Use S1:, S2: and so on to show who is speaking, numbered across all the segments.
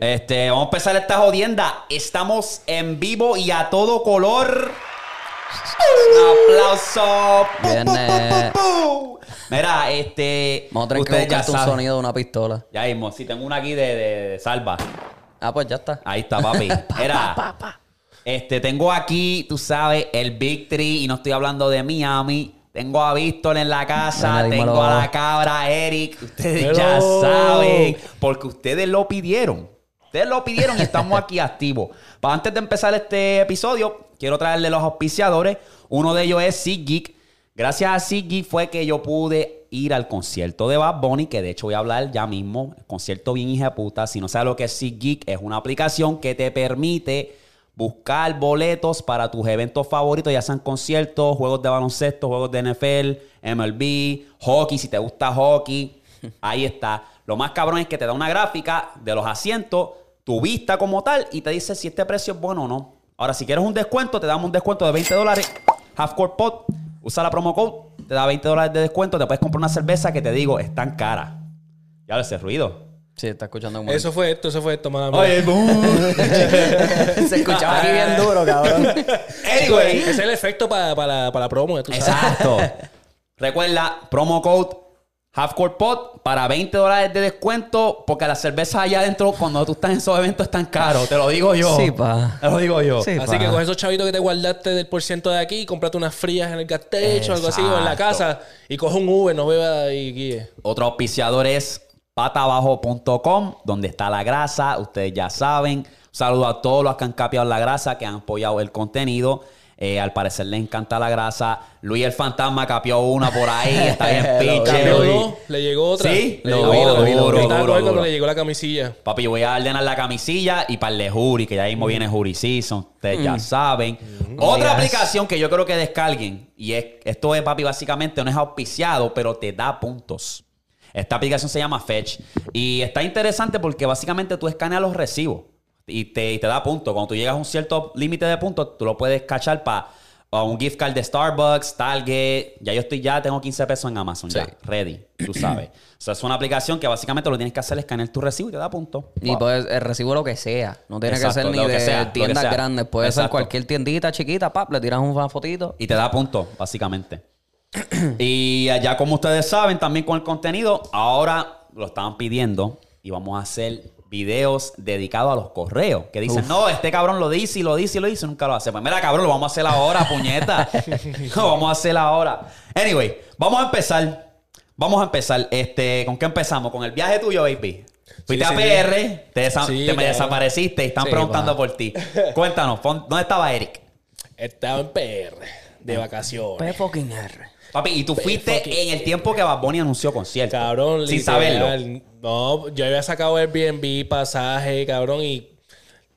S1: Este, vamos a empezar esta jodienda. Estamos en vivo y a todo color. Un aplauso. ¡Pu, pu,
S2: Viene.
S1: pu, pu, pu! Mira, este.
S2: Vamos a tener que
S1: ustedes ya
S2: buscarte un
S1: saben.
S2: sonido de una pistola.
S1: Ya mismo, sí, tengo una aquí de, de- de salva.
S2: Ah, pues ya está.
S1: Ahí está, papi. Era. Este, tengo aquí, tú sabes, el Big Three, y no estoy hablando de Miami. Tengo a Víctor en la casa,
S2: Mira, dímelo.
S1: tengo a la cabra Eric. Ustedes
S3: Hello.
S1: ya saben, porque ustedes lo pidieron. Ustedes lo pidieron y estamos aquí activos. Para antes de empezar este episodio, quiero traerle los auspiciadores. Uno de ellos es SeatGeek. Gracias a SeatGeek fue que yo pude ir al concierto de Bad Bunny, que de hecho voy a hablar ya mismo. Concierto bien hija de puta. Si no sabes lo que es SeatGeek, es una aplicación que te permite buscar boletos para tus eventos favoritos, ya sean conciertos, juegos de baloncesto, juegos de NFL, MLB, hockey, si te gusta hockey. Ahí está. Lo más cabrón es que te da una gráfica de los asientos, tu vista como tal, y te dice si este precio es bueno o no. Ahora, si quieres un descuento, te damos un descuento de 20 dólares. Half Court Pot, usa la promo code, te da 20 dólares de descuento, te puedes comprar una cerveza que te digo, es tan cara. Ya ese ruido.
S2: Sí, está escuchando un
S3: Eso fue esto, eso fue esto, mala mía.
S1: Oye,
S2: Se escuchaba aquí bien duro, cabrón.
S1: anyway.
S3: Ese eh, es el efecto para la, pa la promo, tú sabes.
S1: Exacto. Recuerda, promo code Halfcore Pot para 20 dólares de descuento, porque las cervezas allá adentro, cuando tú estás en esos eventos, están caros. Te lo digo yo.
S2: Sí, pa.
S1: Te lo digo yo.
S2: Sí,
S3: Así que
S2: pa.
S3: con esos chavitos que te guardaste del por ciento de aquí, comprate unas frías en el gastecho o algo así, o en la
S1: Exacto.
S3: casa, y coge un Uber, no beba y guíe.
S1: Otro auspiciador es patabajo.com, donde está la grasa. Ustedes ya saben. Un saludo a todos los que han capeado la grasa, que han apoyado el contenido. Eh, al parecer les encanta la grasa. Luis el Fantasma capió una por ahí. Está bien
S2: Lo vi,
S1: pinche.
S3: Cambió dos, le llegó otra.
S1: Sí,
S3: le
S1: lo
S3: llegó
S1: vi,
S3: otra.
S1: lo vi, lo vi,
S3: Estaba
S1: duro,
S3: con él cuando
S1: duro.
S3: le llegó la camisilla.
S1: Papi, yo voy a ordenar la camisilla y para el de Jury, que ya mismo viene Jury Season, ustedes ya saben. Otra
S2: Yes.
S1: aplicación que yo creo que descarguen, y es, esto es, papi, básicamente no es auspiciado, pero te da puntos. Esta aplicación se llama Fetch y está interesante porque básicamente tú escaneas los recibos y te, y te da puntos. Cuando tú llegas a un cierto límite de puntos, tú lo puedes cachar para un gift card de Starbucks, Target. Ya yo estoy, ya tengo 15 pesos en Amazon, ya,
S2: Sí.
S1: ready, tú sabes. o sea, es una aplicación que básicamente lo tienes que hacer, es escanear tu recibo y te da puntos.
S2: Y puedes eh, recibo lo que sea. No tiene
S1: Exacto,
S2: que ser ni
S1: lo que
S2: de
S1: sea, lo que
S2: tiendas
S1: sea.
S2: grandes. Puede ser
S1: Exacto.
S2: cualquier tiendita chiquita, pap, le tiras una fotito.
S1: Y te da puntos, básicamente. y allá, como ustedes saben, también con el contenido, ahora lo estaban pidiendo y vamos a hacer videos dedicados a los correos. Que dicen, no, este cabrón lo dice y lo dice y lo dice y nunca lo hace. Pues mira, cabrón, lo vamos a hacer ahora, puñeta. lo vamos a hacer ahora. Anyway, vamos a empezar. Vamos a empezar. Este, ¿Con qué empezamos? Con el viaje tuyo, baby. Fuiste
S3: Sí,
S1: a
S3: sí,
S1: PR, te, desa-
S3: Sí,
S1: te me
S3: cabrón.
S1: desapareciste y están
S2: Sí,
S1: preguntando
S2: pa.
S1: por ti. Cuéntanos, pon- ¿dónde estaba Eric?
S3: Estaba en PR, de vacaciones.
S2: fucking R.
S1: Papi, y tú
S3: fucking
S1: fuiste en el tiempo que Bad Bunny anunció concierto.
S3: Cabrón,
S1: Sin
S3: literal.
S1: saberlo.
S3: No, yo había sacado Airbnb, pasaje, cabrón, y.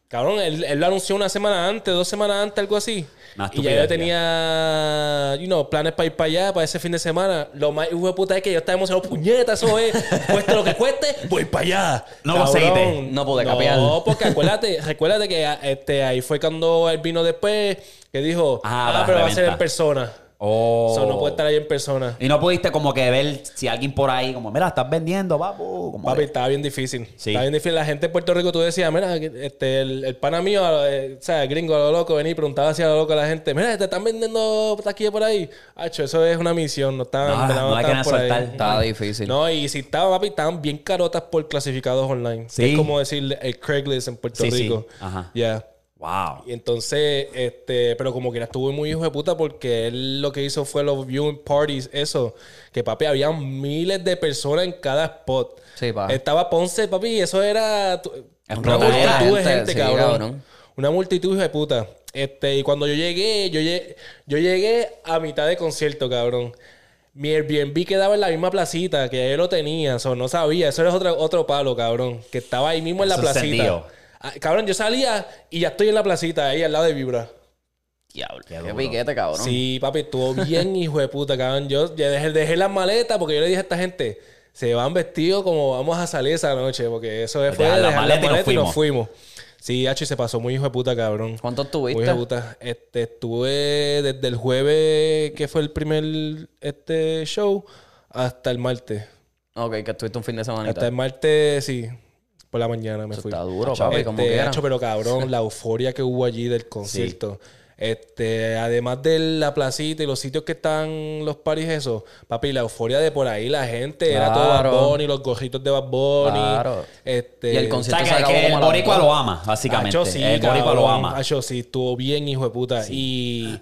S3: Cabrón, él, él lo anunció una semana antes, dos semanas antes, algo así.
S1: Una
S3: y ya yo
S1: estupidez,
S3: tenía, you know, planes para ir para allá, para ese fin de semana. Lo más hijo de puta es que yo estaba emocionado, puñeta, eso es, cueste lo que cueste, voy para allá.
S1: No conseguiste.
S2: No pude capear.
S3: No, porque acuérdate, recuérdate que ah, este, ahí fue cuando él vino después, que dijo,
S1: Ah,
S3: ah,
S1: la
S3: pero va a ser
S1: reventa.
S3: en persona.
S1: Oh.
S3: So, no puede estar ahí en persona.
S1: Y no pudiste como que ver si alguien por ahí, como, mira, estás vendiendo, papu. Como
S3: Papi,
S1: que-
S3: estaba bien difícil.
S1: Sí.
S3: Estaba bien difícil. La gente de Puerto Rico, tú decías, mira, este, el, el pana mío, eh, o sea, el gringo a lo loco, venía y preguntaba así a lo loco a la gente, mira, te están vendiendo taquilla por ahí. Hacho, eso es una misión, no estaban,
S1: No, no la
S3: estaban
S1: quieren
S3: por ahí.
S1: soltar.
S2: Estaba difícil.
S3: No, y si estaban, papi, estaban bien carotas por clasificados online.
S1: Sí.
S3: Que Es como decir el Craigslist en Puerto
S1: Sí, sí.
S3: Rico.
S1: Ajá.
S3: Ya.
S1: Wow.
S3: Y entonces, este, pero como que estuve muy hijo de puta porque él lo que hizo fue los viewing parties, eso, que papi, había miles de personas en cada spot.
S2: Sí, pa.
S1: Este
S3: Estaba Ponce, papi, eso era tu- una
S1: Explotadera de
S3: multitud de
S2: gente,
S3: gente,
S2: sí,
S3: cabrón.
S2: cabrón.
S3: Una multitud hijo de puta. Este, y cuando yo llegué, yo llegué, yo llegué a mitad de concierto, cabrón. Mi Airbnb quedaba en la misma placita que ya yo lo tenía, o no sabía, eso era otro, otro palo, cabrón, que estaba ahí mismo en la
S1: Eso es
S3: placita.
S1: sentido.
S3: Ah, Cabrón, yo salía y ya estoy en la placita, ahí al lado de Vibra.
S1: Diablo. Qué
S2: Qué
S1: duro.
S2: piquete, cabrón.
S3: Sí, papi, estuvo bien, hijo de puta, cabrón. Yo ya dejé, dejé las maletas porque yo le dije a esta gente, se van vestidos como vamos a salir esa noche, porque eso es
S1: Dejar
S3: fue
S1: las
S3: dejar
S1: maletas y nos
S3: y nos fuimos. Sí, Hacho, y se pasó muy hijo de puta, cabrón.
S2: ¿Cuánto
S3: Muy hijo de
S2: tuviste?
S3: puta. Este, estuve desde el jueves, que fue el primer este show, hasta el martes.
S2: Ok, que estuviste un fin de
S1: Este
S3: Hasta
S2: semana.
S3: el Este martes, sí. por la mañana me
S2: Eso
S3: fui.
S2: está duro, papi, como
S3: Este,
S2: quiera.
S3: hacho, pero cabrón, la euforia que hubo allí del concierto. Este, además de la placita y los sitios que están los paris esos, papi, la euforia de por ahí, la gente, era todo Bad
S2: Claro.
S3: Bunny, los gorritos de Bad Bunny.
S2: Claro.
S3: Este,
S2: Y el
S1: O
S2: concierto-
S1: sea,
S2: Esto
S1: que,
S2: se acabó
S1: que el
S2: como a las
S1: boricua
S2: dos.
S1: lo ama, básicamente.
S3: Acho, Ah, sí,
S1: el boricua lo
S3: cabrón.
S1: ama.
S3: Acho, sí, estuvo bien, hijo de puta. Y,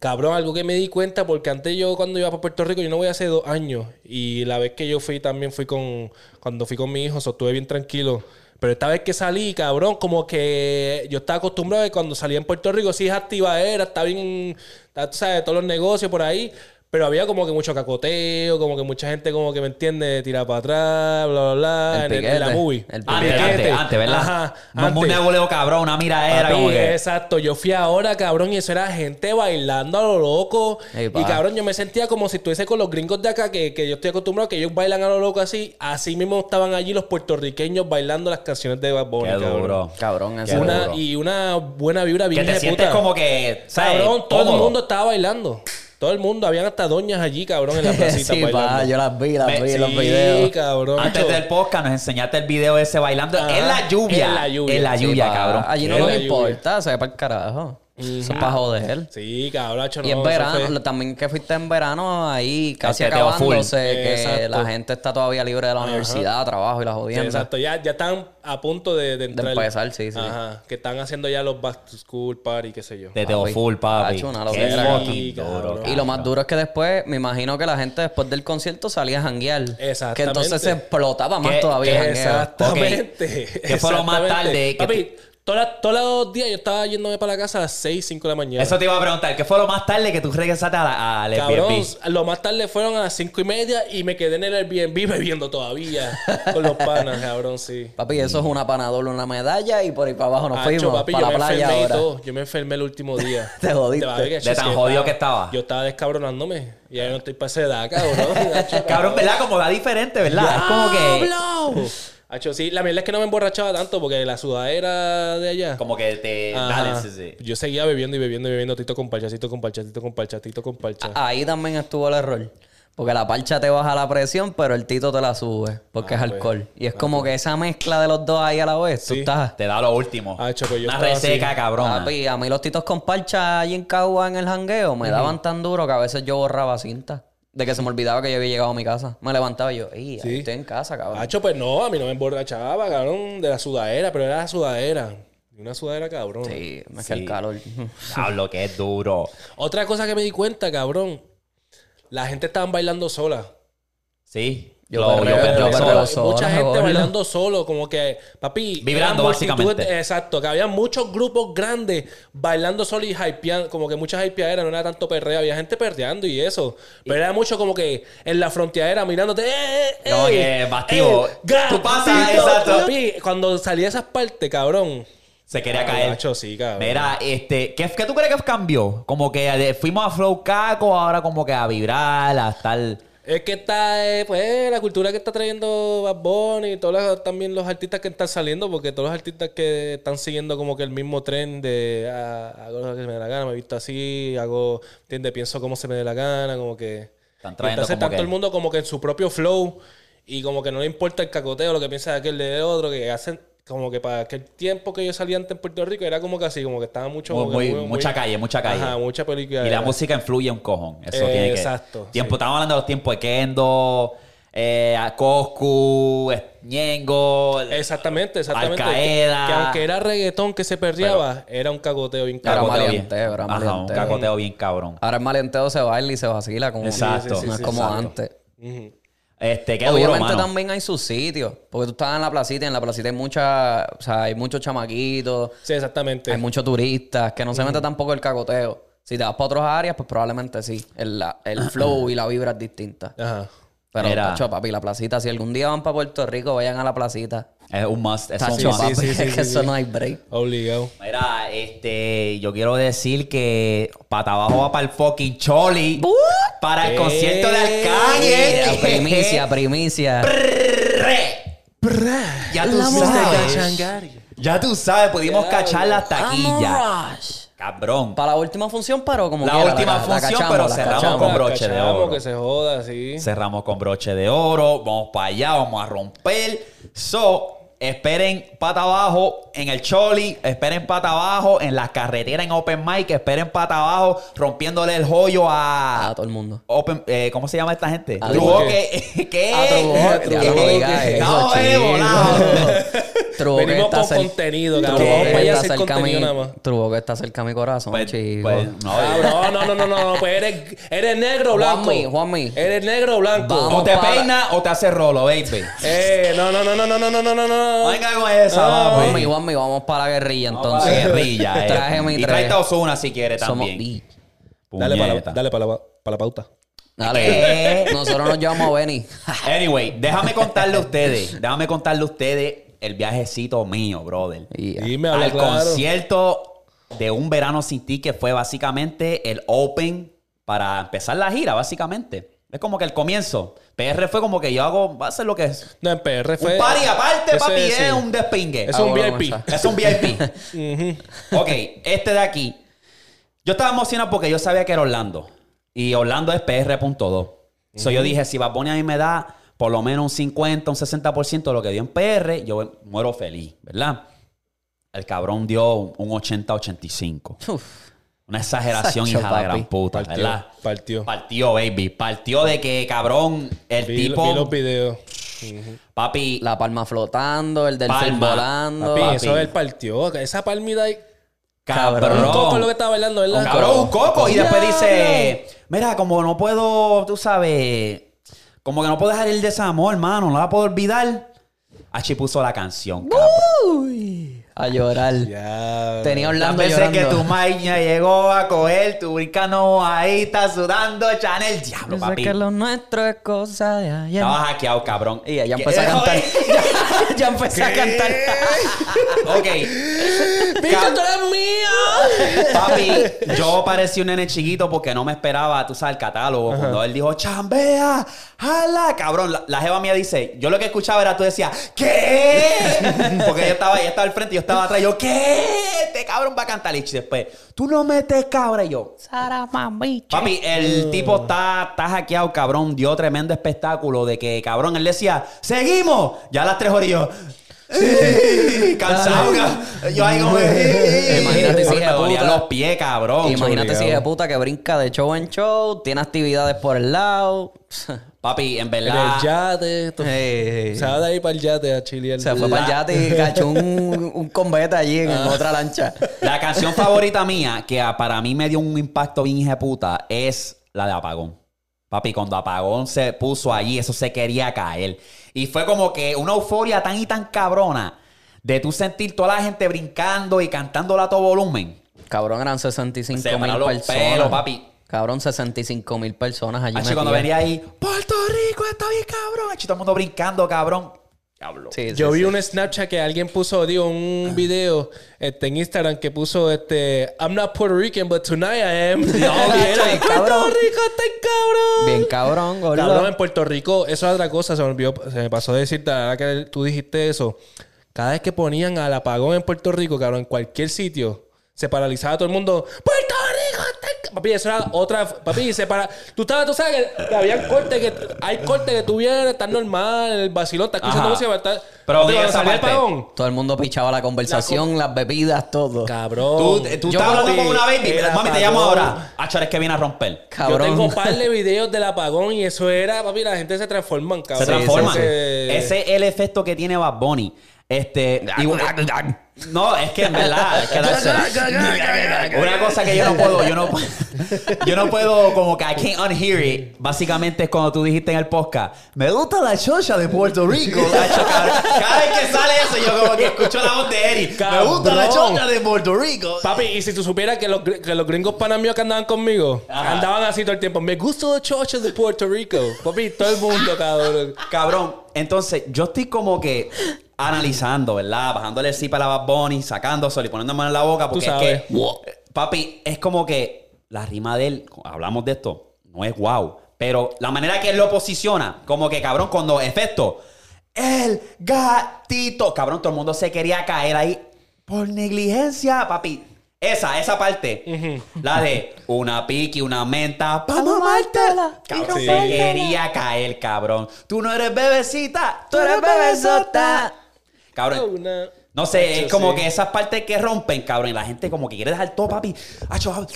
S3: cabrón, algo que me di cuenta, porque antes yo cuando iba para Puerto Rico, yo no voy hace dos años. Y la vez que yo fui también fui con, cuando fui con mi hijo, so, estuve bien tranquilo. Pero esta vez que salí, cabrón, como que yo estaba acostumbrado que cuando salía en Puerto Rico, sí es activa era, está bien, está, tú sabes, todos los negocios por ahí. Pero había como que mucho cacoteo, como que mucha gente como que, ¿me entiende Tira para atrás, bla, bla, bla.
S2: El
S3: en, el- en la
S2: piquete.
S3: movie. Ah,
S2: El
S1: Antes,
S2: piquete.
S1: antes, antes, ¿verdad?
S3: Ajá,
S1: No,
S3: antes.
S1: Un neboleo cabrón, una miradera
S3: Papi,
S1: como que...
S3: Exacto, yo fui ahora, cabrón, y eso era gente bailando a lo loco.
S2: Ey, pa.
S3: y cabrón, yo me sentía como si estuviese con los gringos de acá, que, que yo estoy acostumbrado, que ellos bailan a lo loco así. Así mismo estaban allí los puertorriqueños bailando las canciones de Bad Bunny,
S1: Qué
S3: cabrón.
S1: duro.
S2: Cabrón, eso es
S3: Una,
S2: duro.
S3: y una buena vibra
S1: Que
S3: bien
S1: te
S3: de
S1: sientes
S3: puta.
S1: como que... ¿sabes?
S3: Cabrón, todo el
S1: Cómodo.
S3: mundo estaba bailando. Todo el mundo, habían hasta doñas allí, cabrón, en la placita
S2: sí,
S3: bailando.
S2: pa, yo las vi, las
S1: Me-
S2: vi en los
S3: sí,
S2: videos.
S3: cabrón.
S1: Antes del podcast nos enseñaste el video ese bailando
S3: Ajá,
S1: en la lluvia.
S3: en la lluvia.
S1: En la
S2: Sí,
S1: lluvia,
S2: pa,
S1: cabrón.
S2: Allí no
S3: Qué
S2: nos
S3: la lluvia.
S2: importa, se ve para el carajo. Eso es para joder.
S3: Sí, cabrón, hecho,
S2: Y en
S3: no, eso
S2: verano,
S3: fue-
S2: lo- también que fuiste en verano ahí casi
S1: teteo
S2: acabándose,
S1: full.
S2: que
S3: Exacto.
S2: la gente está todavía libre de la universidad, trabajo y la
S3: Sí,
S2: jodienda.
S3: exacto, ya, ya están a punto de, de entrar.
S2: empezar, sí, sí.
S3: Ajá, que están haciendo ya los back to school party, qué sé yo.
S1: Te teo
S2: Papi.
S1: full, papi.
S2: Hacho, una
S1: Qué
S2: loquera,
S1: fucking
S3: cabrón.
S1: duro,
S2: Y lo más duro es que después, me imagino que la gente después del concierto salía a janguear.
S3: Exactamente.
S2: Que entonces se explotaba más
S1: Que-
S2: todavía
S1: que
S2: el jangueo.
S3: Exactamente.
S1: ¿Qué fue lo más
S3: Exactamente.
S1: tarde que
S3: Papi, todas las- todos los días yo estaba yéndome para la casa a las 6, 5 de la mañana.
S1: Eso te iba a preguntar. ¿Qué fue lo más tarde que tú regresaste a la, al
S3: Cabrón,
S1: Airbnb?
S3: lo más tarde fueron a las 5 y media y me quedé en el Airbnb bebiendo todavía con los panas, cabrón, sí.
S2: Papi, eso es una panadola, una medalla y por ahí para abajo nos
S3: Acho,
S2: fuimos.
S3: papi, yo
S2: para
S3: me
S2: la playa
S3: enfermé y
S2: ahora.
S3: todo. Yo me enfermé el último día.
S2: Te jodiste.
S3: vas a ver
S2: De
S3: acho, es
S1: tan jodido que estaba.
S3: Yo estaba descabronándome. Y ahí no estoy para esa edad, cabrón. Acho,
S1: Cabrón, ¿verdad? Como da diferente, ¿verdad? Es como que...
S3: ¡Diablo! Acho, sí, la mierda es que no me emborrachaba tanto porque la sudadera de allá.
S1: Como que te...
S3: Ajá.
S1: Dale, sí, sí.
S3: Yo seguía bebiendo y bebiendo y bebiendo tito con parcha, tito con parcha, tito con parcha, tito con
S1: Ah,
S3: parcha.
S2: Ahí también estuvo el error. Porque la parcha te baja la presión, pero el tito te la sube. Porque es
S3: pues,
S2: alcohol. Y es como que esa mezcla de los dos ahí a la vez. Tú
S3: Sí.
S2: estás.
S1: Te da lo último.
S3: Ah, choco, yo
S1: Una
S3: estaba
S1: reseca,
S3: así.
S1: cabrón.
S2: Papi, a mí los titos con parcha allí en Cagua en el jangueo me daban tan duro que a veces yo borraba cinta. De que se me olvidaba que yo había llegado a mi casa. Me levantaba y yo, "Ey, ahí
S3: Sí.
S2: estoy en casa,
S1: Ah,
S2: cabrón.
S3: Acho, pues no, a mí no me emborrachaba, cabrón, de la sudadera, pero era la sudadera. Una sudadera, cabrón.
S2: Sí, me
S1: Sí.
S2: queda el calor.
S1: Diablo, que es duro.
S3: Otra cosa que me di cuenta, cabrón, la gente estaba bailando sola.
S1: Sí.
S2: Yo
S1: lo,
S2: perreo,
S1: yo
S2: yo
S1: perreo
S2: perreo
S1: sola.
S2: sola,
S3: Mucha gente
S2: boludo.
S3: bailando solo, como que, papi.
S1: Vibrando,
S3: eran multitudes-
S1: básicamente.
S3: Exacto, que había muchos grupos grandes bailando solo y hypeando, como que muchas hypeaderas, no era tanto perreo, había gente perreando y eso. Pero era mucho como que en la frontera mirándote, ¡eh, eh, eh!
S1: Como que, bastivo, tú pasas,
S3: gatito".
S1: exacto.
S3: Papi, cuando salí de esas partes, cabrón.
S1: Se quería
S3: Ah,
S1: caer.
S3: macho, sí, cabrón.
S1: Mira, este, ¿qué, qué tú crees que cambió? Como que de- fuimos a Flow Caco, ahora como que a vibrar, a estar.
S3: Es que está, eh, pues, la cultura que está trayendo Bad Bunny y todos los- también los artistas que están saliendo, porque todos los artistas que están siguiendo como que el mismo tren de ah, hago lo que me dé la gana, me visto así, hago, ¿entiendes? Pienso como se me dé la gana, como que.
S1: Están trayendo
S3: Y entonces
S1: como
S3: tanto
S1: que-
S3: el mundo como que en su propio flow y como que no le importa el cacoteo, lo que piensa de aquel de otro, que hacen como que para aquel tiempo que yo salía antes en Puerto Rico era como que así, como que estaba mucho.
S1: Muy-
S3: como que
S1: muy- mucha calle, mucha calle.
S3: Ajá, mucha película.
S1: Y la música influye un cojón. Eso
S3: Eh,
S1: tiene que.
S3: exacto,
S1: Tiempo,
S3: sí.
S1: estamos hablando de los tiempos de Kendo, eh, a Coscu, eh, Ñengo.
S3: Exactamente, exactamente.
S1: Al-Qaeda.
S3: Que, que aunque era reggaetón que se perreaba, era un cagoteo bien
S2: Era
S3: caro.
S1: Cacoteo bien.
S2: maleanteo, era
S1: Ajá, un
S2: maleanteo.
S1: cacoteo bien cabrón.
S2: Ahora el maleanteo se baila y se vacila como
S1: Exacto.
S2: no es
S1: Sí, sí,
S2: como
S1: exacto.
S2: antes.
S3: Ujú.
S1: Este, qué duro,
S2: Obviamente
S1: mano.
S2: también hay sus sitios. Porque tú estabas en la placita y en la placita hay mucha, o sea, hay muchos chamaquitos,
S3: Sí, exactamente.
S2: hay muchos turistas, que no se mete tampoco el cacoteo. Si te vas para otras áreas, pues probablemente sí. El, la- el flow y la vibra es distinta.
S3: Ajá.
S2: Pero,
S1: Mira.
S2: tacho, papi, la placita, si algún día van para Puerto Rico, vayan a la placita.
S1: Es un must. Es
S2: Tacho,
S1: un must.
S2: papi,
S3: sí, sí,
S2: es que
S3: sí,
S2: eso
S3: sí.
S2: no hay break.
S3: Obligado.
S1: Mira, este, yo quiero decir que pata abajo va para el fucking Choli. Para el
S3: Eh,
S1: concierto de
S2: eh, La
S1: Alcalle.
S2: primicia, primicia.
S1: Prrrre. Ya tú sabes. Ya tú sabes, pudimos cachar las taquillas. Cabrón.
S2: Para la última función, pero como
S1: La
S2: quiera,
S1: última
S2: ca-
S1: función, pero cerramos
S2: cachamos.
S1: con broche de
S3: Cachamo,
S1: oro.
S3: Que se joda, sí.
S1: Cerramos con broche de oro. Vamos para allá, vamos a romper. So, Esperen pata abajo en el Choli, esperen pata abajo en las carreteras en Open Mic, esperen pata abajo rompiéndole el joyo a...
S2: A Ah, todo el mundo.
S1: Open- eh, ¿Cómo se llama esta gente?
S2: A
S1: Truboque. ¿Qué?
S2: A
S1: ¿Qué?
S2: Truboque, diablo, no digas eso,
S1: No, eh,
S2: chico.
S1: volado.
S2: Trubo que
S3: Venimos
S2: está
S3: con
S2: cer-
S3: contenido,
S2: Trubo
S3: cabrón. Vamos
S2: que
S3: para allá a
S2: está
S3: hacer
S2: cerca a mi-
S3: contenido nada más.
S2: Trubo que está cerca a mi corazón,
S1: Pues-
S2: chico.
S1: pues, no,
S3: Cabrón, Ah, no, no, no, no, no, pues eres, eres negro o blanco.
S2: Juanmi, Juanmi.
S3: Eres negro o blanco.
S2: Vamos.
S1: o te
S2: para-
S1: peina o te hace rolo, baby.
S3: Eh, no, no, no, no, no, no, no, no, no, no.
S1: Venga con esa, vamos.
S2: Juanmi, Juanmi, vamos para la guerrilla
S1: Vamos
S2: entonces.
S1: a la guerrilla, eh.
S2: Traje mi
S1: Y
S2: traje.
S1: trae a Ozuna si quiere
S2: Somos
S1: también.
S2: bi.
S3: Dale para la,
S1: Puñeta.
S3: dale para la, para la pauta.
S2: Dale. Nosotros nos llamamos Benny.
S1: Anyway, déjame contarle a ustedes, déjame contarle a ustedes el viajecito mío, brother.
S2: Yeah.
S3: Dime, habla
S1: Al
S3: claro.
S1: concierto de Un Verano Sin Ti, que fue básicamente el open para empezar la gira, básicamente. Es como que el comienzo. PR fue como que yo hago, va a ser lo que es.
S3: No, en PR fue...
S1: Un party aparte,
S3: Ese
S1: papi,
S3: sí.
S1: es un despingue.
S3: Es un
S2: Ah, bueno,
S3: VIP.
S2: vamos
S1: Es un VIP. ok, este de aquí. Yo estaba emocionado porque yo sabía que era Orlando. Y Orlando es PR.2. So yo dije, si Bad Bunny a mí me da por lo menos un 50, un 60% de lo que dio en PR, yo muero feliz, ¿verdad? El cabrón dio un un 80-85.
S2: Uf.
S1: Una exageración
S2: Sacho,
S1: hija de la
S2: papi.
S1: gran puta, ¿verdad?
S3: Partió.
S1: Partió, baby. Partió de que, cabrón, el
S3: Vi,
S1: tipo...
S3: vi los videos.
S1: Papi,
S2: La palma flotando, el del
S1: Palma.
S2: volando.
S3: Papi,
S1: papi.
S3: eso es el partió. Esa palmita ahí.
S1: cabrón.
S3: Un coco es lo que está bailando, ¿verdad?
S1: Un cabrón, un coco. Y después dice, mira, como no puedo, tú sabes, como que no puedo dejar el desamor, hermano, no la puedo olvidar. Hachi puso la canción, cabrón.
S2: Uy, a llorar.
S3: Ya.
S2: Tenía
S1: Las
S2: Orlando
S1: veces
S2: llorando.
S1: que tu maña llegó a coger, tu brincano ahí está sudando, Chanel, diablo,
S2: Yo sé
S1: papi.
S2: que lo nuestro es cosa de ayer.
S1: Estaba hackeado, cabrón.
S2: Y ya empezó a
S1: ¿Qué?
S2: cantar. ya, empezó a cantar.
S1: ok.
S3: ¡Bicho, tú eres mío!
S1: Papi, yo parecí un nene chiquito porque no me esperaba, tú sabes, el catálogo. Cuando él dijo, chambea, jala, cabrón. La, la jeva mía dice, yo lo que escuchaba era tú decías, ¿qué? Porque yo estaba, ella estaba al frente y yo estaba atrás. Yo, ¿qué? Este cabrón va a cantar. Y después, tú no metes cabra. Y yo,
S2: Sara mami.
S1: Papi, el tipo está, está hackeado, cabrón. Dio tremendo espectáculo de que, cabrón, él decía, seguimos. Ya a las tres horas y yo, "Ey, cansado. ca-". Yo ahí como, "Ey".
S2: Imagínate si
S1: Cabrón,
S2: de
S1: me dolían
S2: puta.
S1: los pies, cabrón.
S2: Imagínate si de
S3: obligado.
S2: puta que brinca de show en show, tiene actividades por el lado.
S1: Papi, en
S3: En el
S1: verdad.
S3: yate. esto-
S2: Eh,
S3: Se va de ahí para el yate a chilear.
S1: eh,
S2: Se fue para el yate y cachó un, un combate allí en
S1: Ah.
S2: otra lancha.
S1: La canción favorita mía, que a- para mí me dio un impacto bien hija de puta, es la de Apagón. Papi, cuando Apagón se puso allí, eso se quería caer. Y fue como que una euforia tan y tan cabrona de tú sentir toda la gente brincando y cantándola a todo volumen.
S2: Cabrón, eran 65
S1: Se
S2: mil
S1: pararon los
S2: personas.
S1: pelos, papi.
S2: Cabrón, 65 mil personas allí.
S1: Achi, cuando
S2: metidas.
S1: venía ahí, Puerto Rico está bien cabrón. Achi, todo el mundo brincando, cabrón. Diablo.
S2: Sí, sí,
S3: Yo vi
S2: sí.
S3: un Snapchat que alguien puso, digo, un video este, en Instagram que puso este I'm not Puerto Rican, but tonight I am. No,
S2: chaval,
S3: Puerto
S2: cabrón.
S3: Rico está en cabrón.
S2: Bien cabrón, gordo.
S3: Cabrón, en Puerto Rico, eso es otra cosa, se me olvidó, se me pasó decirte, la verdad que tú dijiste eso. Cada vez que ponían al apagón en Puerto Rico, cabrón, en cualquier sitio, se paralizaba todo el mundo. ¡Puerto Rico! está en ca-". Papi, eso era otra. Papi, se para. Tú, estabas, tú sabes que, que había cortes que. Hay cortes que tú vienes, tan normal, el vacilón, estás escuchando
S1: Ajá.
S3: música, estás.
S1: Pero
S3: Papi,
S1: diga
S3: cuando
S1: esa
S3: salía el
S1: parte.
S3: apagón.
S2: Todo el mundo pichaba la conversación, las bebidas, todo.
S3: Cabrón.
S1: Tú, tú
S3: Oh, Yo,
S1: estás hablando
S3: papi,
S1: con una baby.
S3: el
S1: Mami, te llamo
S3: apagón.
S1: ahora. Acho, es que viene a romper.
S2: Cabrón.
S3: Yo tengo un par de videos del apagón y eso era, papi, la gente se transforma en
S1: Se
S3: cabrón.
S1: transforma.
S3: Ese-
S1: Ese es el efecto que tiene Bad Bunny. Este. y- no, es que en verdad. es que that's- una cosa que yo no puedo, yo no, yo no puedo, como que I can't unhear it. Básicamente es cuando tú dijiste en el podcast, me gusta la chocha de Puerto Rico. Nacho, cabrón. Cada vez que sale eso, yo como que escucho la voz de Eric. Me gusta la
S3: Cabrón.
S1: chocha de Puerto Rico.
S3: Papi, y si tú supieras que los, gr- que los gringos panamíos que andaban conmigo
S1: Ajá.
S3: andaban así todo el tiempo. Me gusta los chochos de Puerto Rico. Papi, todo el mundo, cabrón.
S1: Cabrón, entonces yo estoy como que analizando, ¿verdad? Bajándole sí para la Bad Bunny, sacándoselo y poniéndome en la boca porque
S3: Tú sabes.
S1: es que eh, papi, es como que la rima de él, hablamos de esto, no es wow, pero la manera que él lo posiciona, como que cabrón cuando efecto el gatito, cabrón, todo el mundo se quería caer ahí por negligencia, papi. Esa, esa parte. La de una piqui, una menta. Vamos a amártela. Cabrón,
S3: Sí.
S1: se quería caer, cabrón. Tú no eres bebecita, tú eres bebesota. Cabrón.
S3: Una-
S1: No sé,
S3: Hacho,
S1: es como
S3: sí.
S1: que esas partes que rompen, cabrón. y La gente como que quiere dejar todo, papi. Acho, ah,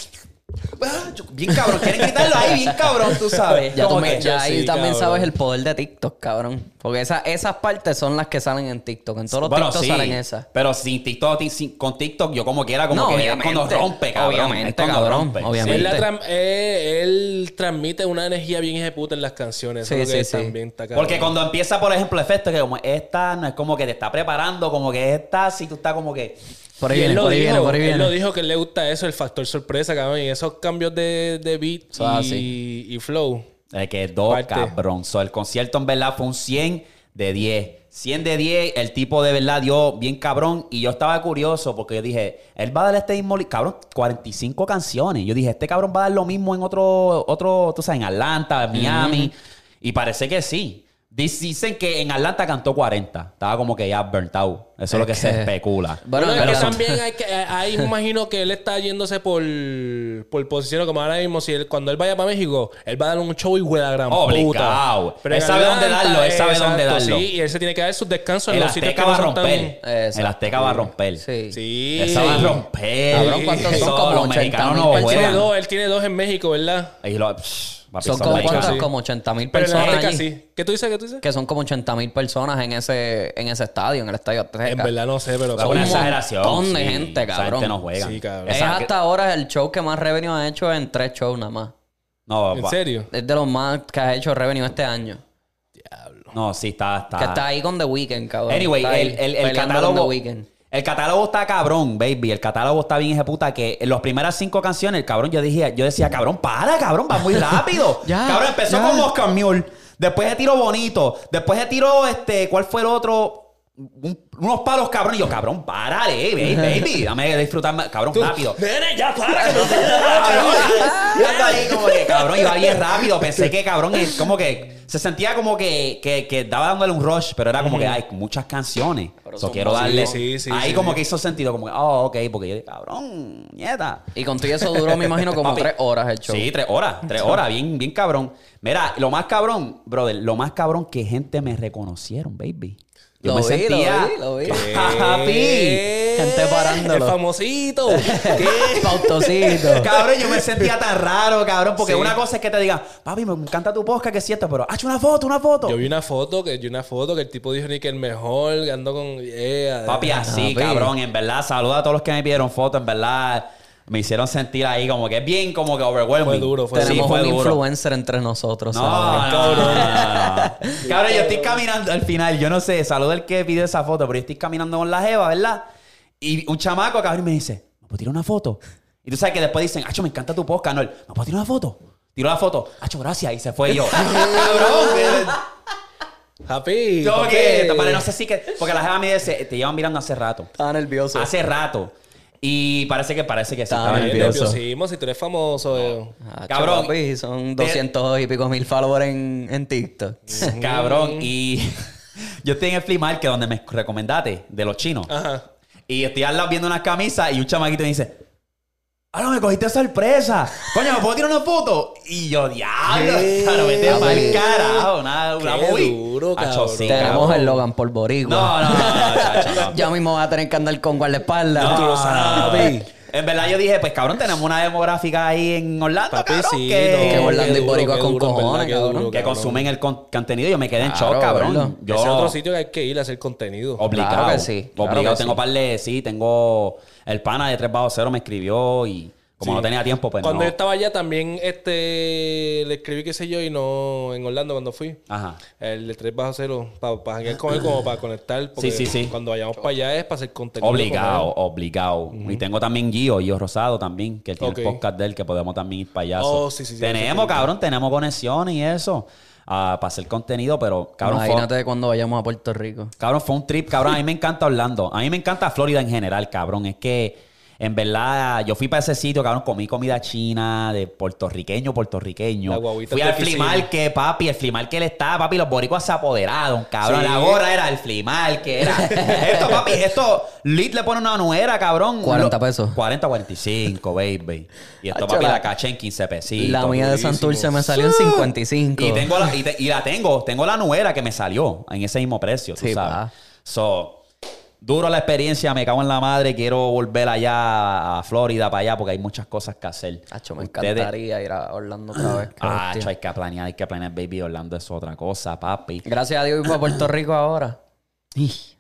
S1: acho, bien cabrón, quieren quitarlo ahí, bien cabrón, tú sabes.
S2: Ya, tú
S1: Como
S2: me-
S1: que-
S2: ya ahí
S3: sí,
S2: también
S3: cabrón.
S2: sabes el poder de TikTok, cabrón. Porque esa- esas partes son las que salen en TikTok. En todos los
S1: Bueno,
S2: TikToks
S1: sí,
S2: salen esas.
S1: Pero sin TikTok, ti- sin- con TikTok, yo como quiera, como
S2: No,
S1: que es
S2: obviamente.
S1: cuando rompe, cabrón.
S2: Obviamente,
S1: es cuando
S2: cabrón,
S1: rompe.
S2: obviamente.
S3: Él, la tran- eh, él transmite una energía bien ejecuta en las canciones.
S2: Sí,
S3: eso es lo que
S2: sí, sí.
S3: también está cabrón.
S1: Porque cuando empieza, por ejemplo, efecto, que como esta, no es como que te está preparando, como que esta, si tú estás como que.
S2: Por ahí
S3: Y él
S2: viene,
S3: lo
S2: por ahí
S3: dijo,
S2: viene, por ahí
S3: Él lo
S2: viene.
S3: dijo que le gusta eso, el factor sorpresa, cabrón. Y esos cambios de, de beat
S2: Eso es
S3: y, y flow.
S1: Es que dos,
S3: Parte.
S1: cabrón. So, el concierto en verdad fue un 100 de 10. 100 de 10, el tipo de verdad dio bien cabrón. Y yo estaba curioso porque yo dije, él va a dar este mismo. li- Cabrón, 45 canciones. Yo dije, este cabrón va a dar lo mismo en otro, otro tú sabes, en Atlanta, en Miami. Y parece que sí. Dic- Dicen que en Atlanta cantó 40. Estaba como que ya burnt out. Eso es, lo que,
S2: Es
S1: se
S2: que-
S1: especula.
S2: Bueno,
S3: Bueno, es
S2: pero
S3: que
S2: son-
S3: también hay que, eh, ahí me imagino que él está yéndose por, por posiciones como ahora mismo. Si él, cuando él vaya para México, él va a dar un show y huele a gran
S1: Obligado.
S3: puta. Pero
S1: Él
S3: en
S1: sabe dónde
S3: Atlanta,
S1: darlo, él sabe dónde darlo.
S3: Sí, y él se tiene que dar sus descansos en
S1: El
S3: los sitios que
S1: Azteca
S3: no
S1: va a
S3: son tan-
S1: romper. El
S2: Exacto.
S1: Azteca va a romper.
S2: Sí.
S3: Sí.
S1: Esa va a romper.
S2: Cabrón, ¿cuántos son?
S1: Eso,
S2: Como
S1: los
S2: 80
S1: mexicanos
S2: mil
S1: no
S3: Él tiene,
S1: juegan.
S3: dos, él tiene dos en México, ¿verdad?
S1: Y lo- psh, papi, son
S2: Son como
S1: mexicanos.
S2: cuántas,
S3: sí.
S2: como 80 mil
S3: Pero en la
S2: personas
S3: Azteca
S2: allí.
S3: sí. ¿Qué tú dices? ¿Qué tú dices?
S2: Que son como 80 mil personas en ese, en ese estadio, en el estadio Azteca.
S3: En verdad no sé, pero...
S1: Es una
S2: un
S1: exageración.
S2: montón de gente,
S1: esa
S2: cabrón.
S1: gente no juega.
S3: Sí, cabrón.
S2: Es
S1: Esa-
S2: hasta ahora el show que más revenue ha hecho en tres shows nada más.
S1: No,
S3: ¿En
S1: va-
S3: serio?
S2: Es de los más que ha hecho revenue este año.
S1: no, sí, está. está.
S2: Que está ahí con The Weeknd, cabrón.
S1: Anyway,
S2: Está ahí
S1: el, el, el
S2: peleando con
S1: catálogo.
S2: The Weeknd.
S1: El catálogo está cabrón, baby. El catálogo está bien ejeputa. Que en las primeras cinco canciones, el cabrón, yo dije, yo decía, cabrón, para, cabrón, va muy rápido.
S2: Ya,
S1: cabrón, empezó
S2: ya.
S1: con Oscar Mule. Después de tiro bonito. Después de tiro, este, ¿cuál fue el otro? Un- unos palos, cabrón. Y yo, cabrón, para, baby, baby. Dame disfrutar, más, cabrón, rápido.
S3: Nene, ya para. que
S1: Yo estaba ahí como que, cabrón, iba bien rápido. Pensé que, cabrón, es como que se sentía como que, que, que estaba dándole un rush, pero era como que hay muchas canciones.
S2: Pero
S1: So,
S2: son
S1: quiero
S2: más-
S1: darle.
S3: Sí, sí, sí,
S1: ahí
S3: sí.
S1: como que hizo sentido, como que, oh, ok, porque yo, cabrón, nieta.
S2: Y contigo eso duró, me imagino, como
S1: Papi.
S2: tres horas el show.
S1: Sí, tres horas, tres horas, bien, bien cabrón. Mira, lo más cabrón, brother, lo más cabrón que gente me reconocieron, baby. Yo
S2: Lo
S1: me
S2: vi, lo
S1: sentía.
S2: vi, lo vi.
S1: Papi.
S2: Gente parándolo.
S3: El famosito.
S2: Pautocito.
S1: Cabrón, yo me sentía tan raro, cabrón. Porque
S3: Sí.
S1: una cosa es que te digan, papi, me encanta tu posca, que es cierto, pero haz una foto, una foto.
S3: Yo vi una foto que yo una foto que el tipo dijo ni que el mejor, que ando con eh, yeah,
S1: Papi, así,
S2: Ah, Papi.
S1: cabrón, en verdad. Saluda a todos los que me pidieron fotos, en verdad. Me hicieron sentir ahí como que bien, como que overwhelming.
S3: Fue duro, fue
S1: Sí,
S2: Tenemos
S1: fue
S2: un
S1: duro.
S2: influencer entre nosotros.
S1: No,
S2: ahora.
S1: no, no, no, no, no. Cabrón, yo estoy caminando al final. Yo no sé, saluda el que pidió esa foto, pero yo estoy caminando con la Jeva, ¿verdad? Y un chamaco, cabrón, me dice, ¿me puedo tirar una foto? Y tú sabes que después dicen, Acho, me encanta tu post, Canol. ¿Me puedo tirar una foto? Tiró la foto, Acho, gracias. Y se fue yo. cabrón, eh,
S3: Papi.
S1: tengo
S3: papi.
S1: que- vale, no sé si que. Porque la Jeva me dice, te llevan mirando hace rato.
S2: Estaba nervioso.
S1: Hace rato. Y parece que parece que sí.
S2: Estaba
S1: estaba
S3: Eh,
S1: nervioso.
S3: nerviosismo, si tú eres famoso. eh.
S2: Ah,
S1: Cabrón.
S2: papi, son
S1: Te-
S2: 200 y pico mil followers en, en TikTok.
S1: Cabrón. Y yo estoy en el flea market donde me recomendaste de los chinos.
S3: Ajá.
S1: Y estoy al lado viendo unas camisas y un chamaquito me dice, ¡Ah, me cogiste sorpresa! Coño, ¿me puedo tirar una foto? Y yo, diablo,
S3: ¿Qué?
S1: claro, vete
S3: Papi.
S1: pa'l carajo, una, una
S3: Qué
S1: movie.
S3: duro,
S1: Acho,
S3: cabrón.
S1: sí,
S2: Tenemos
S1: cabrón.
S2: el Logan por Boricua.
S1: No, no, no, no, chacho, no.
S2: Ya mismo vas a tener que andar con guardaespaldas.
S1: No,
S3: tú lo sabes.
S1: En verdad yo dije, pues cabrón, tenemos una demográfica ahí en Orlando,
S3: Papi,
S1: cabrón,
S3: sí.
S1: que,
S3: no,
S2: que Orlando y
S3: qué duro,
S2: Boricua
S3: qué
S2: con
S3: duro, en verdad,
S2: cojones,
S3: qué
S2: cabrón.
S3: duro,
S1: que consumen el con- contenido. Yo me quedé en
S2: Claro,
S1: shock,
S2: boludo.
S1: cabrón. Yo,
S3: Ese es otro sitio que hay que ir a hacer contenido.
S1: Obligado.
S2: Claro que sí, claro
S1: obligado.
S2: que
S1: tengo
S2: sí.
S1: par de... Sí, tengo... El pana de 3 bajo 0 me escribió y como
S3: Sí.
S1: no tenía tiempo, pues
S3: cuando
S1: no.
S3: yo estaba allá también este le escribí qué sé yo y no en Orlando cuando fui.
S1: Ajá.
S3: El de 3 bajo 0 para pa janguear con él como para conectar. Porque
S1: sí, sí.
S3: Cuando vayamos para allá es para hacer contenido. con él.
S1: Obligado, obligado. Y tengo también Gio, Gio Rosado también, que tiene el
S3: Ok.
S1: podcast de él, que podemos también ir para allá.
S3: Oh, sí, sí, sí, eso
S1: tenemos,
S3: es
S1: cabrón, tenemos conexiones y eso ah, para hacer contenido, pero cabrón, fue-
S2: Imagínate cuando vayamos a Puerto Rico.
S1: Cabrón, fue un trip, cabrón. A mí me encanta Orlando. A mí me encanta Florida en general, cabrón. Es que, en verdad, yo fui para ese sitio, cabrón, comí comida china, de puertorriqueño, puertorriqueño.
S3: La guaguita
S1: fui
S3: en
S1: al
S3: tu oficina.
S1: flimar que, papi, el flimar que él estaba, papi, los boricuas se apoderaron, cabrón.
S3: Sí.
S1: La gorra era el flimar que era. esto, papi, esto, Lit le pone una nuera, cabrón.
S2: 40 pesos.
S1: 40, 45, baby. Y esto,
S2: Hacho,
S1: papi, la
S2: la-
S1: caché en 15 pesitos.
S2: la mía de
S3: durísimo.
S2: Santurce me salió en 55.
S1: Ah. Y, tengo la, y, te- y la tengo, tengo la nuera que me salió en ese mismo precio, tú
S2: Sí,
S1: sabes.
S2: pa.
S1: So, Duro la experiencia, me cago en la madre. Quiero volver allá a Florida, para allá, porque hay muchas cosas que hacer.
S2: Hacho, me
S1: Ustedes-
S2: encantaría ir a Orlando otra vez. qué
S1: Ah,
S2: bestia.
S1: cho, hay que planear, hay que planear, baby. Orlando es otra cosa, papi.
S2: Gracias a Dios voy a Puerto Rico ahora.
S1: Y, sí,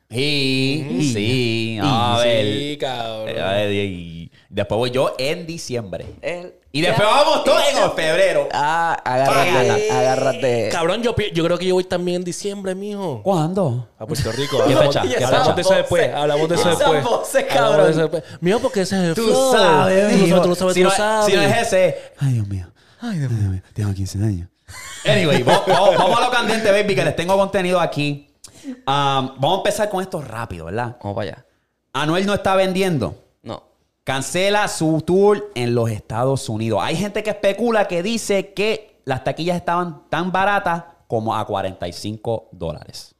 S1: a ver. Eh,
S3: Sí, cabrón.
S1: A ver, y- y- después voy yo en diciembre.
S2: El-
S1: Y después vamos todos en febrero.
S2: Ah, agárrate,
S3: Ay,
S2: agárrate.
S3: Cabrón, yo, pi- yo creo que yo voy también en diciembre, mijo.
S1: ¿Cuándo?
S3: A Puerto Rico.
S1: ¿Qué
S3: hablamos,
S1: fecha? ¿Qué fecha?
S3: hablamos de eso después. Hablamos de eso
S2: Esas
S3: después.
S2: voces,
S3: Hablamos de eso
S2: cabrón.
S3: después. Mijo, porque ese es el
S1: Tú
S3: flow.
S1: sabes,
S3: Tú lo
S1: mijo.
S3: sabes, tú lo sabes,
S1: si
S3: tú
S1: no,
S3: lo sabes.
S1: si no es ese.
S4: Ay, Dios mío. Ay, Dios mío. Tengo 15 años.
S1: Anyway, vamos, vamos- vamos a lo candente, baby, que les tengo contenido aquí. Um, vamos a empezar con esto rápido, ¿verdad?
S2: Vamos para allá.
S1: Anuel no está vendiendo.
S2: No.
S1: Cancela su tour en los Estados Unidos. Hay gente que especula que dice que las taquillas estaban tan baratas como a 45 dólares.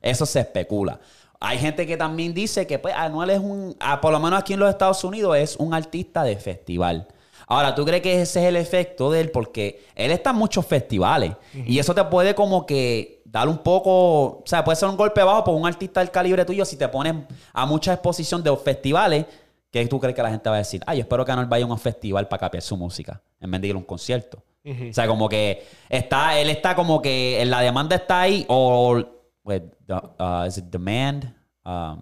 S1: Eso se especula. Hay gente que también dice que pues, Anuel es un, ah, por lo menos aquí en los Estados Unidos, es un artista de festival. Ahora, ¿tú crees que ese es el efecto de él? Porque él está en muchos festivales y eso te puede como que dar un poco, o sea, puede ser un golpe bajo por un artista del calibre tuyo si te pones a mucha exposición de festivales. ¿Qué tú crees que la gente va a decir? Ah, yo espero que Anuel vaya a un festival para capear su música en vez de ir a un concierto. O sea, como que está, él está como que eh, la demanda está ahí o, wait, the- uh, is it demand? Um,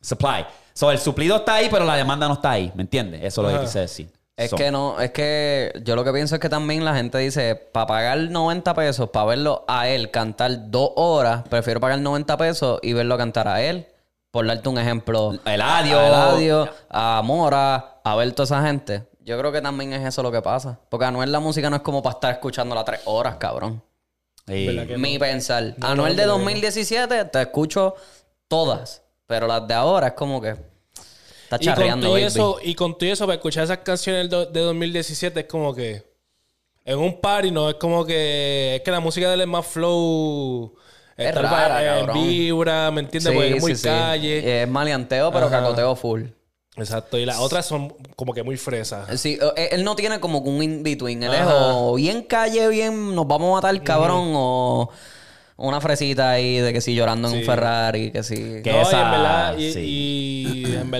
S1: supply. So, el suplido está ahí, pero la demanda no está ahí. ¿Me entiendes? Eso es lo que
S3: Ajá.
S1: quise decir.
S2: Es
S1: So,
S2: que no, es que yo lo que pienso es que también la gente dice, para pagar 90 pesos, para verlo a él cantar dos horas, prefiero pagar 90 pesos y verlo cantar a él. Por darte un ejemplo,
S1: A Eladio.
S2: a, Eladio, a Mora, a ver toda esa gente. Yo creo que también es eso lo que pasa. Porque Anuel la música no es como para estar escuchándola tres horas, cabrón.
S1: sí.
S3: ¿Verdad que no?
S2: Mi pensar. Anuel de
S3: no, no, no.
S2: 2017 te escucho todas, pero las de ahora es como que está
S3: Y con,
S2: charreando.
S3: todo
S2: baby.
S3: eso, y con todo eso, para escuchar esas canciones do- de 2017 es como que... En un party, ¿no? Es como que... Es que la música de él es más flow...
S2: Es
S3: estar
S2: rara,
S3: ba- en
S2: cabrón.
S3: vibra, ¿me entiendes?
S2: Sí,
S3: Porque es
S2: sí, Eh,
S3: muy
S2: sí.
S3: calle.
S2: Es maleanteo, pero
S3: Ajá.
S2: cacoteo full.
S3: Exacto. Y las otras son como que muy fresas.
S2: Sí, eh, él no tiene como que un in-between. Él es
S3: Ajá.
S2: o bien calle, bien nos vamos a matar, cabrón, o una fresita ahí de que sí llorando en un
S3: Sí.
S2: Ferrari, que sí.
S1: Que
S3: no, y
S1: esa-
S3: en verdad... Y,
S1: sí.
S3: y en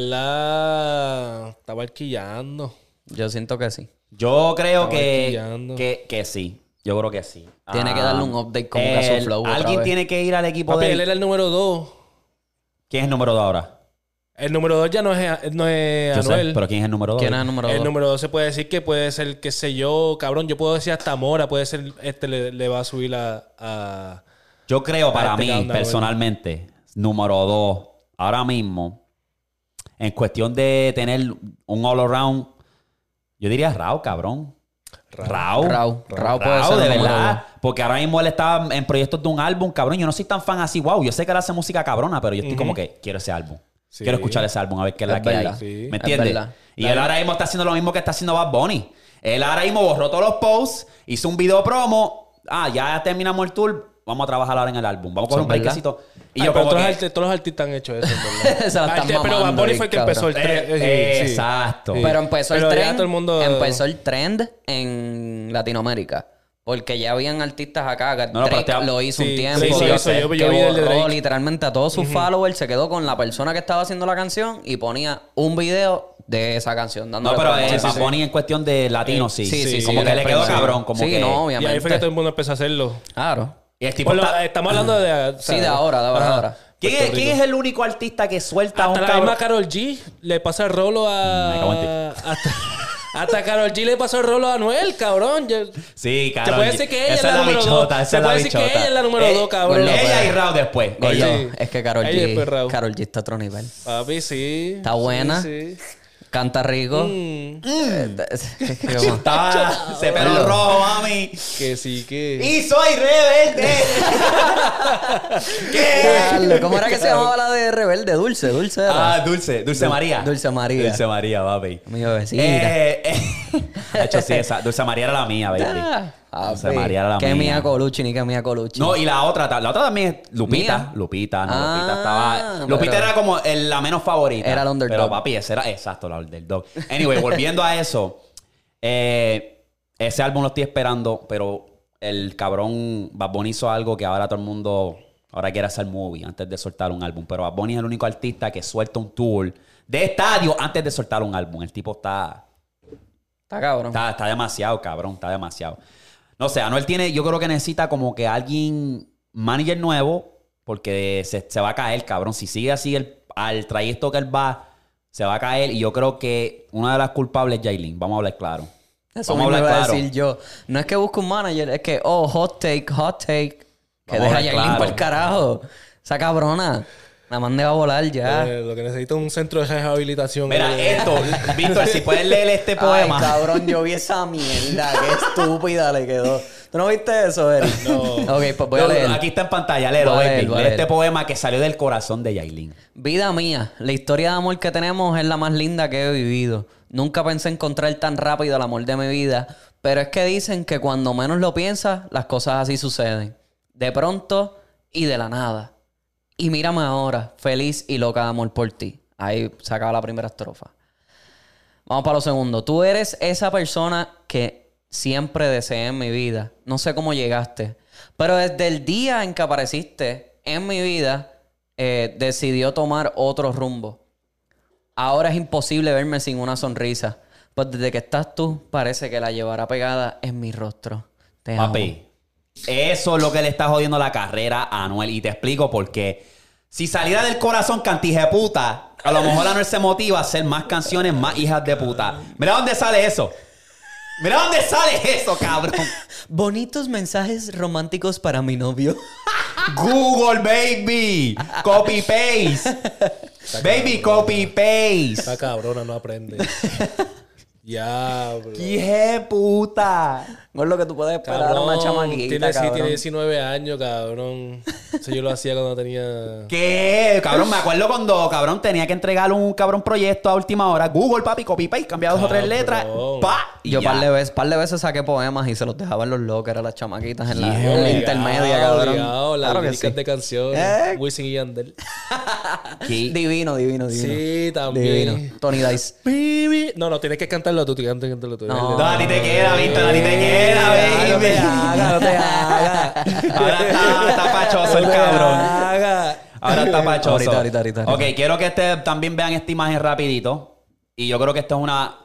S3: verdad... Estaba alquillando.
S2: Yo siento que sí.
S1: Yo creo que,
S3: quillando.
S1: que, que sí. Yo creo que sí. Ah,
S2: Tiene que darle un update como que a su
S1: el-
S2: flow otra
S1: Alguien
S2: vez.
S1: tiene que ir al equipo
S3: Papi,
S1: de
S3: él era el número 2.
S1: ¿Quién es el número 2 ahora?
S3: El número 2 ya no es, eh, no es
S1: Yo sé,
S3: Anuel.
S1: pero ¿quién es el número 2?
S2: ¿Quién es el número
S3: el
S2: dos?
S3: número 2 se puede decir que puede ser, qué sé yo, cabrón, yo puedo decir hasta Mora, puede ser, este le, le va a subir a... a-
S1: Yo creo para
S3: Este
S1: mí,
S3: cabrón,
S1: personalmente, número dos, ahora mismo, en cuestión de tener un all around, yo diría Rao, cabrón. Rao.
S2: Rao. Rao puede ser
S1: de
S2: el número
S1: verdad. Porque ahora mismo él está en proyectos de un álbum, cabrón. Yo no soy tan fan así, wow. Yo sé que él hace música cabrona, pero yo estoy como que quiero ese álbum.
S3: Sí.
S1: Quiero escuchar ese álbum, a ver qué es
S2: Es
S1: la que hay.
S2: verdad.
S3: Sí.
S1: ¿Me
S2: Es
S1: entiendes?
S2: verdad.
S1: Y él ahora mismo está haciendo lo mismo que está haciendo Bad Bunny. Él ahora mismo borró todos los posts, hizo un video promo. Ah, ya terminamos el tour. Vamos a trabajar ahora en el álbum. Vamos a coger
S2: Son
S1: un
S2: verdad.
S1: brequecito. Y
S3: Ay,
S1: yo
S3: pero
S1: como
S3: todos, los
S1: que...
S3: arti- todos los artistas han hecho eso, en ¿verdad?
S2: Se la están
S3: Arte- pero Bad
S2: mamando,
S3: Bunny fue el que
S2: cabrón.
S3: empezó el tren.
S1: Eh,
S3: eh, sí, sí.
S1: Exacto.
S3: Sí.
S2: Pero empezó
S3: Pero
S2: el
S3: ya
S2: trend.
S3: todo el mundo-
S2: Empezó el trend en Latinoamérica. Porque ya habían artistas acá. que
S1: No, no, pero
S2: Drake
S1: te-
S2: lo hizo
S3: sí,
S2: un tiempo.
S1: sí, sí,
S2: que-
S1: yo sé,
S2: que
S3: yo vi el de
S2: borró
S3: Drake.
S2: literalmente a todos sus followers. Se quedó con la persona que estaba haciendo la canción y ponía un video de esa canción.
S1: No,
S2: dándole
S1: pero
S2: promo.
S1: eh,
S2: Sí,
S1: Bad
S2: sí,
S1: Bunny en cuestión de latino,
S3: Eh,
S1: sí.
S2: sí, sí,
S1: Como
S2: sí,
S1: que le quedó
S2: sí.
S1: cabrón. Como
S2: sí,
S1: que...
S2: no,
S3: Y ahí
S2: obviamente.
S3: fue que todo el mundo empezó a hacerlo.
S2: Claro.
S1: Y el tipo
S3: Bueno,
S1: está-
S3: estamos hablando de... o
S2: Sí,
S3: sea,
S2: de ahora, de ahora, de
S3: ajá.
S2: ahora.
S1: ¿Quién, es,
S3: Pues Puerto
S1: quién
S3: Rico.
S1: es el único artista que suelta
S3: Hasta
S1: un
S3: la
S1: cabrón? Mm,
S3: misma Carol G le pasa el rolo
S1: Me cago en
S3: a...
S1: ti.
S3: Hasta, hasta Carol G le pasó el rolo a Anuel, cabrón. Yo-
S1: Sí,
S3: Se
S1: claro.
S3: puede decir que ella es la, número dos.
S1: bichota, esa
S3: Se
S1: es la
S3: puede decir que
S1: bichota.
S3: ella es la número
S1: Eh,
S3: dos, cabrón.
S2: Gordo,
S1: Ella y
S2: pero-
S1: Rao después.
S2: Gordo,
S1: Ella-
S2: es que Carol
S3: Ahí
S2: G,
S3: después, Raúl.
S2: Karol G está a otro nivel.
S3: Papi, sí.
S2: Está buena.
S3: Sí, sí.
S2: Canta rico.
S3: Mm,
S2: Eh, ¿qué- qué más?
S1: Estaba se pelo
S2: Gordo.
S1: rojo, mami.
S3: que sí, que.
S1: Y soy rebelde. ¿Qué?
S2: Carlos, ¿Cómo era que se llamaba la de Rebelde? Dulce, Dulce era.
S1: Ah, Dulce, Dulce María.
S2: Dulce María.
S1: Dulce María, papi.
S2: Mi bebecita.
S1: Eh, eh, de hecho, sí, esa- Dulce María era la mía, baby.
S2: Ah,
S1: Dulce
S2: sí.
S1: María era la
S2: Que
S1: mía.
S2: mía Colucci, ni que mía Colucci.
S1: No, y la otra, ta- la otra también es Lupita.
S2: ¿Mía?
S1: Lupita, no,
S2: Ah,
S1: Lupita estaba. Lupita
S2: pero-
S1: era como el- la menos favorita.
S2: Era la underdog.
S1: Pero papi, ese era exacto, la underdog. Anyway, volviendo a eso, eh, ese álbum lo estoy esperando, pero el cabrón Bad Bunny hizo algo que ahora todo el mundo Ahora quiere hacer movie antes de soltar un álbum. Pero Bad Bunny es el único artista que suelta un tour de estadio antes de soltar un álbum. El tipo está.
S2: Está cabrón.
S1: Está, está demasiado, cabrón, está demasiado. No sé, Anuel tiene, yo creo que necesita como que alguien, manager nuevo, porque se, se va a caer, cabrón. Si sigue así el, al trayecto que él va, se va a caer. Y yo creo que una de las culpables es Jailin, vamos a hablar claro.
S2: Eso
S1: vamos
S2: mismo iba a decir yo. No es que busque un manager, es que, oh, hot take, hot take. Que
S1: Vamos a
S2: deja a
S1: hablar
S2: Yailin
S1: claro.
S2: para el carajo. Esa cabrona. La mande va a volar ya.
S3: Eh, lo que necesito es un centro de rehabilitación.
S1: Mira,
S3: Eh,
S1: esto, Víctor, si puedes leer este
S2: Ay,
S1: poema.
S2: cabrón, yo vi esa mierda. Qué estúpida le quedó. ¿Tú no viste eso, Eric?
S3: No.
S2: Ok, pues voy a
S1: Yo-
S2: leer.
S1: Aquí está en pantalla, léelo,
S2: Voy a leer,
S1: Héctor.
S2: voy a
S1: Lee
S2: leer.
S1: este poema que salió del corazón de Jailin.
S2: Vida mía, la historia de amor que tenemos es la más linda que he vivido. Nunca pensé encontrar tan rápido el amor de mi vida, pero es que dicen que cuando menos lo piensas, las cosas así suceden. De pronto y de la nada. Y mírame ahora, feliz y loca de amor por ti. Ahí se acaba la primera estrofa. Vamos para lo segundo. Tú eres esa persona que siempre deseé en mi vida. No sé cómo llegaste. Pero desde el día en que apareciste en mi vida, eh, decidió tomar otro rumbo. Ahora es imposible verme sin una sonrisa. Pues desde que estás tú, parece que la llevará pegada en mi rostro. Te amo.
S1: Papi, eso es lo que le está jodiendo la carrera a Anuel. Y te explico por qué. Si saliera del corazón cantije puta, a lo mejor Anuel se motiva a hacer más canciones, más hijas de puta. Mira dónde sale eso. Mira dónde sale eso, cabrón.
S2: Bonitos mensajes románticos para mi novio.
S1: Google, baby. Copy paste. Baby, copy
S3: Esta
S1: paste.
S3: cabrona no aprende. ya, bro.
S1: Hije puta.
S2: No es lo que tú puedes esperar a una
S3: Cabrón,
S2: chamaquita,
S3: tiene, sí,
S2: cabrón.
S3: tiene 19 años, cabrón. Eso yo lo hacía cuando tenía...
S1: ¿Qué? Cabrón, me acuerdo cuando, cabrón, tenía que entregar un cabrón proyecto a última hora. Google, papi, copy paste, cambiaba dos o tres
S3: Cabrón.
S1: letras. Pa, y
S2: Yo
S1: ya.
S2: par de, veces, par de veces saqué poemas y se los dejaba en los lockers a las chamaquitas en la, en la
S3: Obligado,
S2: intermedia, cabrón.
S3: obligado, las
S2: claro que
S3: líricas
S2: sí.
S3: de canciones.
S2: Eh.
S3: Wisin y Yandel.
S1: ¿Qué?
S2: Divino, divino, divino.
S3: Sí, también.
S2: divino. Tony Dice.
S3: Baby. No, no, tienes que cantarlo tú, tienes que cantarlo tú.
S2: No.
S1: No, a ti te queda, Víctor, a ti te queda,
S2: no te hagas, no
S1: baby.
S2: te hagas.
S1: Ahora está, está pachoso el
S2: No te
S1: cabrón.
S2: hagas.
S1: Ahora está pachoso.
S2: Ahorita, ahorita, ahorita, ahorita.
S1: Ok, quiero que este- también vean esta imagen rapidito. Y yo creo que esto es una...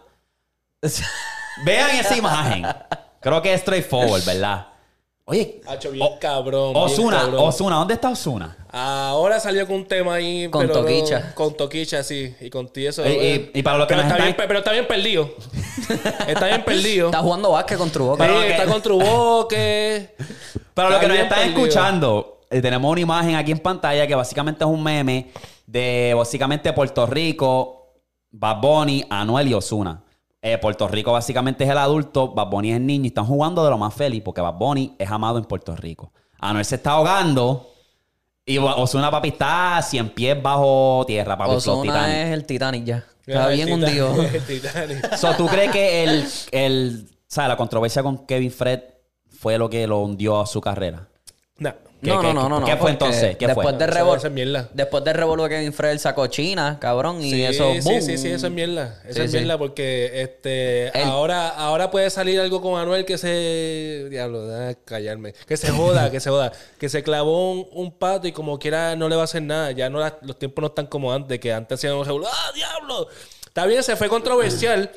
S1: Vean esa imagen. Creo que es straightforward, ¿verdad? Oye,
S3: Hacho, bien cabrón. bien
S1: Osuna,
S3: cabrón.
S1: Osuna, ¿dónde está Osuna?
S3: Ahora salió con un tema ahí.
S2: Con
S3: pero no-
S2: Toquicha.
S3: con Toquicha, sí. Y con ti eso.
S1: Y- y-
S3: eh.
S1: y para los que
S3: pero
S1: nos
S3: está
S1: están-
S3: bien, pe- Pero está bien perdido. está bien perdido.
S2: Está jugando básquet con Truboca.
S1: Pero-
S3: Sí,
S1: que-
S3: Está con Truboque.
S1: Para los
S3: Está
S1: que nos
S3: bien
S1: están
S3: perdido.
S1: escuchando, eh, tenemos una imagen aquí en pantalla que básicamente es un meme de básicamente Puerto Rico, Bad Bunny, Anuel y Osuna. Eh, Puerto Rico básicamente es el adulto, Bad Bunny es el niño y están jugando de lo más feliz porque Bad Bunny es amado en Puerto Rico. Anuel se está ahogando y Osuna papi está 100 pies bajo tierra, papi. flow Titanic.
S2: Osuna es el Titanic ya. Está
S3: Mira, el
S2: bien
S3: Titanic,
S2: hundido.
S3: el Titanic.
S1: So, ¿Tú crees que el, el, ¿sabes? la controversia con Kevin Fred fue lo que lo hundió a su carrera?
S3: Nah.
S1: ¿Qué-
S2: no,
S1: qué-
S2: no, no, no.
S1: qué
S2: no,
S1: fue
S2: porque
S1: entonces? ¿Qué fue?
S2: después De
S3: Eso-
S2: revol...
S3: eso es mierda.
S2: Después del revuelo que Kevin Fred sacó China, cabrón, y
S3: Sí,
S2: eso, boom.
S3: sí, sí, sí, eso es mierda. Eso
S2: Sí,
S3: es
S2: sí.
S3: mierda porque este
S2: El-
S3: ahora, ahora puede salir algo con Anuel que se. Diablo, da callarme. Que se joda, que se joda. Que se clavó un, un pato y como quiera no le va a hacer nada. Ya no la- los tiempos no están como antes, que antes hacían un revuelo. ¡Ah, diablo! Está bien, se fue controversial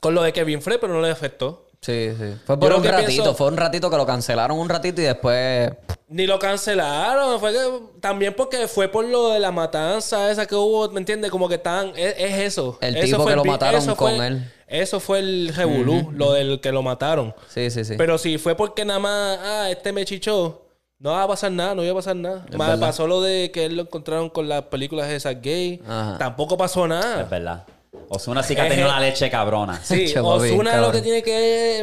S3: con lo de Kevin Frey, pero no le afectó.
S2: Sí, sí. Fue
S3: Yo
S2: por
S3: lo
S2: un
S3: que
S2: ratito,
S3: pienso-
S2: fue un ratito que lo cancelaron un ratito y después.
S3: Ni lo cancelaron, fue que- también porque fue por lo de la matanza esa que hubo, ¿me entiendes? Como que estaban, es, es eso.
S2: El
S3: Eso
S2: tipo
S3: fue
S2: que lo
S3: vi-
S2: mataron
S3: eso
S2: con
S3: fue-
S2: él.
S3: Eso fue el revolú, lo del que lo mataron.
S2: Sí, sí, sí.
S3: Pero si fue porque nada más, ah, este me chichó, no va a pasar nada, no iba a pasar nada.
S2: Es
S3: Más
S2: verdad.
S3: pasó lo de que él lo encontraron con las películas esas gay,
S2: Ajá.
S3: tampoco pasó
S1: Es
S3: nada.
S1: verdad. Osuna sí que ha tenido
S3: Eje.
S1: una leche cabrona.
S3: Sí,
S2: Chavo,
S3: Ozuna
S2: bien,
S3: lo que
S2: cabrón.
S3: tiene que,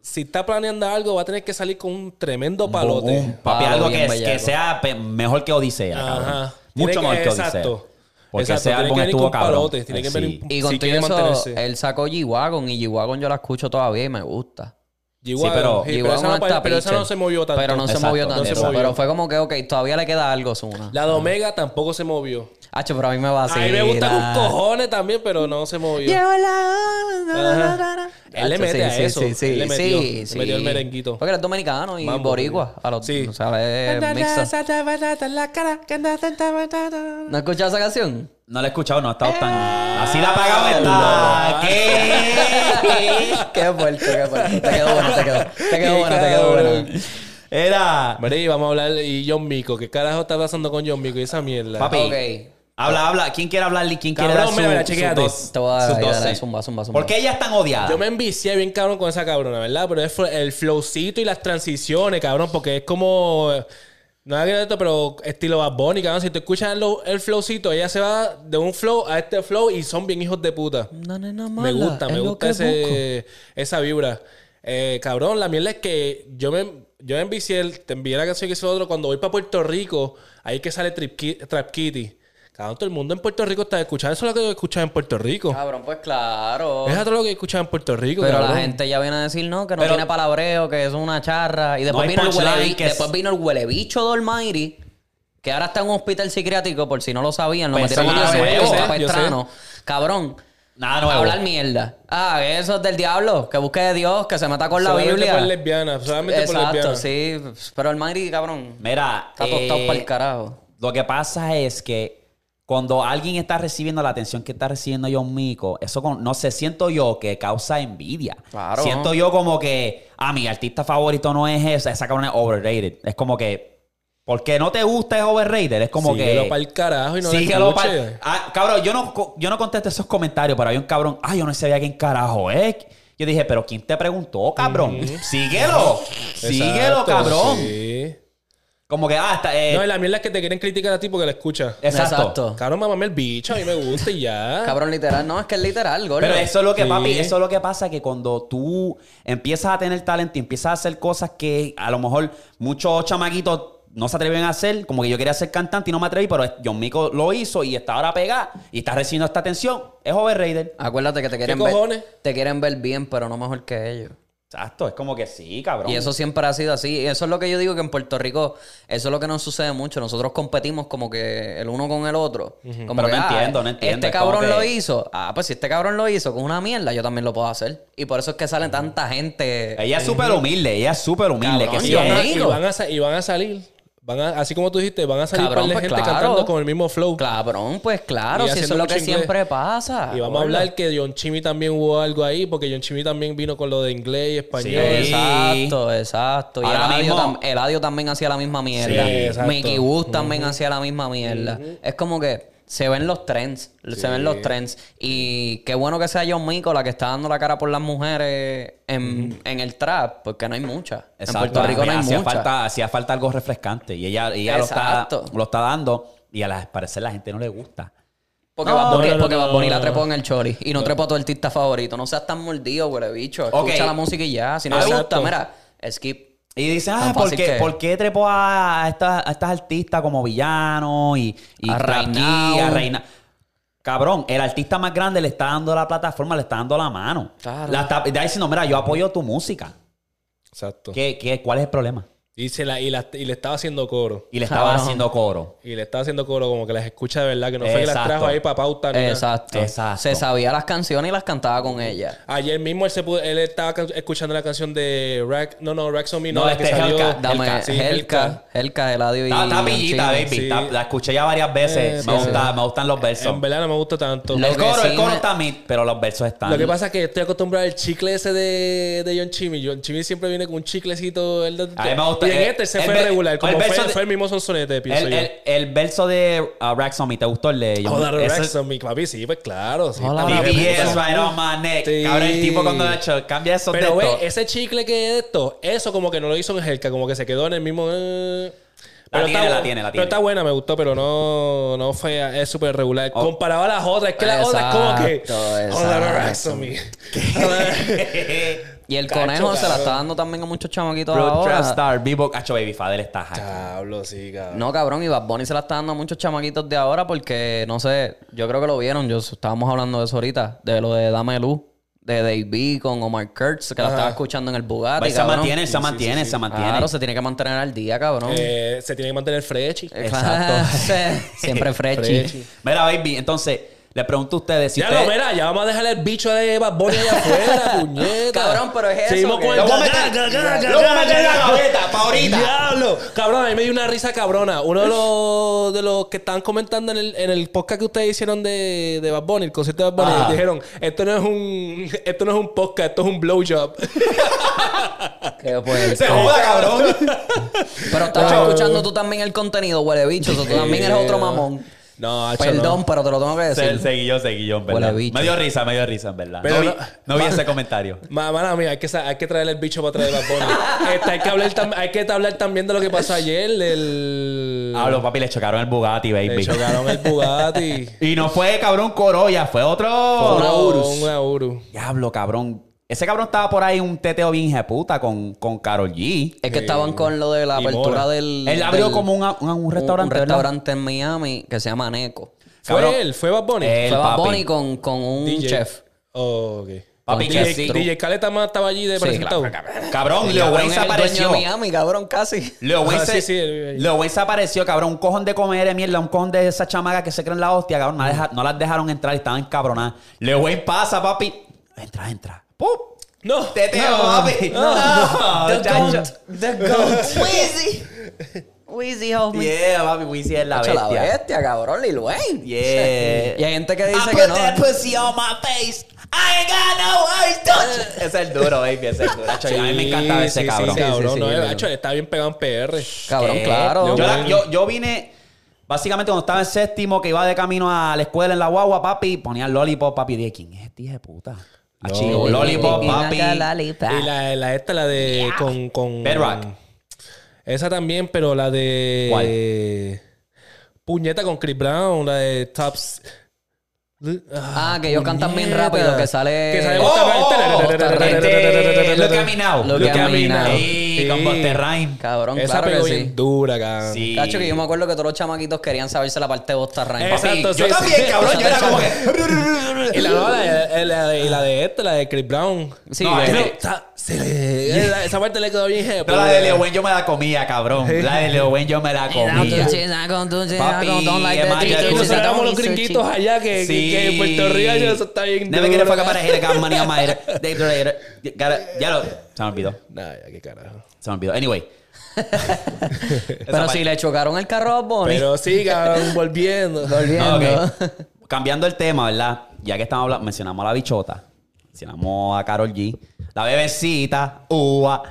S3: si está planeando algo, va a tener que salir con un tremendo palote.
S1: Un papi,
S2: Palo
S1: algo
S2: bien
S1: que, es-
S2: bellaco.
S1: que sea pe- mejor que Odisea, cabrón.
S3: Ajá.
S1: Mucho
S3: Tiene
S1: mejor que Odisea.
S3: Exacto.
S1: Porque
S3: Exacto,
S1: ese
S3: tiene
S1: álbum
S3: que venir
S1: estuvo
S3: con
S1: cabrón.
S3: palotes, tiene que
S1: Sí.
S3: venir
S2: Y
S3: si
S2: con
S3: quiere
S2: todo eso,
S3: mantenerse.
S2: él sacó G-Wagon y G-Wagon yo la escucho todavía y me gusta.
S3: G-Wagon,
S1: pero-
S3: sí, pero, esa no,
S2: G-Wagon está
S3: pero esa
S2: piche.
S3: no se movió tanto.
S2: Pero no se
S1: Exacto,
S2: movió
S1: no
S2: tanto.
S1: se
S2: eso.
S3: movió.
S2: Pero fue como que, ok, todavía le queda algo a Ozuna.
S3: La de Omega tampoco se movió.
S2: Hacho, pero a mí me va
S3: A mí me gusta con cojones también, pero no se movió. Ajá. Él le mete a eso.
S2: Sí, sí,
S3: Él le metió.
S2: sí,
S3: Le
S2: sí.
S3: metió el merenguito.
S2: Porque eres dominicano y
S3: Mambo,
S2: boricua.
S3: baby.
S2: A los,
S3: Sí.
S2: O sea, es mixta. ¿No has escuchado esa canción?
S1: No la he escuchado, no ha estado tan.
S3: Eh.
S1: Así la apagamos está. ¿Qué?
S2: qué fuerte, qué fuerte. Te quedó bueno, te quedó. Te quedó bueno, te quedó bueno.
S1: Era.
S3: Mira, y vamos a hablar. Y John Mico, ¿qué carajo está pasando con John Mico y esa mierda?
S1: Papi.
S2: Ok.
S1: Habla, habla. ¿Quién quiere hablarle? ¿Quién quiere
S3: Cabrón,
S1: dar su,
S3: mira, mira,
S1: sus
S3: chequéate.
S1: dos-
S2: Te voy a dar-
S1: sus
S2: dale, dale,
S1: doce?
S2: zumba, zumba, zumba.
S1: ¿Por qué ella es tan
S2: Ah.
S1: odiada?
S3: Yo me envicié bien cabrón con esa cabrona, ¿verdad? Pero es fl- el flowcito y las transiciones, cabrón, porque es como... No es agradable, pero estilo Bad Bunny, cabrón. Si tú escuchas lo- el flowcito, ella se va de un flow a este flow y son bien hijos de puta.
S2: No, no, no,
S3: Me
S2: mala,
S3: gusta,
S2: es
S3: me
S2: lo
S3: gusta
S2: que
S3: ese, esa vibra. Eh, cabrón, la mierda es que yo me, yo me envicié, el- te envié la canción que hizo otro. Cuando voy para Puerto Rico, ahí que sale Trip Ki- Trap Kitty. Cabrón, todo el mundo en Puerto Rico está escuchando. Eso es lo que yo escuchaba en Puerto Rico.
S2: Cabrón, pues claro.
S3: Es todo lo que escuchaba en Puerto Rico.
S2: Pero la
S3: cabrón.
S2: gente ya viene a decir no, que no
S1: Pero-
S2: tiene palabreo, que eso es una charra. Y después,
S1: hay
S2: vino, el huele,
S1: punchline
S2: bi-
S1: que es-
S2: después vino el huelebicho de Almighty, que ahora está en un hospital psiquiátrico, por si no lo sabían, lo
S1: Pues
S2: metieron
S1: sí,
S2: en
S1: yo sé,
S2: el
S1: yo sé,
S3: yo sé.
S2: Capestrano. Cabrón.
S1: Nada nuevo.
S2: Hablar mierda. Ah, que eso es del diablo, que busque de Dios, que se meta con la
S3: solamente
S2: Biblia.
S3: por lesbiana, solamente por lesbiana.
S2: Exacto, sí. Pero Almighty, cabrón,
S1: Mira.
S2: está tostado
S1: eh,
S2: para el carajo.
S1: Lo que pasa es que cuando alguien está recibiendo la atención que está recibiendo John Mico, eso con- no sé, siento yo que causa envidia.
S2: Claro.
S1: Siento yo como que, ah, mi artista favorito no es esa, esa cabrona es overrated. Es como que, porque no te gusta es overrated. Es como
S3: Síguelo
S1: que.
S3: pa'l carajo y no
S1: Sí,
S3: le
S1: que lo
S3: escuche.
S1: pal- Ah, cabrón, yo no, co- yo no contesto esos comentarios, pero hay un cabrón. Ah, yo no sabía quién carajo es. Yo dije, pero ¿quién te preguntó, cabrón? Síguelo. Síguelo,
S3: Exacto,
S1: cabrón.
S3: sí.
S1: Como que, ah, está. eh,
S3: No, y la mierda es que te quieren criticar a ti porque la escucha.
S1: exacto.
S2: Exacto.
S3: Cabrón, mamame el bicho, a mí me gusta y ya.
S2: eh, Cabrón, literal. No, es que es literal, gordo.
S1: Pero eso es lo que,
S3: Sí.
S1: papi, eso es lo que pasa que cuando tú empiezas a tener talento y empiezas a hacer cosas que a lo mejor muchos chamaquitos no se atreven a hacer, como que yo quería ser cantante y no me atreví, pero John Mico lo hizo y está ahora pegada y está recibiendo esta atención, es overrated.
S2: Acuérdate que te quieren
S3: cojones?
S2: ver. Te quieren ver bien, pero no mejor que ellos.
S1: Exacto, es como que sí, cabrón.
S2: Y eso siempre ha sido así. Y eso es lo que yo digo que en Puerto Rico, eso es lo que nos sucede mucho. Nosotros competimos como que el uno con el otro. Como
S1: Pero
S2: que,
S1: no
S2: ah,
S1: entiendo, no entiendo.
S2: Este
S1: Es como
S2: cabrón
S1: que-
S2: lo hizo. Ah, pues si este cabrón lo hizo con una mierda, yo también lo puedo hacer. Y por eso es que salen tanta gente.
S1: Ella es súper humilde, ella es súper humilde.
S2: Cabrón,
S1: que sí
S3: y, van
S1: es.
S3: a,
S2: Amigo.
S3: y van a sa- y van a salir. Van a- así como tú dijiste, van a salir
S2: Cabrón,
S3: par de
S2: pues
S3: gente
S2: claro.
S3: cantando con el mismo flow.
S2: Cabrón, pues claro,
S3: Y
S2: si eso
S3: haciendo
S2: es lo que
S3: mucho inglés.
S2: siempre pasa.
S3: Y vamos a hablar que John Chimmy también hubo algo ahí, porque John Chimmy también vino con lo de inglés y español.
S1: Sí.
S2: Exacto, exacto. Y
S1: Ahora
S2: Eladio,
S1: mismo-
S2: tam- Eladio también hacía la misma mierda.
S3: Sí, exacto.
S2: Mickey Wood también hacía la misma mierda. Es como que se ven los trends. Se ven los trends. Y qué bueno que sea John Mico la que está dando la cara por las mujeres en, en el trap, porque no hay muchas.
S1: Exacto,
S2: En Puerto Rico no hay
S1: hacía
S2: muchas.
S1: falta, hacía falta algo refrescante y ella, y ella lo, está,
S2: Exacto.
S1: lo está dando y a la- parecer la gente no le gusta.
S2: Porque,
S1: No,
S2: Bad Bunny-
S3: no, no,
S2: porque
S3: no,
S2: Bad Bunny
S3: no,
S2: la
S3: no.
S2: trepó en el chori. Y no trepó a tu artista favorito. No seas tan mordido, güey, bicho. Escucha
S1: Ok.
S2: la música y ya. Si no te
S3: Exacto.
S2: gusta, mira, skip.
S1: Y dice, ah,
S2: Tan
S1: ¿por
S2: fácil
S1: qué,
S2: que es.
S1: ¿por qué trepó a, a estas, a estas artistas como Villano y, y
S2: A
S1: Trap
S2: Reinao.
S1: Kid, a Reina? Cabrón, el artista más grande le está dando la plataforma, le está dando la mano.
S2: Claro.
S1: La está, está diciendo, mira, yo apoyo tu música.
S3: Exacto.
S1: ¿Qué, qué, cuál es el problema?
S3: Y, se la, y, la- y le estaba haciendo coro.
S1: Y le estaba
S2: Cabrón.
S1: haciendo coro.
S3: Y le estaba haciendo coro como que las escucha de verdad, que no fue que las
S1: Exacto.
S3: trajo ahí para pauta. ni nada.
S2: Exacto.
S1: Exacto.
S2: Se sabía las canciones y las cantaba con ella.
S3: Ayer mismo él, se pudo- él estaba can- escuchando la canción de Rack. No, no, Rack on Me,
S1: No,
S3: no, la que
S1: este es
S3: salió.
S1: Hellcat.
S2: Dame
S1: Hellcat,
S2: Helka,
S3: sí,
S2: Helka,
S3: Hellcat.
S2: Eladio y.
S1: Está, está
S2: John
S1: pillita,
S2: Cena.
S1: baby.
S3: sí.
S1: Está- la escuché ya varias veces.
S3: Eh,
S1: me,
S3: sí,
S1: gusta, me gustan los versos.
S3: En verdad no me gusta tanto.
S2: Lo
S1: el
S2: que
S1: coro,
S2: sí
S1: el coro
S2: me-
S1: está mid, pero los versos están.
S3: Lo que pasa es que estoy acostumbrado al chicle ese de, de John Chimmy. John Chimmy siempre viene con un chiclecito. Él,
S1: A mí me gusta-
S3: y en
S1: el-
S3: este se
S1: el
S3: fue
S1: ver-
S3: regular. Como
S1: el verso
S3: fue,
S1: de-
S3: fue el mismo sonsonete, pienso
S1: el,
S3: yo.
S1: el- el verso de uh, Rax on Me, ¿te gustó el de
S3: Joder,
S1: Ese-
S3: Rex, mi papi, sí, pues claro. Sí,
S2: Hola,
S3: está bien,
S1: TBS
S3: puta.
S1: right on my neck.
S3: Sí.
S1: Cabrón, el tipo cuando ha hecho, cambia esos
S3: Pero
S1: textos.
S3: ve, ese chicle que es esto, eso como que no lo hizo en Helka, como que se quedó en el mismo. eh.
S1: La tiene,
S3: está,
S1: la
S3: bu-
S1: tiene, la
S3: Pero
S1: tiene. Oh.
S3: está buena, me gustó, pero no, no fue. Es súper regular. Comparado a las otras, es que las otras como que. oh,
S2: Exacto,
S3: Hola,
S2: exacto.
S3: Rex, mi.
S2: Y el
S3: Cacho,
S2: conejo se la
S3: cabrón.
S2: está dando también a muchos chamaquitos
S1: Bro,
S2: ahora.
S1: Trap Star, Bebop, Hacho Baby Father está high.
S3: Diablo, sí, cabrón.
S2: No, cabrón, y Bad Bunny se la está dando a muchos chamaquitos de ahora porque, no sé, yo creo que lo vieron. Yo estábamos hablando de eso ahorita, de lo de Dame Luz. de Dave Beacon o Mark Kurtz, que la
S3: Ajá.
S2: estaba escuchando en el Bugatti.
S1: Ahí Pues se
S2: cabrón.
S1: mantiene, se mantiene, se mantiene.
S2: Claro, se tiene que mantener al día, cabrón.
S3: Eh, se tiene que mantener fresh.
S2: Eh,
S1: exacto.
S2: claro, Siempre frechi.
S3: Frechi.
S1: Mira, baby, entonces les pregunto a ustedes si
S3: ya
S1: ustedes-
S3: lo mira, ya vamos a dejar el bicho de Bad Bunny allá afuera, puñeta.
S2: Cabrón, pero es eso,
S3: Seguimos
S2: que-
S3: con el
S1: Lo voy a
S3: gaga,
S1: meter-
S3: gaga, gaga,
S1: lo voy a meter en la
S3: gaga.
S1: gaveta, pa' ahorita.
S3: Diablo. Cabrón, a mí me dio una risa cabrona. Uno de los, de los que estaban comentando en el, en el podcast que ustedes hicieron de, de Bad Bunny, el concierto de Bad Bunny,
S1: Ajá.
S3: dijeron, esto no es un esto no es un podcast, esto es un blowjob.
S2: Que, pues,
S1: Se joda, cabrón.
S2: pero estás escuchando tú también el contenido, huele bicho. so tú también eres otro mamón.
S3: No, hacho,
S2: Perdón,
S3: no.
S2: pero te lo tengo que
S1: Se,
S2: decir.
S1: seguí yo, seguí yo, en
S2: Huele
S1: verdad.
S2: a bicho.
S1: Me dio risa, me dio risa, en verdad.
S3: Pero
S1: no vi,
S3: no-
S1: no vi ese comentario.
S3: Ma- Mala mía, hay que, sa- hay que traerle el bicho para traer Bad Bunny. Este, hay, que hablar tam- hay que hablar también de lo que pasó ayer, del...
S1: Ah, los papi, le chocaron el Bugatti, baby.
S3: Le chocaron el Bugatti.
S1: Y no fue cabrón Corolla, fue otro.
S3: Una
S1: Urus.
S3: Urus. Una Urus.
S1: Diablo, cabrón. Ese cabrón estaba por ahí un teteo bien jeputa con, con Carol G.
S2: Es que estaban con lo de la
S3: Y
S2: apertura
S3: Mora.
S2: del.
S1: Eh, Él abrió
S2: del-
S1: como un, un- un restaurante.
S2: Un
S1: ¿verdad?
S2: restaurante en Miami que se llama Neco.
S3: Fue
S1: Cabrón.
S3: él, fue Bad Bunny.
S1: Eh, El
S2: Fue Bad
S1: papi.
S2: Bunny con, con un
S3: DJ.
S2: chef.
S3: Oh, ok.
S1: Papi,
S2: Con
S1: que
S2: chef
S1: sí.
S2: Drew.
S3: DJ Caleta más estaba allí de
S2: Sí,
S3: presentado.
S1: Cabrón, Leo
S2: Cabrón,
S1: Wayne
S2: es
S1: se
S2: el dueño
S1: apareció.
S2: de Miami, cabrón, casi.
S1: Leo Wayne
S3: Ah,
S1: se,
S3: sí, sí, el-
S1: Leo Wayne se apareció, cabrón. Un cojón de comer de mierda, un cojón de esa chamaga que se creen la hostia, cabrón. No, la deja- no las dejaron entrar y estaban cabronadas. Leo Wayne pasa, papi. Entra, entra. ¡Pum!
S3: No,
S1: Teteo,
S3: no,
S1: papi. No, chacho.
S2: The goat. Wheezy. Wheezy, homie.
S1: Yeah, papi, Wizzy es la
S2: Chacho, la
S1: bestia.
S2: bestia, cabrón, Lil Wayne.
S1: Yeah.
S2: Y hay gente que dice
S1: I
S2: que
S1: put
S2: no.
S1: that pussy on my face. I ain't got no words, don't you? Ese es el duro, baby. Ese es el duro. Chacho, a mí me encantaba ese
S3: sí,
S1: cabrón.
S3: Sí, cabrón.
S2: Sí, sí,
S3: no,
S2: sí,
S3: el-
S2: sí.
S3: hacho, él está bien pegado en PR.
S2: Cabrón,
S1: Eh,
S2: claro.
S1: Yo,
S3: Leo
S1: la-
S3: Wayne.
S1: yo- yo vine, básicamente cuando estaba en séptimo, que iba de camino a la escuela en la guagua, papi, ponía el lollipop, papi. Dije, ¿quién es este hijo de puta? Ah, chico, lollipop, papi.
S3: Y la, la esta, la de. Con, con.
S1: Bedrock.
S3: Esa también, pero la de. Puñeta con Chris Brown, la de Tops.
S2: Ah, que ellos cantan bien rápido, que sale-
S3: Que sale
S1: Oh, oh, oh, este, Lo que ha minado.
S2: Lo que ha minado.
S1: Sí, con Buster Rhymes.
S2: Cabrón,
S3: Esa
S2: claro
S3: pegó
S2: que
S3: bien
S2: sí.
S3: dura, cabrón.
S1: Sí.
S2: Cacho, que yo me acuerdo que todos los chamaquitos querían saberse la parte de Bosta Rhyme.
S1: Papi,
S3: Exacto,
S1: yo
S3: sí,
S1: también,
S3: sí.
S1: cabrón. Yo era como que...
S3: Y la, no, la- la- la- y la de esta, la de Chris Brown.
S2: Sí,
S1: No,
S2: eh,
S1: ese-
S3: Pero, o sea, se le- esa- esa parte le quedó bien.
S1: No, la
S3: Eh.
S1: de Leo Wayne yo me la comía, cabrón. La de Leo Wayne yo me la comía. Papi, Emma, ya tú
S3: Y
S1: Sushi.
S3: nos sacamos los gringuitos allá que, que- que en Puerto Rico eso está bien
S1: Never get a
S3: duro.
S1: fuck up outta here, got money on my head. They later. Gotta- Ya lo... Se me olvidó.
S3: Nah, ya, qué carajo.
S1: Se me olvidó. Anyway.
S2: Pero si le chocaron el carro a Bonnie.
S3: Pero sí, cabrón, volviendo.
S2: Volviendo.
S1: Cambiando el tema, ¿verdad? Ya que estamos hablando, mencionamos a la bichota, mencionamos a Carol G, la bebecita, uva.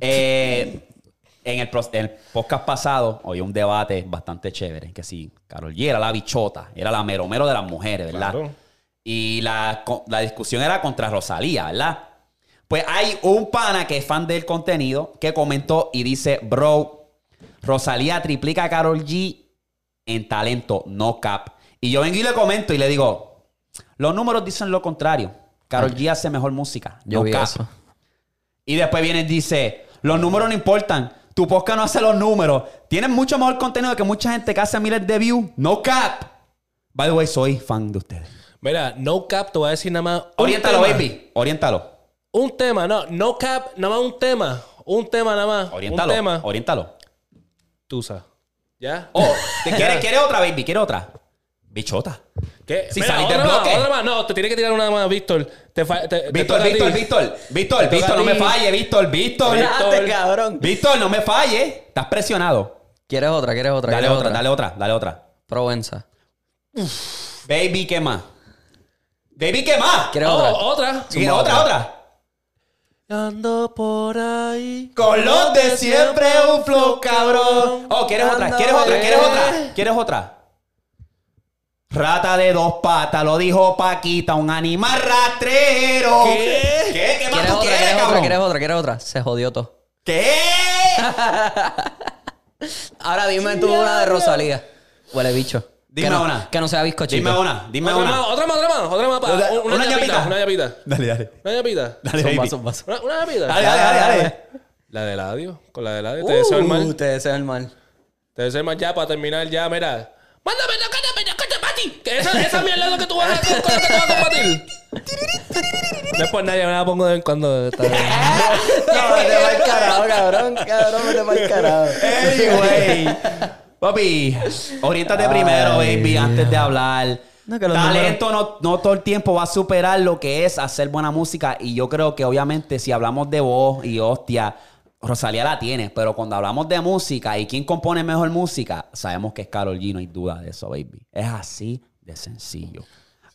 S1: Eh, en, el, pros- en el podcast pasado había un debate bastante chévere, que sí, Carol G era la bichota, era la meromero de las mujeres, ¿verdad?
S3: Claro.
S1: Y la, co- la discusión era contra Rosalía, ¿verdad? Pues hay un pana que es fan del contenido que comentó y dice, bro, Rosalía triplica a Carol G en talento, no cap. Y yo vengo y le comento y le digo, los números dicen lo contrario. Carol G hace mejor música,
S2: Yo
S1: no
S2: vi
S1: cap.
S2: eso.
S1: Y después viene y dice, los números no importan, tu podcast no hace los números, tienes mucho mejor contenido que mucha gente que hace miles de views, no cap. By the way, soy fan de ustedes.
S3: Mira, no cap, te voy a decir nada más. un
S1: Oriéntalo,
S3: tema.
S1: baby, oriéntalo,
S3: Un tema, no, no cap, nada más un tema. Un tema nada más.
S1: oriéntalo,
S3: Un tema.
S1: oriéntalo.
S3: Tusa. ¿Ya?
S1: Oh, ¿te quieres, quieres otra, baby? ¿Quieres otra? Bichota.
S3: ¿Qué?
S1: Si saliste
S3: otra
S1: del
S3: más,
S1: bloque.
S3: otra más. No, te tienes que tirar una más, Víctor. Te fa- te- te
S1: Víctor,
S3: toca a ti.
S1: Víctor, Víctor, Víctor,
S3: Te toca
S1: Víctor,
S3: a
S1: no me
S3: ti.
S1: falle, Víctor, Víctor.
S2: Espérate, cabrón.
S1: Víctor, no me falle. Estás presionado.
S2: ¿Quieres otra? ¿Quieres otra?
S1: Dale
S2: ¿Quieres
S1: otra, dale otra, dale otra.
S2: Provenza.
S1: Baby, ¿qué más? Baby, ¿qué más?
S2: ¿Quieres
S3: Oh,
S2: otra?
S3: otra.
S1: Sí, otra, otra.
S3: Ando por ahí.
S1: Con los de siempre un flow, cabrón. Oh, ¿quieres otra? ¿Quieres otra? ¿Quieres otra? ¿Quieres otra? Rata de dos patas, lo dijo Paquita, un animal rastrero.
S3: ¿Qué?
S1: ¿Qué? ¿Qué más
S2: ¿Quieres
S1: tú
S2: otra?
S1: quieres,
S2: ¿Quieres otra? ¿Quieres
S1: cabrón?
S2: otra? ¿Quieres otra? Se jodió todo.
S1: ¿Qué?
S2: Ahora dime tú una de Rosalía. Huele bicho.
S1: Dime
S2: que no,
S1: una.
S2: Que no sea bizcochito.
S1: Dime una, dime
S3: Otra
S1: una.
S3: más, otra más, otra más, otra más. pa-
S1: Otra-
S3: una,
S1: una
S3: ñapita,
S1: ñapita.
S3: Una ñapita.
S1: Dale, dale.
S3: Una ñapita.
S1: Dale,
S2: Son
S1: baby.
S2: vasos, vasos.
S3: Una, una ñapita.
S1: Dale, dale, dale, dale.
S3: La de Ladio. Con la de Ladio. Te deseo el
S2: Uh,
S3: mal.
S2: te deseo el mal.
S3: Te deseo el mal ya para terminar ya, mira. Mándame la cara, me la cara, Pati. Que esa, esa mierda es lo que tú vas a hacer con lo que tú vas a combatir. No es por nadie, me la pongo de vez en cuando. está bien.
S2: No, me te va el carajo, cabrón. Cabrón, me te va el carajo.
S1: Anyway. Papi, oriéntate primero, baby, antes de hablar.
S2: No, que los
S1: Talento no, no todo el tiempo va a superar lo que es hacer buena música. Y yo creo que, obviamente, si hablamos de voz y hostia, Rosalía la tiene. Pero cuando hablamos de música y quién compone mejor música, sabemos que es Carol G, no hay duda de eso, baby. Es así de sencillo.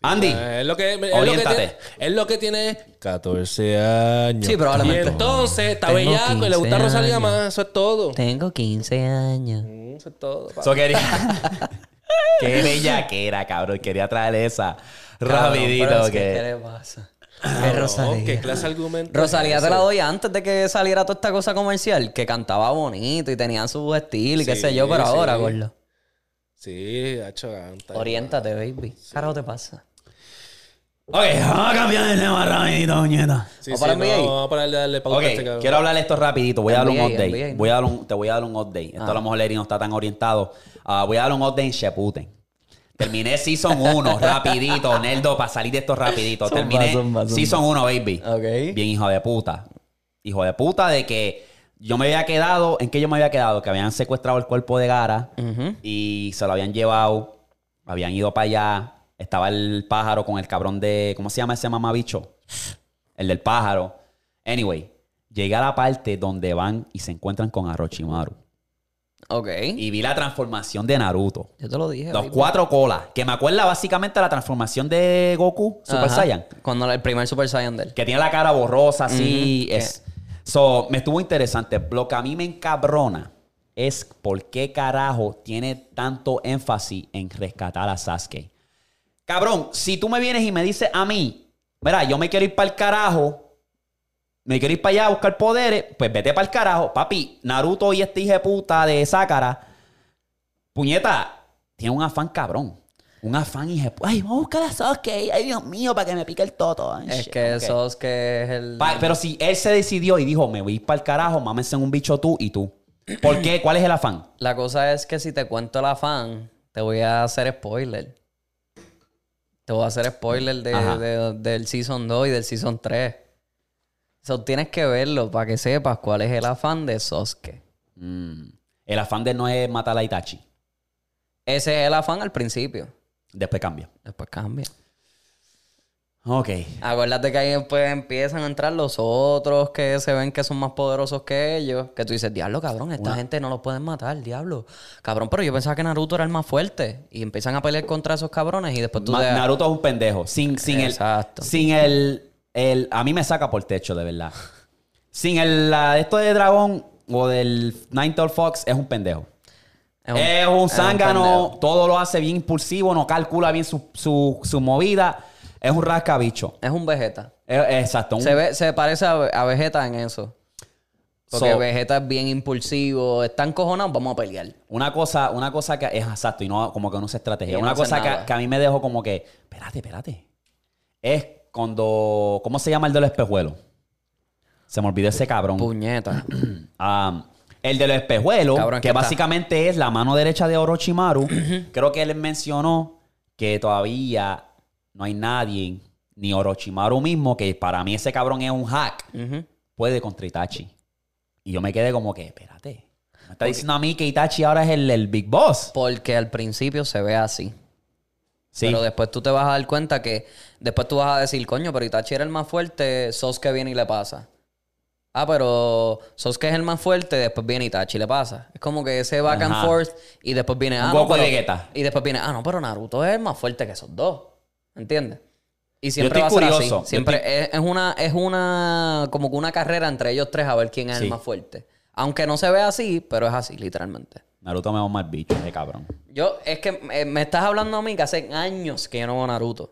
S1: Andy,
S3: Ah, Es lo que, es lo que
S1: Oriéntate.
S3: tiene- es lo que tiene 14 años.
S2: Sí, probablemente.
S3: Y entonces está
S2: Tengo
S3: bellaco y le gusta
S2: 15
S3: Rosalía
S2: años.
S3: más. Eso es todo.
S2: Tengo 15 años.
S3: Mm, Eso es todo. papi.
S1: So quería... Qué bellaquera, cabrón. Quería traer esa rapidito.
S2: Cabrón, pero es
S1: que-
S2: ¿Qué le pasa? ¿Qué Rosalía?
S3: No, ¿Qué clase de argumento?
S2: Rosalía te la doy antes de que saliera toda esta cosa comercial, que cantaba bonito y tenían su estilo y qué
S3: Sí,
S2: sé yo, pero
S3: sí.
S2: ahora, gordo.
S3: Sí, ha hecho ganta.
S2: Oriéntate, baby. Carajo te pasa.
S1: Ok, vamos a cambiar de tema rapidito, puñeta.
S3: Sí,
S2: ¿O
S3: sí,
S2: para
S3: no,
S2: NBA?
S3: vamos a pararle a darle pauta
S1: Ok,
S3: a este cabrón.
S1: quiero hablar esto rapidito. Voy a dar un
S2: NBA,
S1: update.
S2: NBA, ¿no?
S1: Voy a dar un- te voy a dar un update. Esto a
S2: Ah.
S1: lo mejor Larry no está tan orientado. Ah, voy a dar un update en Sheputen. Terminé Season 1, rapidito, Neldo, para salir de esto rapidito.
S2: Zumba,
S1: Terminé
S2: zumba, Ah, zumba.
S1: Season 1, baby.
S2: Ok.
S1: Bien hijo de puta. Hijo de puta de que yo me había quedado... ¿En qué yo me había quedado? Que habían secuestrado el cuerpo de Gara y se lo habían llevado. Habían ido para allá. Estaba el pájaro con el cabrón de... ¿Cómo se llama ese mamabicho? El del pájaro. Anyway, llegué a la parte donde van y se encuentran con Orochimaru.
S2: Ok.
S1: Y vi la transformación de Naruto.
S2: Yo te lo dije.
S1: Los
S2: baby.
S1: cuatro colas. Que me acuerda básicamente a la transformación de Goku, Super
S2: Ajá.
S1: Saiyan.
S2: Cuando el primer Super Saiyan de él.
S1: Que tiene la cara borrosa, así.
S2: Ujú. Eh.
S1: es. So, me estuvo interesante. Lo que a mí me encabrona es por qué carajo tiene tanto énfasis en rescatar a Sasuke. Cabrón, si tú me vienes y me dices a mí, mira, yo me quiero ir para el carajo, me quiero ir para allá a buscar poderes, pues vete para el carajo. Papi, Naruto y este hijo de puta de Sakara, puñeta, tiene un afán cabrón. Un afán hijo de pu- Ay, vamos a buscar a Sasuke, ay Dios mío, para que me pique el toto. Ay,
S2: Es
S1: shit,
S2: que
S1: ok.
S2: esos que es el.
S1: Pa- pero si él se decidió y dijo, me voy a ir para el carajo, mámense en un bicho tú y tú. ¿Por qué? ¿Cuál es el afán?
S2: La cosa es que si te cuento la fan, te voy a hacer spoiler. Te voy a hacer spoiler de-
S1: Ajá.
S2: de- del Season 2 y del Season 3. Eso tienes que verlo para que sepas cuál es el afán de Sosuke.
S1: Mm. El afán de él no es matar a Itachi.
S2: Ese es el afán al principio.
S1: Después cambia.
S2: Después cambia.
S1: Ok.
S2: Acuérdate que ahí después empiezan a entrar los otros que se ven que son más poderosos que ellos. Que tú dices, diablo, cabrón, esta gente no los pueden matar, diablo. Cabrón, pero yo pensaba que Naruto era el más fuerte. Y empiezan a pelear contra esos cabrones y después tú...
S1: Ma-
S2: te-
S1: Naruto es un pendejo. Sin, sin el.
S2: Exacto.
S1: Sin el, el- A mí me saca por techo, de verdad. Sin el. la- esto de Dragón o del Ninetale Fox es un pendejo. Es un zángano,
S2: pendejo.
S1: todo lo hace bien impulsivo, no calcula bien su, su, su movida. Es un rascabicho.
S2: Es un Vegeta.
S1: Es- es exacto. un-
S2: Se, ve, se parece a, Ve- a Vegeta en eso. Porque
S1: So-
S2: Vegeta es bien impulsivo. Están cojonados, vamos a pelear.
S1: Una cosa, una cosa que es exacto y no como que no se estrategia.
S2: Y no
S1: una
S2: hacen
S1: cosa que,
S2: nada.
S1: que a mí me dejó como que, espérate, espérate. Es cuando, ¿cómo se llama el de los espejuelos? Se me olvidó ese cabrón.
S2: Puñeta.
S1: Ah, el de los espejuelos,
S2: Cabrón,
S1: que
S2: ¿qué está?
S1: básicamente es la mano derecha de Orochimaru. Creo que él mencionó que todavía no hay nadie, ni Orochimaru mismo, que para mí ese cabrón es un hack,
S2: Ujú.
S1: puede contra Itachi. Y yo me quedé como que, espérate. Me está diciendo a mí que Itachi ahora es el, el Big Boss.
S2: Porque al principio se ve así.
S1: Sí.
S2: Pero después tú te vas a dar cuenta que después tú vas a decir, coño, pero Itachi era el más fuerte, Sosuke viene y le pasa. Ah, pero Sosuke es el más fuerte, después viene Itachi y le pasa. Es como que ese back
S1: Ajá.
S2: and forth y después viene ah,
S1: Un
S2: no,
S1: Goku y
S2: pero-
S1: Vegeta.
S2: Y después viene, ah, no, pero Naruto es el más fuerte que esos dos. ¿Entiendes? Y siempre
S1: estoy
S2: va a ser
S1: curioso. Yo
S2: así. Siempre es, es una, es una, como que una carrera entre ellos tres a ver quién es
S1: Sí.
S2: el más fuerte. Aunque no se vea así, pero es así, literalmente.
S1: Naruto me va mal bicho, ese cabrón.
S2: Yo, es que eh, me estás hablando a mí que hace años que yo no veo Naruto.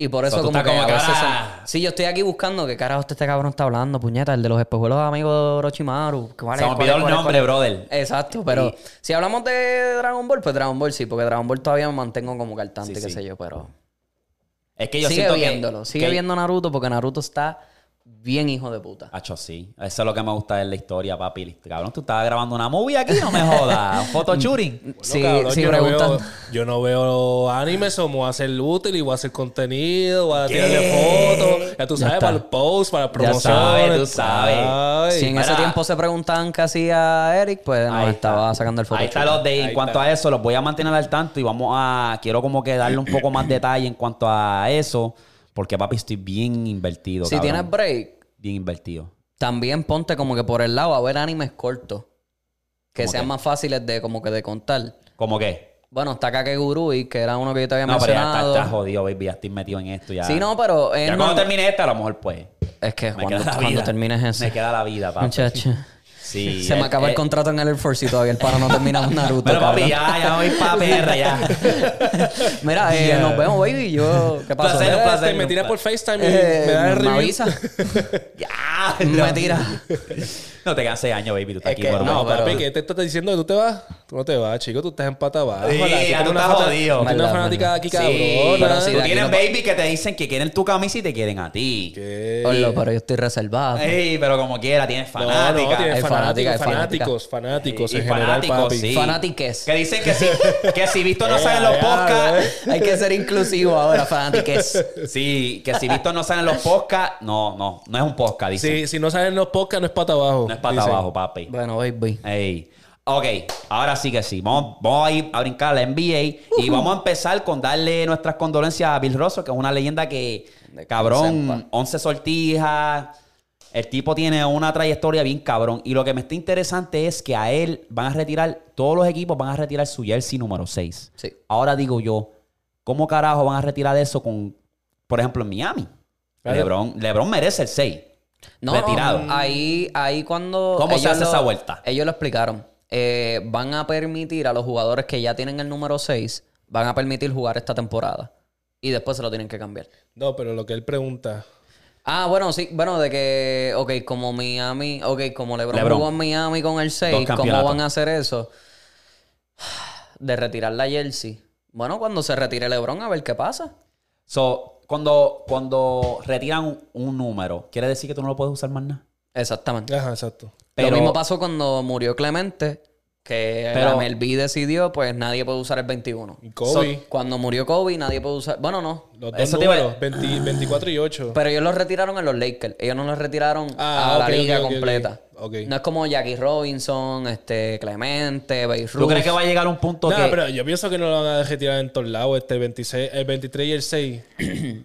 S2: Y por eso
S1: O sea, tú
S2: como que,
S1: estás como
S2: a
S1: que "Ah".
S2: veces
S1: ahora-
S2: se- Sí, yo estoy aquí buscando qué carajo este cabrón está hablando, puñeta, el de los espejuelos amigos de Orochimaru. ¿Cuál es?
S1: Se me
S2: ¿Cuál es?
S1: olvidó el
S2: ¿Cuál es?
S1: nombre,
S2: ¿Cuál
S1: brother.
S2: es? Exacto, pero si hablamos de Dragon Ball, pues Dragon Ball sí, porque Dragon Ball todavía me mantengo como que al tanto
S1: Sí,
S2: y qué
S1: sí.
S2: sé yo, pero...
S1: Es que yo
S2: sigue
S1: siento que-
S2: viéndolo, sigue
S1: que-
S2: viendo Naruto porque Naruto está bien hijo de puta.
S1: Hacho, sí. Eso es lo que me gusta de la historia, papi. Cabrón, tú estabas grabando una movie aquí, no me jodas. Photoshooting.
S2: sí,
S3: cabrón,
S2: sí,
S3: yo, no
S2: preguntan.
S3: veo, yo no veo animes, o me voy a ser útil y voy a hacer contenido, voy a tirarle fotos. Ya tú sabes,
S2: está.
S3: para el post, para promociones.
S1: sabes, tú sabes.
S3: Ay,
S2: si en ese
S1: mira.
S2: tiempo se preguntaban qué hacía Eric, pues nos
S1: Ahí está.
S2: estaba sacando el
S1: Ahí
S2: Photoshop.
S1: está los de. En
S3: Ahí
S1: cuanto a eso, los voy a mantener al tanto y vamos a. Quiero como que darle un poco más detalle en cuanto a eso, porque papi estoy bien invertido.
S2: Si
S1: cabrón.
S2: tienes break,
S1: Bien invertido.
S2: también ponte como que por el lado a ver animes cortos. Que sean más fáciles de como que de contar.
S1: ¿Cómo qué?
S2: Bueno, está Kakegurui, que era uno que yo te había
S1: No, pero ya está,
S2: mencionado.
S1: está jodido, baby. Ya estoy metido en esto. Ya,
S2: sí, no, pero él
S1: ya
S2: no-
S1: cuando termine esta, a lo mejor pues.
S2: Es que
S1: Me
S2: cuando,
S1: queda la
S2: cuando
S1: vida.
S2: termines eso.
S1: Me queda la vida, papi.
S2: Muchacho.
S1: Sí,
S2: Se me
S1: eh,
S2: acaba el
S1: eh,
S2: contrato en el Air Force y todavía el pana no termina un Naruto.
S1: Pero papi,
S2: cabrón.
S1: ya, ya voy para PR, ya.
S2: Mira, eh, nos vemos, baby. Yo, ¿qué pasó?
S1: Placer, un placer.
S3: Este, me tiras por FaceTime y
S2: Eh,
S3: me das el
S2: me
S3: review.
S2: avisa.
S1: ya.
S2: me tira.
S1: No te quedan seis años, baby. Tú estás
S3: Es
S1: aquí
S3: que,
S1: por
S3: no,
S2: pero-
S3: papi, que te estás diciendo que tú te vas. Tú no te vas, chico, tú estás en pata abajo.
S1: Sí,
S3: Hola, aquí
S1: ya
S3: tú
S1: tú
S3: una
S1: estás
S3: fata-
S1: jodido.
S3: tú tienes
S2: Verdad,
S3: una fanática
S2: verdad.
S3: aquí,
S1: Sí,
S3: cabrona.
S2: sí,
S1: tú
S2: de aquí
S1: tienes
S2: no-
S1: baby que te dicen que quieren tu camisa y te quieren a ti.
S3: ¿Qué?
S2: Hola, pero yo estoy reservado.
S1: Ey, pero como quiera, tienes
S3: No, no,
S1: fanática. Eh,
S3: tienes
S2: Hay fanática,
S3: fanáticos,
S2: hay fanática.
S3: fanáticos, fanáticos
S1: Y- y
S3: en general,
S1: fanáticos,
S3: papi.
S1: sí.
S2: Fanatiques.
S1: Que dicen que si, que si visto no salen los
S3: Ya, ya,
S1: podcasts.
S2: Hay que ser inclusivo ahora, fanatiques.
S1: Sí, que si visto no salen los podcasts. No, no, no es un podcast, dicen.
S3: Sí, si no salen los podcasts, no es pata abajo.
S1: No es pata
S3: dicen.
S1: abajo, papi.
S2: Bueno, baby.
S1: Ey. Ok, ahora sí que sí. Vamos, vamos a ir a brincar a la NBA y vamos a empezar con darle nuestras condolencias a Bill Rosso, que es una leyenda que,
S2: De Consempa.
S1: cabrón, 11 sortijas. El tipo tiene una trayectoria bien cabrón. Y lo que me está interesante es que a él van a retirar, todos los equipos van a retirar su jersey número 6.
S2: Sí.
S1: Ahora digo yo, ¿cómo carajo van a retirar eso con, por ejemplo, en Miami?
S3: Claro.
S1: LeBron, LeBron merece el 6.
S2: No,
S1: Retirado.
S2: no, ahí, ahí cuando.
S1: ¿Cómo se
S2: ellos
S1: hace esa vuelta?
S2: Ellos lo explicaron. Eh, van a permitir a los jugadores que ya tienen el número 6, van a permitir jugar esta temporada. Y después se lo tienen que cambiar.
S3: No, pero lo que él pregunta.
S2: Ah, bueno, sí, bueno, de que, ok, como Miami, ok, como LeBron,
S1: LeBron.
S2: jugó en Miami con el 6, ¿cómo
S1: campeonatos.
S2: van a hacer eso? De retirar la jersey. Bueno, cuando se retire LeBron, a ver qué pasa.
S1: So, cuando, cuando retiran un, un número, quiere decir que tú no lo puedes usar más nada.
S2: Exactamente.
S3: Ajá, exacto.
S1: Pero-
S2: Lo mismo pasó cuando murió Clemente, que
S1: Pero-
S2: la MLB decidió, pues nadie puede usar el 21.
S3: Y Kobe.
S2: So, cuando murió Kobe, nadie puede usar... Bueno, no.
S3: Los dos
S1: Eso te iba a-
S3: números, 20 24 y 8.
S2: Pero ellos los retiraron a los Lakers. Ellos no los retiraron
S3: Ah,
S2: a
S3: ok,
S2: la
S3: ok,
S2: liga
S3: ok, ok.
S2: completa.
S3: Ok.
S2: No es como Jackie Robinson, este Clemente, Babe
S1: ¿Tú
S2: Ruth.
S1: crees que va a llegar a un punto
S3: Nah,
S1: que...
S3: pero yo pienso que no lo van a retirar en todos lados, este 26, el 23 y el 6.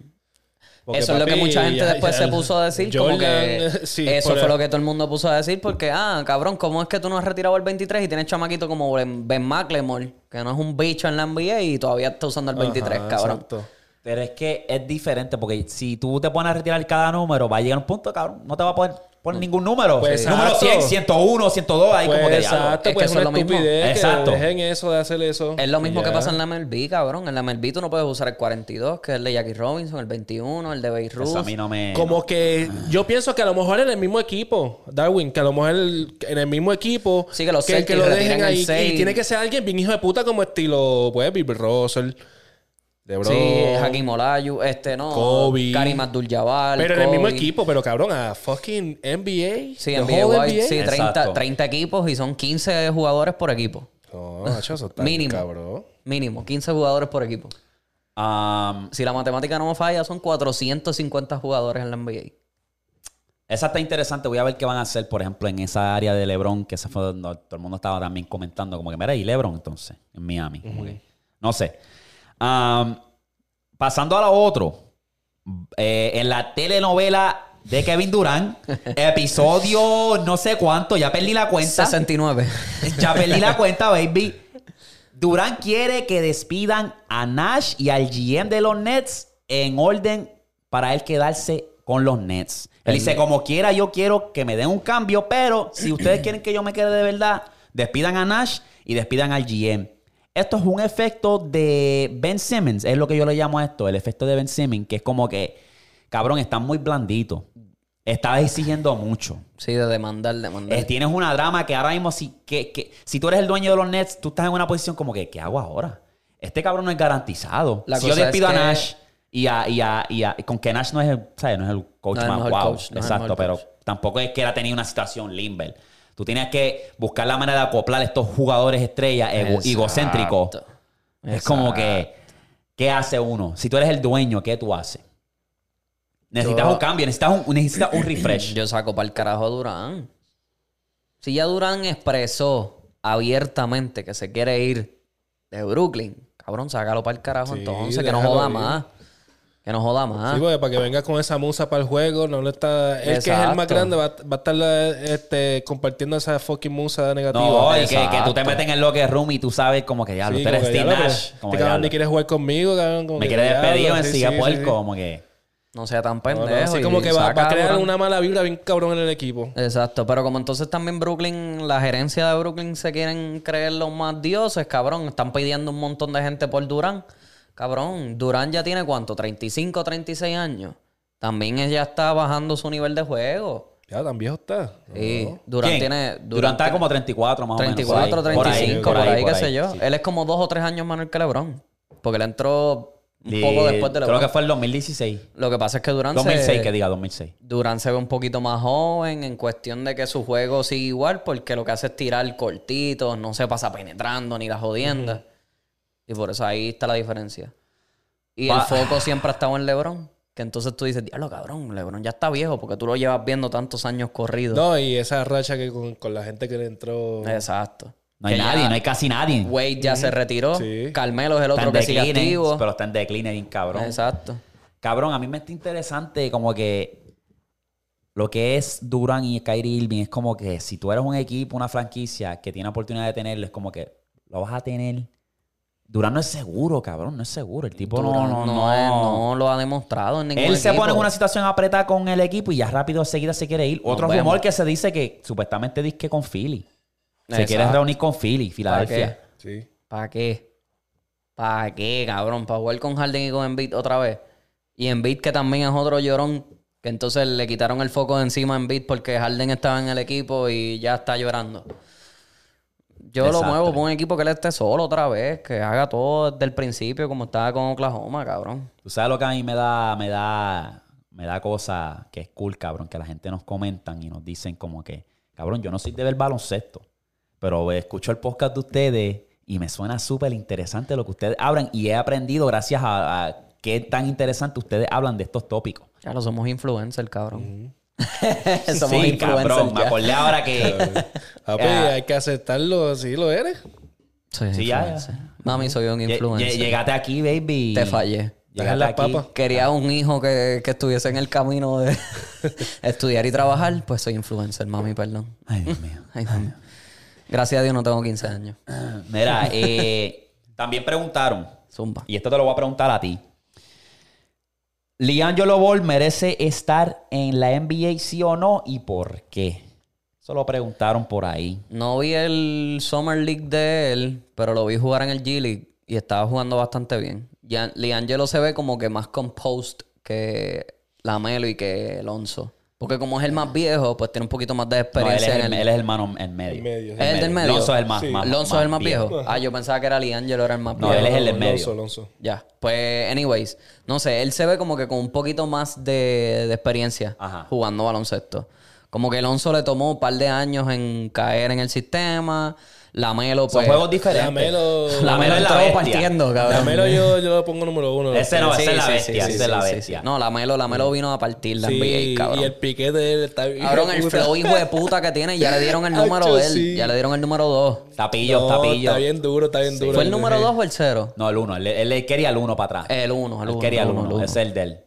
S3: Porque,
S2: eso es lo que
S3: papi,
S2: mucha gente
S3: ya-
S2: después
S3: ya-
S2: se puso a decir. como
S3: Jordan,
S2: que
S3: sí,
S2: eso
S3: por-
S2: fue lo que todo el mundo puso a decir. Porque, ah, cabrón, ¿cómo es que tú no has retirado el 23 y tienes chamaquito como Ben Ben McLemore, que no es un bicho en la NBA y todavía está usando el 23,
S3: Ajá,
S2: cabrón?
S3: exacto.
S1: Pero es que es diferente, porque si tú te pones a retirar cada número, va a llegar a un punto, cabrón, no te va a poder poner ningún número.
S3: Pues
S1: Sí. número
S3: exacto.
S1: 100, 101, 102, ahí
S3: Pues
S1: como que ya.
S3: exacto,
S2: Es que
S3: pues es
S2: eso
S3: una
S2: es lo mismo.
S3: estupidez.
S1: Exacto.
S3: Exacto. Dejen eso de hacer eso.
S2: Es lo mismo
S3: Y
S2: que
S3: ya.
S2: pasa en la MLB, cabrón. En la MLB tú no puedes usar el 42, que es el de Jackie Robinson, el 21, el de Babe
S1: Eso a
S2: Ruth.
S1: mí no me...
S3: Como que yo pienso que a lo mejor en el mismo equipo, Darwin, que a lo mejor el- en el mismo equipo.
S2: Sí, que los
S3: que,
S2: Celtics
S3: que lo
S2: retiran
S3: dejen
S2: el
S3: ahí.
S2: seis.
S3: Y tiene que ser alguien bien hijo de puta, como estilo, pues, Bill Russell, LeBron.
S2: Sí, Hakim Olayu, eh, este no.
S3: Kobe.
S2: Karim Abdul-Jabbar.
S3: Pero en el mismo
S2: Kobe.
S3: equipo, pero cabrón, a fucking NBA.
S2: Sí,
S3: the
S2: NBA
S3: whole
S2: Wide, sí, 30,
S1: Exacto.
S2: 30 equipos y son 15 jugadores por equipo.
S3: No, macho, eso está
S2: Mínimo.
S3: cabrón.
S2: Mínimo, 15 jugadores por equipo.
S1: Um,
S2: Si la matemática no me falla, son 450 jugadores en la NBA.
S1: esa está interesante, voy a ver qué van a hacer, por ejemplo, en esa área de LeBron, que esa fue donde todo el mundo estaba también comentando, como que, mira, y LeBron entonces, en Miami. Como que, no sé. Um, pasando a lo otro, eh, en la telenovela de Kevin Durant, episodio no sé cuánto, ya perdí la cuenta.
S2: 69.
S1: Ya perdí la cuenta, baby. Durant quiere que despidan a Nash y al GM de los Nets en orden para él quedarse con los Nets. Él dice, como quiera, yo quiero que me den un cambio, pero si ustedes quieren que yo me quede de verdad, despidan a Nash y despidan al GM. Esto es un efecto de Ben Simmons, es lo que yo le llamo a esto, el efecto de Ben Simmons, que es como que, cabrón, están muy blanditos. Estás exigiendo mucho.
S2: Sí, de demandar, demandar.
S1: Eh, tienes una drama que ahora mismo, si, que, que- si tú eres el dueño de los Nets, tú estás en una posición como que, ¿qué hago ahora? Este cabrón no es garantizado.
S2: La
S1: si yo
S2: cosa es
S1: despido a
S2: que-
S1: Nash Y, a, y, a, y a- con que Nash no es el, ¿sabes? No es el coach
S2: No es el
S1: más
S2: mejor
S1: guau.
S2: coach, no es el
S1: Exacto,
S2: mejor
S1: pero
S2: coach.
S1: tampoco es que era tenía una situación limber. Tú tenías que buscar la manera de acoplar estos jugadores estrellas ego-
S2: Exacto.
S1: egocéntricos. Es
S2: Exacto.
S1: como que, ¿qué hace uno? Si tú eres el dueño, ¿qué tú haces? Necesitas
S2: Yo-
S1: un cambio, necesitas un, necesitas un refresh.
S2: Yo saco para el carajo a Durán. Si ya Durán expresó abiertamente que se quiere ir de Brooklyn, cabrón, sácalo para el carajo
S3: Sí,
S2: entonces, que no
S3: déjalo
S2: joda
S3: ir.
S2: más. Que no joda más.
S1: Ah.
S3: Sí, pues. porque para que vengas con esa musa para el juego, no le está. El que es el más
S2: Exacto.
S3: grande va, va a estar este, compartiendo esa fucking musa negativa.
S1: No, y que, que tú te
S2: Exacto.
S1: metes en el locker room y tú sabes como que ya,
S3: Sí,
S1: tú
S3: como
S1: eres
S3: que,
S1: Steve
S3: diablo,
S1: Nash.
S3: que
S1: Como
S3: Este
S1: que,
S3: cabrón ni
S1: diablo,
S3: quiere jugar conmigo, cabrón. como
S1: me
S3: que,
S1: quieres despedir,
S3: diablo,
S1: me
S3: sí,
S1: sigue
S3: sí,
S1: puerco,
S3: sí.
S1: como que...
S2: No sea tan
S3: No,
S2: pendejo.
S3: no, así
S2: y
S3: como que va,
S2: saca
S3: va a
S2: a
S3: crear
S2: Durán.
S3: una mala vibra bien cabrón en el equipo.
S2: Exacto, pero como entonces también Brooklyn, la gerencia de Brooklyn se quieren creer los más dioses, cabrón. Están pidiendo un montón de gente por Durán. Cabrón, Durán ya tiene cuánto, 35, 36 años. También ella está bajando su nivel de juego.
S3: Ya, tan viejo está.
S2: Sí, Durán
S1: ¿Quién?
S2: tiene...
S1: Durán, está como 34 más o
S2: 34,
S1: menos. por ahí.
S2: 35,
S1: Por ahí, por ahí, por
S2: qué sé
S1: ahí.
S2: yo.
S1: Sí.
S2: Él es como dos o tres años menor que LeBron. Porque él entró un
S1: Y
S2: poco después de LeBron.
S1: Creo que fue el 2016.
S2: Lo que pasa es que Durán
S1: 2006,
S2: se...
S1: que diga, 2006.
S2: Durán se ve un poquito más joven en cuestión de que su juego sigue igual porque lo que hace es tirar cortitos, no se pasa penetrando ni las jodiendas. Y por eso ahí está la diferencia. Y el
S1: Va-
S2: foco siempre ha estado en LeBron. Que entonces tú dices, diablo cabrón, LeBron ya está viejo porque tú lo llevas viendo tantos años corridos.
S3: No, y esa racha que con, con la gente que le entró.
S2: Exacto.
S1: No hay
S2: Que ya
S1: nadie, no hay casi nadie.
S2: Wade ya se retiró.
S3: Sí.
S2: Carmelo es el
S1: Está
S2: otro
S1: en
S2: que sigue
S1: decline,
S2: activo.
S1: pero está en decline bien cabrón.
S2: Exacto.
S1: Cabrón, a mí me está interesante como que lo que es Durant y Kyrie Irving es como que si tú eres un equipo, una franquicia que tiene oportunidad de tenerlo, es como que lo vas a tener. Durant no es seguro, cabrón, no es seguro. El tipo no-
S2: Durán
S1: no, no,
S2: es- no lo ha demostrado en ningún
S1: Él se pone en
S2: equipo.
S1: una situación apretada con el equipo y ya rápido seguida se quiere ir. Otro
S2: vemos.
S1: rumor que se dice que supuestamente disque con Philly. Se
S2: Exacto.
S1: quiere reunir con Philly,
S2: ¿Para
S1: Filadelfia.
S2: qué?
S3: Sí.
S2: ¿Para qué? ¿Para qué, cabrón? ¿Para jugar con Harden y con Embiid otra vez? Y Embiid que también es otro llorón, que entonces le quitaron el foco de encima a Embiid porque Harden estaba en el equipo y ya está llorando. Yo
S1: Desastre.
S2: lo muevo por un equipo que él esté solo otra vez, que haga todo desde el principio como estaba con Oklahoma, cabrón.
S1: Tú sabes lo que a mí me da, me da, me da cosa que es cool, cabrón, que la gente nos comentan y nos dicen como que, cabrón, yo no soy de ver baloncesto, pero escucho el podcast de ustedes y me suena súper interesante lo que ustedes hablan y he aprendido gracias a, a qué tan interesante ustedes hablan de estos tópicos.
S2: Ya lo somos influencer, cabrón. somos
S1: sí,
S2: influencers
S1: cabrón, me
S2: ya.
S1: acordé ahora que...
S3: Ah, pues,
S1: Ya.
S3: hay que aceptarlo, sí lo eres.
S2: Soy
S1: Sí, ya, ya.
S2: influencer. Mami, soy un
S1: Lle-
S2: influencer.
S1: lle- Llegaste aquí, baby.
S2: Te fallé.
S1: Llegaste
S3: las
S1: aquí.
S3: papas.
S2: Quería un hijo que, que estuviese en el camino de estudiar y trabajar, pues soy influencer, mami, perdón.
S1: Ay, Dios mío.
S2: Ay, mami. Gracias a Dios no tengo 15 años.
S1: Mira, eh, también preguntaron,
S2: Zumba.
S1: y esto te lo voy a preguntar a ti. ¿Liangelo Ball merece estar en la NBA, sí o no? ¿Y por qué? Eso lo preguntaron por ahí.
S2: No vi el Summer League de él, pero lo vi jugar en el G League y estaba jugando bastante bien. Ya- Liangelo se ve como que más composed que Lamelo y que Alonso. Porque como es el más viejo, pues tiene un poquito más de
S1: No, él, es
S2: experiencia en
S1: el, él
S2: el...
S1: es el mano en medio.
S3: En medio.
S2: ¿Es el del medio?
S1: Lonzo es el más,
S3: Sí.
S1: más-
S2: Alonso
S1: más
S2: es el más viejo. Ah, yo pensaba que era Liangelo era el más
S1: No,
S2: viejo.
S1: él es el del medio.
S3: Alonso, Alonso.
S2: Ya, pues, anyways, no sé, él se ve como que con un poquito más de, de experiencia
S1: Ajá.
S2: jugando baloncesto. Como que Alonso le tomó un par de años en caer en el sistema. Lamelo,
S1: Son
S2: pues.
S1: juegos diferentes.
S3: Lamelo-
S1: Lamelo es la
S2: entró
S1: bestia.
S2: partiendo, cabrón.
S3: Lamelo yo, yo lo pongo número uno.
S1: Ese no,
S2: Sí,
S1: ese es la
S2: sí, sí,
S1: bestia.
S2: sí,
S1: ese es
S2: sí,
S1: la
S2: sí, sí.
S1: bestia.
S2: No, Lamelo, Lamelo vino a partir la
S3: Sí,
S2: NBA, cabrón.
S3: y el piquete de él está bien.
S2: Cabrón, el flow hijo de puta que tiene, ya le dieron el número
S3: Hacho,
S2: de él.
S3: sí.
S2: Ya le dieron el número 2.
S1: Tapillo,
S3: No,
S1: tapillo.
S3: Está bien duro, está bien duro.
S2: ¿Fue el número 2 o el 0?
S1: No, el uno. Él, él quería el uno para atrás.
S2: El 1, el
S1: Él
S2: 1.
S1: quería el uno, ese es el de él.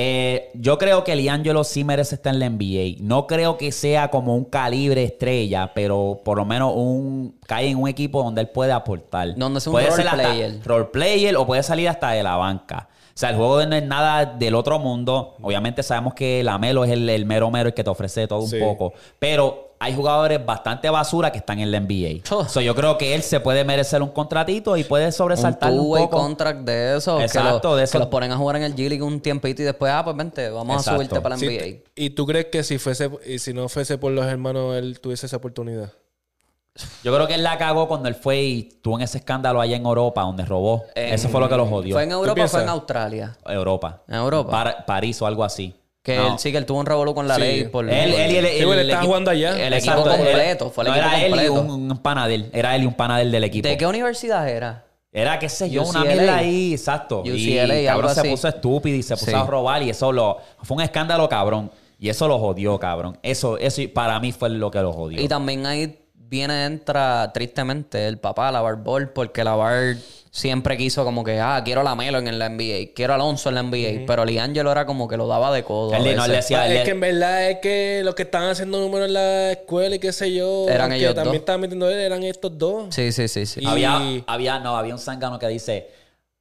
S1: Eh, yo creo que Liangelo sí merece estar en la NBA. No creo que sea como un calibre estrella, pero por lo menos un cae en un equipo donde él puede aportar.
S2: Donde sea un
S1: puede
S2: role
S1: hasta
S2: player.
S1: role player o puede salir hasta de la banca. O sea, el juego no es nada del otro mundo. Obviamente sabemos que Lamelo es el, el mero mero el que te ofrece de todo un
S3: Sí.
S1: poco. Pero hay jugadores bastante basura que están en la NBA.
S2: Oh.
S1: So, yo creo que él se puede merecer un contratito y puede
S2: un
S1: sobresaltar un,
S2: two-way
S1: poco.
S2: contract de eso. que
S1: Exacto,
S2: lo-
S1: de eso.
S2: Que los ponen a jugar en el G League un tiempito y después, ah, pues vente, vamos
S1: Exacto.
S2: a subirte para la
S3: Sí,
S2: NBA.
S3: ¿Y tú crees que si fuese y si no fuese por los hermanos él tuviese esa oportunidad?
S1: Yo creo que él la cagó cuando él fue y tuvo en ese escándalo allá en Europa, donde robó.
S2: En-
S1: Eso fue lo que lo jodió.
S2: ¿Fue en Europa o fue
S3: piensas?
S2: en Australia?
S1: Europa.
S2: En Europa.
S1: Par- París o algo así.
S2: Que
S1: No.
S2: él sí que él tuvo un revolú con la
S3: Sí.
S2: ley por
S1: Él, él, y el-
S3: Sí, bueno,
S1: el
S3: estaba
S1: equipo-
S3: jugando allá.
S1: El
S2: Equipo
S1: exacto, él-
S2: completo, fue el
S1: no,
S2: equipo
S1: era él y
S2: completo.
S1: un, un pana de él. Era él y un pana de él del equipo.
S2: ¿De qué universidad era?
S1: Era, qué sé yo, una
S2: UCLA.
S1: mierda ahí, exacto.
S2: UCLA,
S1: y cabrón
S2: algo
S1: se
S2: así.
S1: puso estúpido y se puso
S2: Sí.
S1: a robar y eso lo... Fue un escándalo, cabrón. Y eso lo jodió, cabrón. Eso, eso para mí fue lo que lo jodió.
S2: Y también ahí viene, entra tristemente el papá, la Ball, porque la Bar siempre quiso como que, ah, quiero a Lamelo en la NBA, quiero a Alonso en la NBA, pero Liangelo era como que lo daba de codo. a
S1: Él no
S2: veces.
S1: le hacía...
S3: Ah, es
S1: él-
S3: que en verdad es que los que estaban haciendo números en la escuela y qué sé yo,
S2: Eran
S3: que
S2: ellos
S3: también
S2: dos.
S3: estaban metiendo él, eran estos dos.
S2: Sí, sí, sí, sí.
S3: Y-
S1: Había, había, no, había un zángano que dice,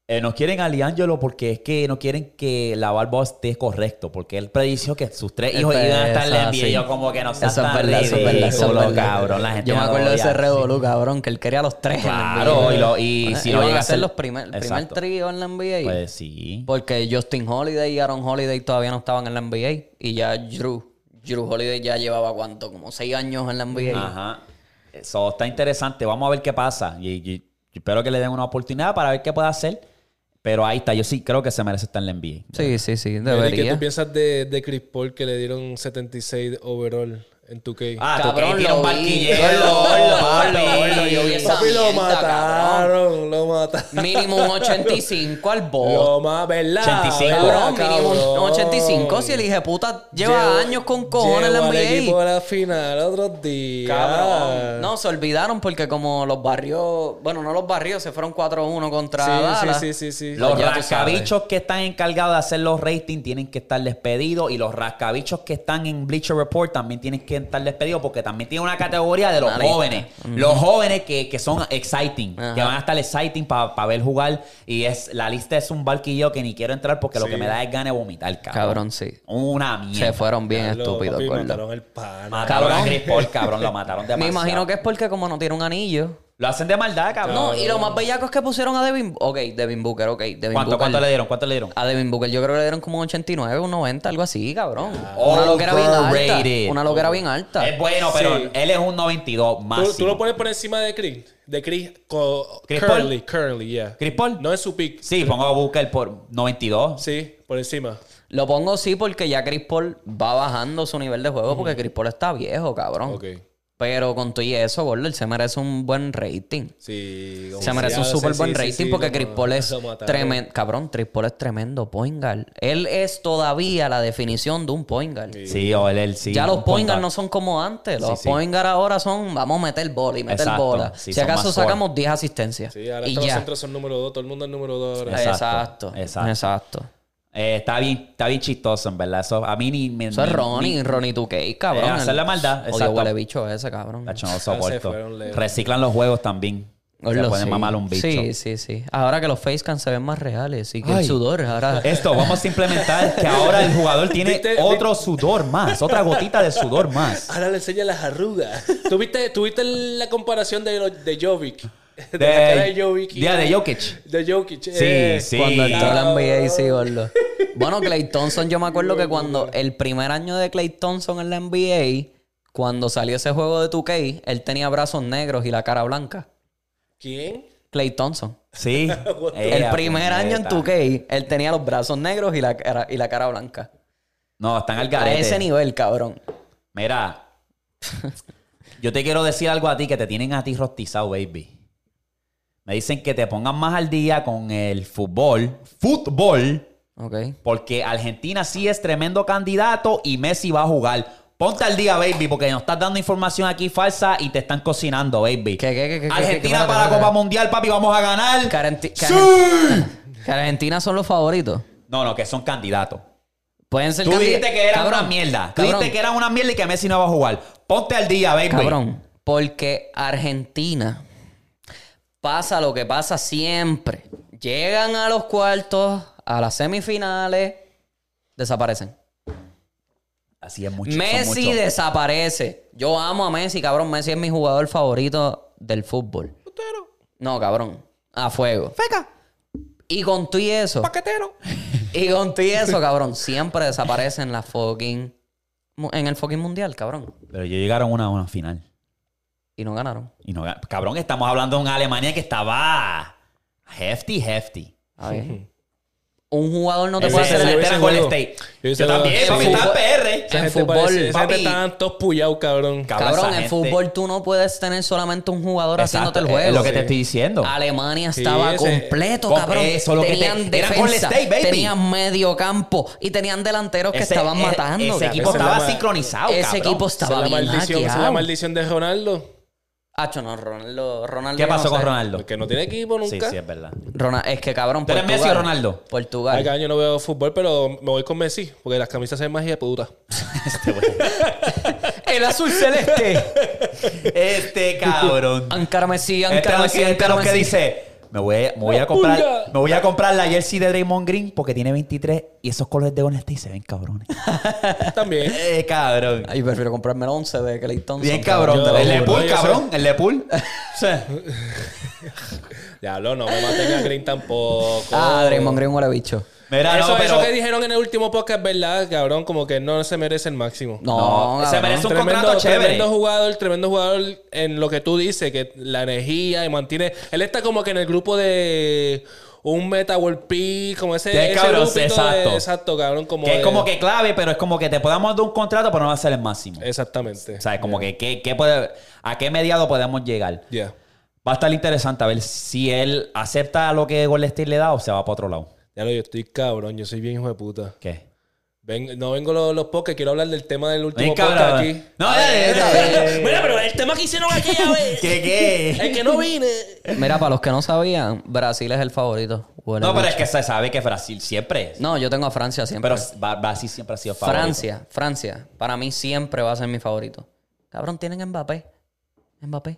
S1: eh, nos quieren a Liangelo porque es que no quieren que la barba esté correcto, porque él predijo que sus tres hijos
S2: Este,
S1: iban a estar en la
S2: esa,
S1: NBA.
S2: sí.
S1: Y yo como que no seas
S2: Eso es
S1: tan
S2: verdad, eso es verdad, eso es
S1: ridículo,
S2: verdad.
S1: cabrón. La gente
S2: Yo me
S1: no lo
S2: acuerdo de ese
S1: odia.
S2: revolú, cabrón, que él quería a los tres. en la
S1: Claro,
S2: NBA.
S1: y, lo- y si
S2: Eh,
S1: lo
S2: iban
S1: llega
S2: a ser los primer, el primer
S1: Exacto.
S2: trío en la NBA.
S1: Pues sí.
S2: Porque Justin Holiday y Aaron Holiday todavía no estaban en la NBA. Y ya Drew, Drew Holiday ya llevaba cuánto, como seis años en la NBA.
S1: Ajá. Eso está interesante. Vamos a ver qué pasa. Y, y- y espero que le den una oportunidad para ver qué puede hacer. Pero ahí está. Yo sí creo que se merece estar en la NBA.
S2: Sí, sí, sí,
S3: Mary, ¿Qué tú
S2: debería.
S3: piensas de, de Chris Paul que le dieron 76 overall en 2K?
S1: Ah,
S2: Cabrón,
S1: Toquei tiene un
S2: lo vi.
S1: barquillero,
S2: Gordo, gordo,
S1: papi.
S2: gordo, gordo, yo vi esa
S3: Papi, lo
S2: mierda,
S3: mataron, lo mataron.
S2: Mínimo un 85 al bote.
S3: Lo más, ¿verdad?
S1: 85.
S2: Cabrón,
S3: ¿verdad,
S2: mínimo un
S3: cabrón?
S2: 85. Si el hijo de puta lleva
S3: Llevo-
S2: años con cojones en la
S3: llevo al equipo
S2: NBA.
S3: a la final otros días.
S2: Cabrón. No, se olvidaron porque como los barrios... Bueno, no los barrios, se fueron 4-1 contra Dallas.
S3: Sí, sí, sí, sí, sí.
S1: Los
S2: Ya tú sabes.
S1: rascabichos que están encargados de hacer los ratings tienen que estar despedidos y los rascabichos que están en Bleacher Report también tienen que estar despedidos porque también tiene una categoría de los
S2: Una lista.
S1: jóvenes. Los jóvenes que, que son exciting,
S2: Ajá.
S1: que van a estar exciting para ver jugar y es la lista es un barquillo que ni quiero entrar porque lo que me da es ganas de vomitar, cabrón.
S2: Cabrón, sí.
S1: Una
S2: Se
S1: mierda.
S2: fueron bien
S3: Lo-
S2: estúpidos,
S3: papi,
S2: gordo.
S3: mataron el pan.
S1: Mataron
S2: Cabrón.
S1: a Chris Paul, cabrón, lo mataron de
S2: Me imagino que es porque como no tiene un anillo.
S1: Lo hacen de maldad, cabrón.
S2: No, y lo más bellaco es que pusieron a Devin... Ok, Devin Booker, ok. Devin
S1: ¿Cuánto,
S2: Booker.
S1: ¿Cuánto le dieron? ¿Cuánto le dieron?
S2: A Devin Booker yo creo que le dieron como un 89, un 90, algo así, cabrón. Una
S1: Overrated.
S2: loquera bien alta. Una loquera bien alta.
S1: Es bueno, pero
S3: Sí.
S1: él es un 92
S3: ¿Tú-
S1: más.
S3: ¿Tú, lo pones por encima de Chris? De Chris, co-
S1: ¿Chris
S3: Curly, Curly, yeah.
S1: ¿Chris Paul?
S3: No es su pick.
S1: Sí, pongo a Booker por 92.
S3: Sí, por encima.
S2: Lo pongo sí porque ya Chris Paul va bajando su nivel de juego porque Chris Paul está viejo, cabrón.
S3: Ok.
S2: Pero con todo y eso, gordo, él se merece un buen rating.
S3: Sí. como
S2: Se merece un
S3: sea,
S2: súper
S3: sí,
S2: buen
S3: sí,
S2: rating
S3: sí, sí,
S2: porque
S3: lo
S2: Chris
S3: ma-
S2: Paul es
S3: lo mataron.
S2: tremendo. Cabrón, Chris Paul es tremendo point guard. Él es todavía la definición de un point guard.
S1: Sí, o él, él sí.
S2: ya los
S1: un
S2: point guard
S1: punta.
S2: no son como antes. Los
S1: Sí, sí.
S2: point guard ahora son vamos a meter bola y meter
S1: Exacto.
S2: bola.
S1: Sí,
S2: si
S1: son
S2: acaso
S1: más scorer.
S2: sacamos 10 asistencias.
S3: Sí, ahora
S2: y
S3: todos los
S2: ya.
S3: centros son número 2. Todo el mundo es número 2 ahora.
S2: Exacto.
S1: Exacto,
S2: Exacto.
S1: exacto. Eh, está, bien, está bien chistoso, en verdad. Eso a mí ni me.
S2: Eso es
S1: ni-
S2: Ronnie, Ronnie 2K, cabrón.
S1: Eh, hacer la maldad,
S2: Odio
S1: exacto.
S2: huele bicho ese, cabrón.
S1: Tacho, no
S3: Se
S1: soporto.
S3: fueron lejos.
S1: Reciclan los juegos también. Se
S2: Lo
S1: pueden
S2: sí.
S1: mamar un bicho.
S2: Sí, sí, sí. Ahora que los facecams se ven más reales y que el
S1: Ay.
S2: sudor ahora...
S1: Esto, vamos a implementar que ahora el jugador tiene
S3: ¿Viste?
S1: otro sudor más, otra gotita de sudor más.
S3: Ahora le enseña las arrugas. ¿Tuviste, ¿tuviste la comparación de, lo- de Jovic? De, la cara de Jovic. y-
S1: Día de Jokic.
S3: De Jokic. eh, Sí,
S1: sí.
S2: Cuando entró la
S3: Cabrón.
S2: NBA, sí, gordo. Bueno, Clay Thompson, yo me acuerdo que cuando el primer año de Clay Thompson en la NBA, cuando salió ese juego de 2K, él tenía brazos negros y la cara blanca.
S3: ¿Quién?
S2: Clay Thompson.
S1: Sí.
S2: el
S1: Ea,
S2: primer año en
S1: puñeta.
S2: 2K, él tenía los brazos negros y la cara, y la cara blanca.
S1: No, están al
S2: A
S1: garete.
S2: ese nivel, cabrón.
S1: Mira, yo te quiero decir algo a ti que te tienen a ti rostizado, baby. Me dicen que te pongan más al día con el fútbol. Fútbol.
S2: Ok.
S1: Porque Argentina sí es tremendo candidato y Messi va a jugar. Ponte al día, baby, porque nos estás dando información aquí falsa y te están cocinando, baby.
S2: ¿Qué, qué, qué, qué, qué, qué,
S1: Argentina para
S2: qué, qué,
S1: la Copa
S2: qué?
S1: Mundial, papi, vamos a ganar.
S2: Que, Argenti- que
S1: ¡Sí!
S2: Argen- que Argentina son los favoritos.
S1: No, no, que son candidatos.
S2: Pueden ser
S1: Tú
S2: candid-
S1: dijiste que era
S2: Cabrón,
S1: una mierda. Tú
S2: Cabrón,
S1: dijiste que era una mierda y que Messi no va a jugar. Ponte al día, baby.
S2: cabrón, porque Argentina pasa lo que pasa siempre. Llegan a los cuartos, a las semifinales, desaparecen.
S1: Así es mucho. son
S2: Messi
S1: mucho.
S2: desaparece. Yo amo a Messi, cabrón. Messi es mi jugador favorito del fútbol. No, cabrón. A fuego.
S1: Feca.
S2: Y con tú y eso.
S3: Paquetero.
S2: Y con todo y eso, cabrón, siempre desaparecen la fucking. En el fucking mundial, cabrón.
S1: Pero ellos llegaron una a una final.
S2: y no ganaron.
S1: Y no, cabrón, estamos hablando de una Alemania que estaba hefty, hefty.
S2: A ver. Un jugador no te
S1: Ese-
S2: puede hacer
S1: ese-
S2: el...
S1: ese- era Golden State. Yo también, papi, estaba en PR.
S3: En
S2: En
S3: fútbol,
S2: fútbol,
S1: papi.
S3: estaban todos pullados, cabrón.
S2: Cabrón,
S1: esa
S2: en
S1: gente-
S2: fútbol tú no puedes tener solamente un jugador
S1: Exacto,
S2: haciéndote el juego.
S1: Es lo que
S2: Sí.
S1: te estoy diciendo.
S2: Alemania
S3: Sí,
S2: estaba
S3: ese-
S2: completo,
S1: Com-
S2: cabrón.
S1: eso lo que te-
S2: tenían
S1: era Golden
S2: defensa,
S1: State, baby.
S2: tenían medio campo y tenían delanteros que
S1: Ese-
S2: estaban
S1: e-
S2: matando.
S1: Ese
S2: cabrón.
S1: equipo
S3: Esa es
S1: estaba
S3: la-
S1: sincronizado,
S2: Ese
S1: cabrón.
S2: equipo
S3: Esa es
S2: estaba
S3: la
S2: bien
S3: maldición, esa es la
S2: hackeado.
S3: maldición de Ronaldo.
S2: Acho, no, Ronaldo. Ronaldo
S1: ¿Qué
S2: yo no
S1: pasó con
S2: sé.
S1: Ronaldo?
S3: Que no tiene equipo
S1: Sí,
S3: nunca.
S1: sí, es verdad.
S2: Rona- es que cabrón.
S1: ¿Tú eres
S2: Portugal.
S1: Messi o Ronaldo?
S2: Portugal.
S3: Ay, cabrón, yo no veo fútbol, pero me voy con Messi, porque las camisas se ven más de puta.
S2: El azul celeste.
S1: Este cabrón.
S2: Ancara Messi,
S1: Este
S2: Ancara
S1: es
S2: Messi, Ancara
S1: que
S2: Messi.
S1: dice. Me voy, me voy a
S3: La
S1: comprar,
S3: pulga.
S1: me voy a comprar la jersey de Draymond Green porque tiene 23 y esos colores de Golden State se ven cabrones.
S3: También.
S1: eh, cabrón.
S2: Ay, prefiero comprarme el 11 de Clay Thompson.
S1: Bien cabrón.
S3: Yo-
S1: el de Pool,
S3: Oye,
S1: cabrón. El de Pool.
S3: Diablo, no me maten a Green tampoco.
S2: Ah, Draymond Green huele bicho.
S1: Mira,
S3: eso,
S1: no, pero
S3: eso que dijeron en el último podcast, ¿verdad, cabrón? Como que no se merece el máximo.
S1: No,
S2: No,
S1: se
S2: cabrón.
S1: merece un contrato chévere.
S3: tremendo jugador, tremendo jugador en lo que tú dices, que la energía y mantiene. Él está como que en el grupo de un Meta World Peace, como ese.
S1: Sí,
S3: ese
S1: cabrón,
S3: grupito de-
S1: exacto.
S3: exacto, cabrón. Como
S1: que
S3: de-
S1: es como que clave, pero es como que te podamos dar un contrato, pero no va a ser el máximo.
S3: Eh, Exactamente.
S1: O sea, como que
S3: eh.
S1: ¿qué, qué puede, a qué mediado podemos llegar.
S3: Ya.
S1: Va a estar interesante a ver si él acepta lo que Golden State le da o se va para otro lado.
S3: Ya lo, yo estoy cabrón, yo soy bien hijo de puta.
S1: ¿Qué?
S3: Ven- no vengo los, los podcasts, quiero hablar del tema del último
S1: Bien,
S3: podcast
S1: cabrón.
S3: aquí.
S1: No, eh, eh, eh,
S3: Mira, pero el tema que hicieron aquí, a ver.
S1: ¿Qué qué?
S3: Es que no vine.
S2: Mira, para los que no sabían, Brasil es el favorito. Huele
S1: No, pero es
S2: bicho.
S1: que se sabe que Brasil siempre es.
S2: No, yo tengo a Francia siempre.
S1: Pero Ba- Brasil siempre ha sido favorito.
S2: Francia, Francia, para mí siempre va a ser mi favorito. Cabrón, tienen a Mbappé. Mbappé.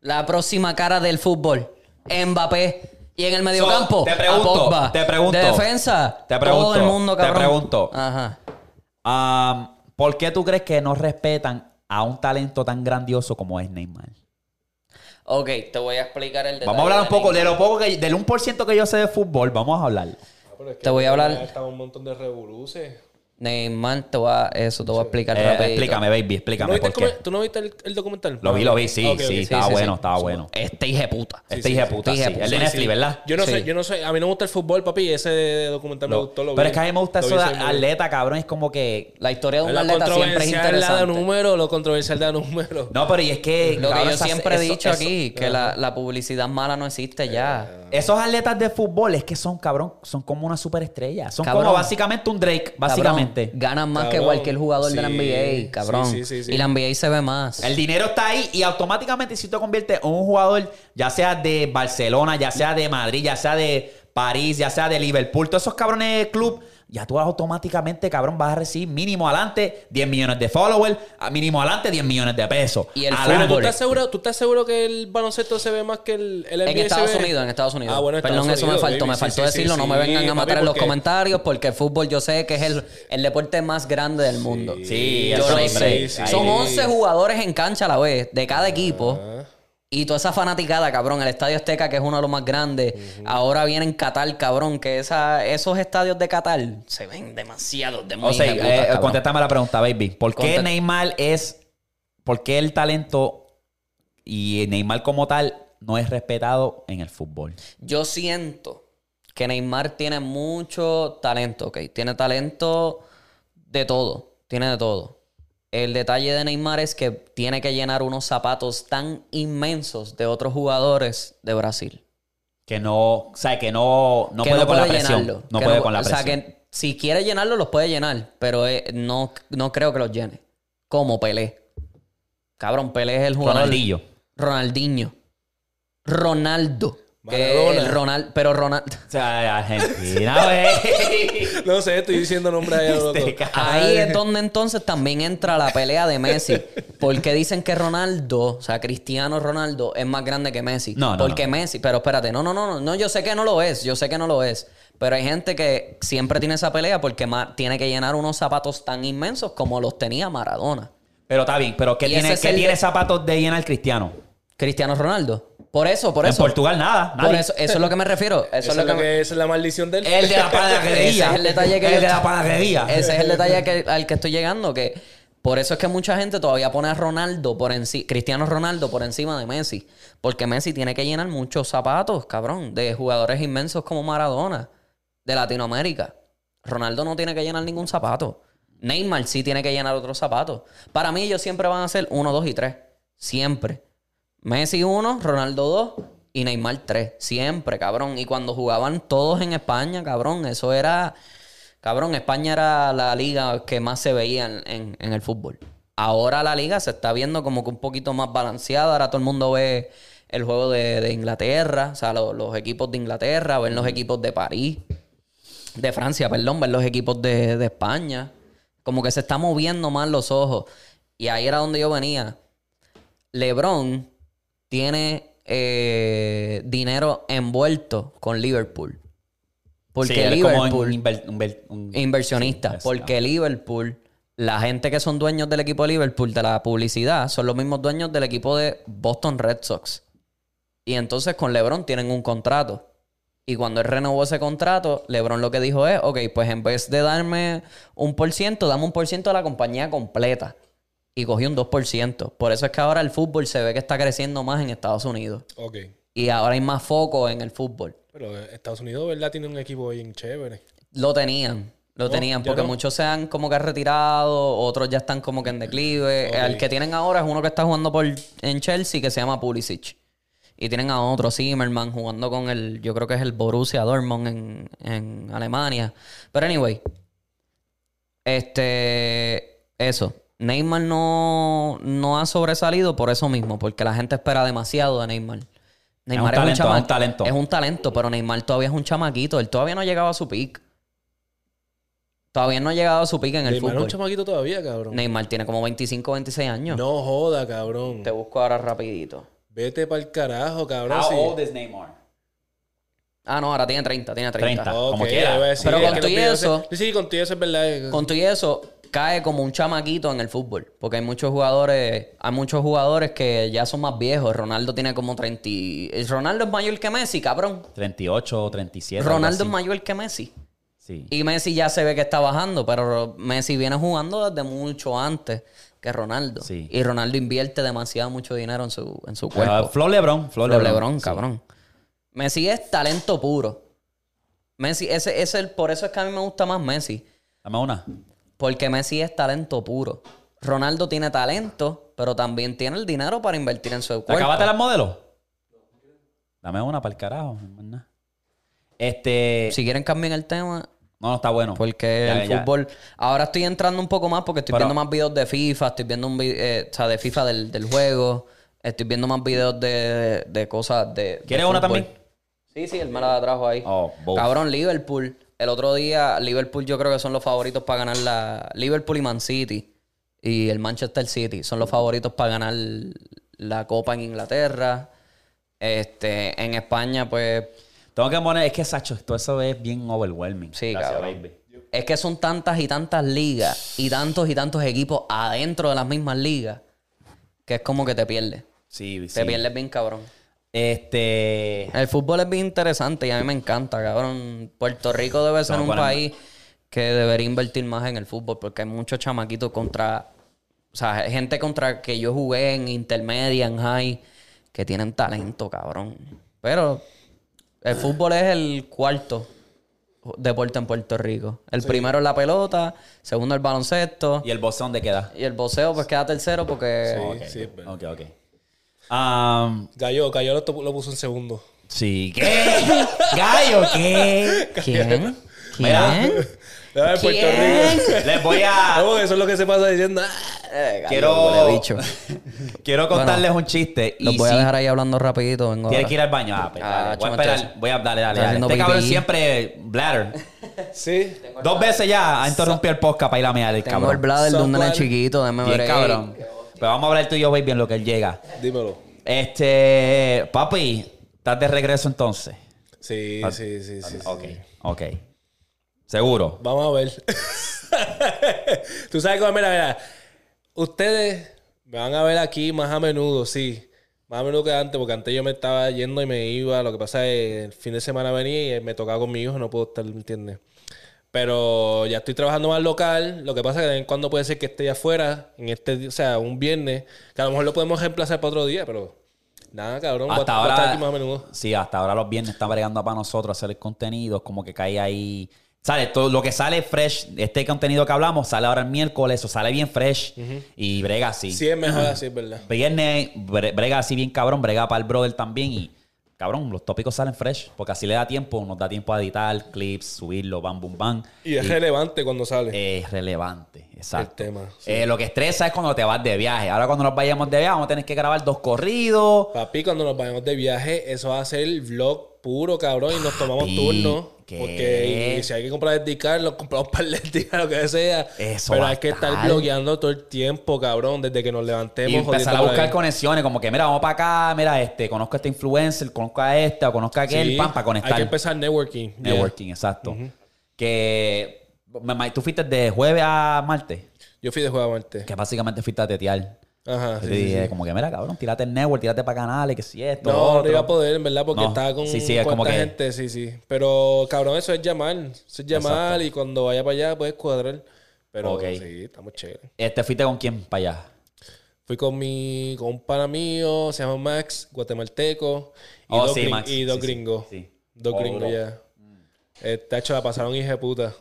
S2: La próxima cara del fútbol. Mbappé. Y en el mediocampo.
S1: te pregunto,
S2: a Pogba.
S1: te pregunto.
S2: De defensa.
S1: Te pregunto,
S2: Todo el mundo,
S1: te
S2: cabrón.
S1: pregunto.
S2: Ajá.
S1: Am, ¿Por qué tú crees que no respetan a un talento tan grandioso como es Neymar?
S2: Ok, te voy a explicar el detalle.
S1: Vamos a hablar un
S2: de
S1: poco
S2: Neymar.
S1: de lo poco que, del 1% que yo sé de fútbol, vamos a hablar.
S2: Te voy a hablar.
S3: Estaba un montón de revoluces.
S2: Neymar, te voy a, eso te voy a explicar
S1: Eh,
S2: rapidito.
S1: explícame, baby,
S3: ¿Tú no
S1: explícame
S3: viste,
S1: por
S3: el,
S1: qué.
S3: come- ¿tú no viste el, el documental?
S1: Lo vi, lo vi, sí,
S3: Ok, ok,
S1: sí,
S3: sí,
S1: estaba
S2: sí,
S1: bueno,
S2: sí.
S1: estaba bueno.
S2: Este hijo de puta.
S1: Este
S3: sí,
S1: hijo de
S3: sí.
S1: puta,
S2: Sí,
S1: sí.
S2: sí,
S1: El
S2: sí,
S1: de Netflix, ¿verdad?
S3: Yo no
S2: Sí.
S3: sé, yo no sé. A mí no me gusta el fútbol, papi, y ese documental me
S1: Lo-
S3: gustó. Lo
S1: pero
S3: vi.
S1: es que a mí me gusta
S3: Lo
S1: eso
S3: vi,
S1: de
S3: sí, me gustó.
S1: atleta, cabrón. Es como que.
S2: La historia de un
S3: La
S2: atleta siempre es
S3: controversial la de
S2: interesante.
S3: número, lo controversial de número.
S1: No, pero y es que.
S2: Lo que
S1: cabrón,
S2: yo
S1: esas-
S2: siempre he
S1: eso-
S2: dicho
S1: eso- Eh,
S2: aquí, que la, la publicidad mala no existe ya.
S1: Esos atletas de fútbol es que son, cabrón, son como una superestrella. Son
S2: Cabrón.
S1: como básicamente un Drake, básicamente.
S2: Cabrón, ganan más que
S3: Cabrón,
S2: cualquier jugador de la
S3: sí,
S2: NBA, cabrón.
S3: sí, sí, sí.
S2: Y la NBA se ve más.
S1: El dinero está ahí y automáticamente si tú te conviertes en un jugador, ya sea de Barcelona, ya sea de Madrid, ya sea de París, ya sea de Liverpool, todos esos cabrones de club, ya tú automáticamente, cabrón, vas a recibir mínimo adelante 10 millones de followers, a mínimo adelante 10 millones de pesos.
S2: Y el
S1: Adelante.
S3: Pero ¿tú
S2: fútbol.
S3: estás, seguro, ¿tú estás seguro que el baloncesto se ve más que el, el NBA?
S2: En
S3: se
S2: Estados
S3: ve?
S2: Unidos, en Estados Unidos.
S3: Ah, bueno,
S2: Perdón,
S3: Estados
S2: eso me
S3: Unidos,
S2: faltó,
S3: baby.
S2: me
S3: Sí,
S2: faltó
S3: sí, sí,
S2: decirlo. no me
S3: sí,
S2: vengan a
S3: papi,
S2: matar en los
S3: porque-
S2: comentarios porque el fútbol yo sé que es el, el deporte más grande del mundo.
S1: Sí, Ah.
S2: yo
S1: eso
S2: lo
S1: es
S2: sé.
S1: hombre.
S3: sí,
S1: Ahí.
S2: Son
S3: sí.
S2: 11 jugadores en cancha a la vez de cada equipo. Y toda esa fanaticada, cabrón, el Estadio Azteca, que es uno de los más grandes. Ahora viene en Qatar, cabrón, que esa, esos estadios de Qatar se ven demasiados de muy
S1: O sea,
S2: hijeputas,
S1: eh,
S2: cabrón.
S1: contéstame la pregunta, baby. ¿Por qué
S2: Conté-
S1: Neymar es, por qué el talento y Neymar como tal no es respetado en el fútbol?
S2: Yo siento que Neymar tiene mucho talento, ¿ok? Tiene talento de todo, tiene de todo. El detalle de Neymar es que tiene que llenar unos zapatos tan inmensos de otros jugadores de Brasil.
S1: Que no, o sea, que no, no
S2: que
S1: puede con la presión.
S2: llenarlo,
S1: No
S2: que
S1: puede con la
S2: o sea,
S1: presión.
S2: que si quiere llenarlo, los puede llenar, pero eh, no, no creo que los llene. Como Pelé. Cabrón, Pelé es el jugador...
S1: Ronaldillo.
S2: Ronaldinho. Ronaldo. Que
S3: Maradona.
S2: el Ronald, pero Ronald...
S1: O sea, Argentina, güey.
S3: No sé, estoy diciendo nombres ahí a lo
S1: Este
S3: loco.
S1: ca-
S2: Ahí es donde entonces también entra la pelea de Messi. Porque dicen que Ronaldo, o sea, Cristiano Ronaldo es más grande que Messi.
S1: No, no,
S2: Porque Messi, pero espérate, no, no, no, no, no, yo sé que no lo es, yo sé que no lo es. Pero hay gente que siempre tiene esa pelea porque ma- tiene que llenar unos zapatos tan inmensos como los tenía Maradona.
S1: Pero está bien, pero ¿qué
S2: Y
S1: tiene,
S2: ese es
S1: qué
S2: el
S1: tiene
S2: de-
S1: zapatos de llenar cristiano?
S2: Cristiano Ronaldo. Por eso, por
S1: en
S2: eso.
S1: Portugal nada.
S2: por
S1: nadie.
S2: eso, eso es lo que me Eh. refiero. Eso,
S3: Eso es lo que esa es la maldición del...
S1: El de la panadería.
S2: Ese es el detalle que
S1: El
S2: yo-
S1: de la panadería.
S2: Ese es el detalle que- al que estoy llegando, que Por eso es que mucha gente todavía pone a Ronaldo por encima, Cristiano Ronaldo por encima de Messi. Porque Messi tiene que llenar muchos zapatos, cabrón, de jugadores inmensos como Maradona, de Latinoamérica. Ronaldo no tiene que llenar ningún zapato. Neymar sí tiene que llenar otros zapatos. Para mí, ellos siempre van a ser 1, 2 y 3. Siempre. Messi 1, Ronaldo 2 y Neymar 3. Siempre, cabrón. Y cuando jugaban todos en España, cabrón, eso era. Cabrón, España era la liga que más se veía en, en- en el fútbol. Ahora la liga se está viendo como que un poquito más balanceada. Ahora todo el mundo ve el juego de, de Inglaterra, o sea, lo- los equipos de Inglaterra, ven los equipos de París de Francia, perdón, ver los equipos de, de España. Como que se está moviendo más los ojos. Y ahí era donde yo venía. LeBron tiene eh, dinero envuelto con Liverpool. Porque
S1: Sí, él es como
S2: Liverpool,
S1: un inver- un ver- un-
S2: e inversionista,
S1: Sí, es-
S2: porque Liverpool, la gente que son dueños del equipo de Liverpool, de la publicidad, son los mismos dueños del equipo de Boston Red Sox. Y entonces con LeBron tienen un contrato. Y cuando él renovó ese contrato, LeBron lo que dijo es, ok, pues en vez de darme un por ciento, dame un por ciento a la compañía completa. Y cogió un 2%. Por eso es que ahora el fútbol se ve que está creciendo más en Estados Unidos.
S3: Ok.
S2: Y ahora hay más foco en el fútbol.
S3: Pero Estados Unidos, ¿verdad? Tiene un equipo bien chévere.
S2: Lo tenían.
S1: Oh,
S2: Lo tenían,
S3: ya
S2: porque
S3: no.
S2: muchos se han como que retirado, otros ya están como que en declive. El que tienen ahora es uno que está jugando por en Chelsea que se llama Pulisic. Y tienen a otro Zimmerman jugando con el, yo creo que es el Borussia Dortmund en, en Alemania. Pero anyway, este, eso. Neymar no, no ha sobresalido por eso mismo, porque la gente espera demasiado de Neymar. Neymar
S1: talento, es un
S2: chama-
S1: talento.
S2: Es un talento, pero Neymar todavía es un chamaquito. Él todavía no ha llegado a su pick. Todavía no ha llegado a su pick en el
S3: Neymar es un
S2: fútbol.
S3: chamaquito todavía, cabrón.
S2: Neymar tiene como 25, 26 años.
S3: No joda, cabrón.
S2: Te Ah, busco ahora rapidito.
S3: Vete para el carajo, cabrón.
S1: How
S3: sí.
S2: oh,
S1: old is Neymar?
S2: Ah, no, ahora tiene 30, tiene 30.
S1: 30.
S3: Ok,
S1: Como quiera.
S3: le voy a decir
S2: Pero
S3: que
S2: con
S3: los
S2: todo y
S3: videos-
S2: eso-
S3: Sí, sí, con todo y eso es verdad.
S2: Con todo y eso, cae como un chamaquito en el fútbol. Porque hay muchos jugadores, hay muchos jugadores que ya son más viejos. Ronaldo tiene como 30. y- eh, Ronaldo es mayor que Messi, cabrón.
S1: 38 o 37. algo
S2: Ronaldo es
S1: así.
S2: mayor que Messi.
S1: Sí. Eh,
S2: Y Messi ya se ve que está bajando, pero Messi viene jugando desde mucho antes que Ronaldo.
S1: Sí.
S2: Y Ronaldo invierte demasiado mucho dinero en su, en su cuerpo.
S1: Pero, Flo Lebron. Flo
S2: Pero
S1: Lebron,
S2: LeBron,
S1: sí.
S2: cabrón. Messi es talento puro. Messi, ese, ese, el- por eso es que a mí me gusta más Messi.
S1: Dame una.
S2: Porque Messi es talento puro. Ronaldo tiene talento, pero también tiene el dinero para invertir en su
S1: ¿Te
S2: cuerpo.
S1: acabaste las modelos? Dame una para el carajo. no es nada. Este.
S2: Si quieren cambiar el tema,
S1: No, no, está bueno.
S2: porque
S1: Ya,
S2: el
S1: ya.
S2: fútbol... Ahora estoy entrando un poco más porque estoy
S1: Pero-
S2: viendo más videos de FIFA, estoy viendo un vi- eh, o sea, de FIFA del, del juego, estoy viendo más videos de, de cosas de... de
S1: ¿Quieres una
S2: fútbol.
S1: también?
S2: Sí, sí, él me la trajo ahí.
S1: Oh, both.
S2: Cabrón, Liverpool. El otro día, Liverpool yo creo que son los favoritos para ganar la. Liverpool y Man City. Y el Manchester City son los favoritos para ganar la Copa en Inglaterra. Este, en España, pues.
S1: Tengo que poner. Es que, Sacho, todo eso es bien overwhelming.
S2: Sí,
S1: Gracias,
S2: cabrón.
S1: baby.
S2: Es que son tantas y tantas ligas y tantos y tantos equipos adentro de las mismas ligas que es como que te pierdes.
S1: Sí, sí.
S2: Te pierdes bien, cabrón.
S1: Este.
S2: El fútbol es bien interesante y a mí me encanta, cabrón. Puerto Rico debe ser
S1: No,
S2: un
S1: para-
S2: país que debería invertir más en el fútbol porque hay muchos chamaquitos contra... O sea, gente contra que yo jugué en intermedia, en high, que tienen talento, cabrón. Pero el fútbol es el cuarto deporte en Puerto Rico. El primero es la pelota, segundo el baloncesto
S1: ¿Y el bosón dónde queda?
S2: y el boxeo pues queda tercero porque...
S3: Sí,
S1: Ok,
S3: sí, es verdad.
S1: ok, ok. Am,
S3: Gallo, Gallo lo, to- lo puso en segundo.
S1: sí, ¿qué? ¿Gallo qué?
S2: ¿Quién? ¿Quién?
S1: Mira.
S3: Ah, en Puerto
S2: ¿Quién?
S3: Rico.
S1: Les voy a...
S3: Vamos, eso es lo que se pasa diciendo. ah.
S2: Eh,
S1: Quiero-
S2: huele bicho.
S1: Quiero contarles un chiste. Y
S2: Los voy a
S1: sí,
S2: dejar ahí hablando rapidito. Vengo
S1: Tienes
S2: ahora.
S1: que ir al baño. Ah, pues, dale.
S2: Ah,
S1: voy a
S2: chumate
S1: esperar.
S2: eso.
S1: Voy a... Dale, dale,
S2: Está
S1: dale.
S2: haciendo
S1: Este cabrón
S2: pipí.
S1: siempre... Bladder.
S3: Sí.
S1: Dos veces ya ha interrumpido el podcast para ir a mear el
S2: Tengo el
S1: cabrón.
S2: bladder de un nene
S3: Software.
S2: chiquito, déjame
S1: Bien
S2: break.
S1: cabrón. Pero vamos a hablar tú y yo, baby, en lo que él llega.
S3: Dímelo.
S1: Este... Papi, ¿estás de regreso entonces?
S3: Sí,
S2: Ah,
S3: sí, sí, sí. sí.
S1: ok, ok. Seguro.
S3: Vamos a ver. Tú sabes cómo, mira, mira. Ustedes me van a ver aquí más a menudo, sí. Más a menudo que antes, porque antes yo me estaba yendo y me iba. Lo que pasa es el fin de semana venía y me tocaba con mi hijo, no puedo estar, ¿me entiendes? Pero ya estoy trabajando más local. Lo que pasa es que de vez en cuando puede ser que esté afuera, en este, di- o sea, un viernes, que a lo mejor lo podemos reemplazar para otro día, pero nada, cabrón. voy a-
S1: Hasta
S3: voy a estar
S1: ahora,
S3: aquí más a menudo.
S1: sí, hasta ahora los viernes está bregando para nosotros hacer el contenido, como que cae ahí. Sale todo lo que sale fresh, este contenido que hablamos, sale ahora el miércoles, o sale bien fresh y brega así.
S3: Sí, es mejor así, es verdad.
S1: Viernes bre- brega así bien cabrón, brega para el brother también y cabrón, los tópicos salen fresh porque así le da tiempo, nos da tiempo a editar clips, subirlo, bam, bum, bam.
S3: Y es relevante cuando sale.
S1: Es relevante, exacto.
S3: El tema, sí.
S1: Eh, lo que estresa es cuando te vas de viaje. Ahora cuando nos vayamos de viaje vamos a tener que grabar dos corridos.
S3: Papi, cuando nos vayamos de viaje, eso va a ser el vlog puro, cabrón, y nos tomamos
S1: Papi,
S3: turnos.
S1: ¿qué?
S3: Porque y si hay que comprar el discar, lo compramos para el discar, lo que sea.
S1: Eso
S3: Pero
S1: va a
S3: hay que estar
S1: estar.
S3: blogueando todo el tiempo, cabrón, desde que nos levantemos.
S1: Y empezar
S3: jodiendo
S1: a
S3: por
S1: buscar
S3: ahí.
S1: conexiones, como que mira, vamos para acá, mira, este, conozco a este influencer, conozco a este, o conozco a aquel,
S3: Sí,
S1: pam, para conectar.
S3: Hay que empezar networking. yeah.
S1: Networking, exacto. Que, mamá, tú fuiste de jueves a martes,
S3: Yo fui de juego a Marte.
S1: que básicamente fuiste a tetear.
S3: Ajá.
S1: Yo
S3: sí,
S1: te
S3: sí,
S1: dije,
S3: sí.
S1: como que mira, cabrón, tírate el network, tírate para canales, que si esto, lo
S3: No, no
S1: otro.
S3: iba a poder, en verdad, porque
S1: No,
S3: estaba con,
S1: sí, sí, es
S3: con
S1: como
S3: esta
S1: que-
S3: gente, sí, sí. Pero, cabrón, eso es llamar. Eso es llamar y cuando vaya para allá puedes cuadrar. Pero
S1: Ok.
S3: sí, estamos chéveres.
S1: Este, fuiste con quién para allá.
S3: Fui con mi, con un pana mío, se llama Max, guatemalteco. Y
S1: Oh,
S3: dos,
S1: sí,
S3: gring-
S1: Max.
S3: y dos
S1: Sí, sí,
S3: gringos.
S1: sí.
S3: Dos
S1: Oh,
S3: gringos
S1: bro.
S3: ya. Eh, tacho, la pasaron hija de puta.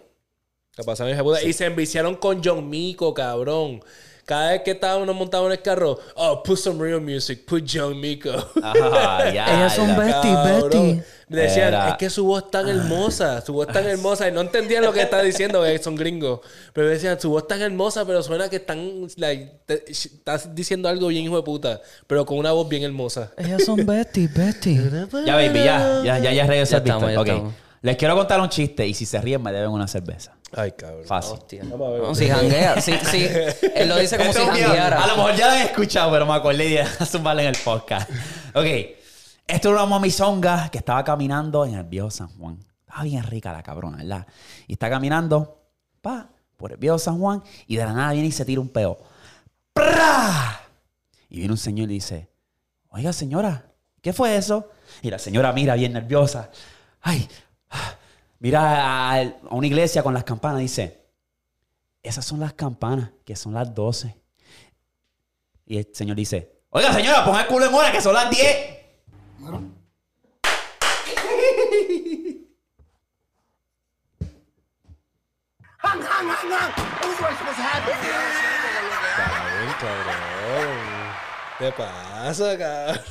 S3: La pasaron hija de puta. Y se enviciaron con John Mico, cabrón. Cada vez que estábamos montados en el carro, oh, put some real music, put John Mico.
S1: Ajá, ya,
S2: Ellas son
S1: ya.
S2: best- Betty,
S3: Cabrón.
S2: Betty.
S3: Me decían,
S1: Era-
S3: es que su voz tan hermosa, su voz tan hermosa. Y no entendían lo que estaba diciendo, eh, son gringos. Pero me decían, su voz tan hermosa, pero suena que están, like, te- sh- estás diciendo algo bien hijo de puta, pero con una voz bien hermosa.
S2: Ellas son Betty, Betty.
S1: Ya, baby, ya, ya, ya, ya regresó
S2: Ya
S1: el Víctor.
S2: estamos, ya
S1: Ok.
S2: estamos.
S1: Les quiero contar un chiste y si se ríen me deben una cerveza.
S3: Ay, cabrón.
S1: Fácil.
S3: Vamos a ver.
S2: No, si janguea. Sí, sí. Él lo dice como si
S1: Esto es mío. A lo
S2: jangueara.
S1: mejor ya lo han escuchado, pero me acordé de zumbarle en el podcast. Ok. Esto era una mamizonga que estaba caminando en el viejo San Juan. Estaba bien rica la cabrona, ¿verdad? Y está caminando, pa, por el viejo San Juan y de la nada viene y se tira un peo. ¡Pra! Y viene un señor y le dice, oiga señora, ¿qué fue eso? Y la señora mira bien nerviosa. Ay, ah, mira a, a una iglesia con las campanas y dice, esas son las campanas, que son las 12. Y el señor dice, oiga señora, ponga el culo en hora, que son las 10.
S3: Cabrón, cabrón. ¿Qué pasa, cabrón?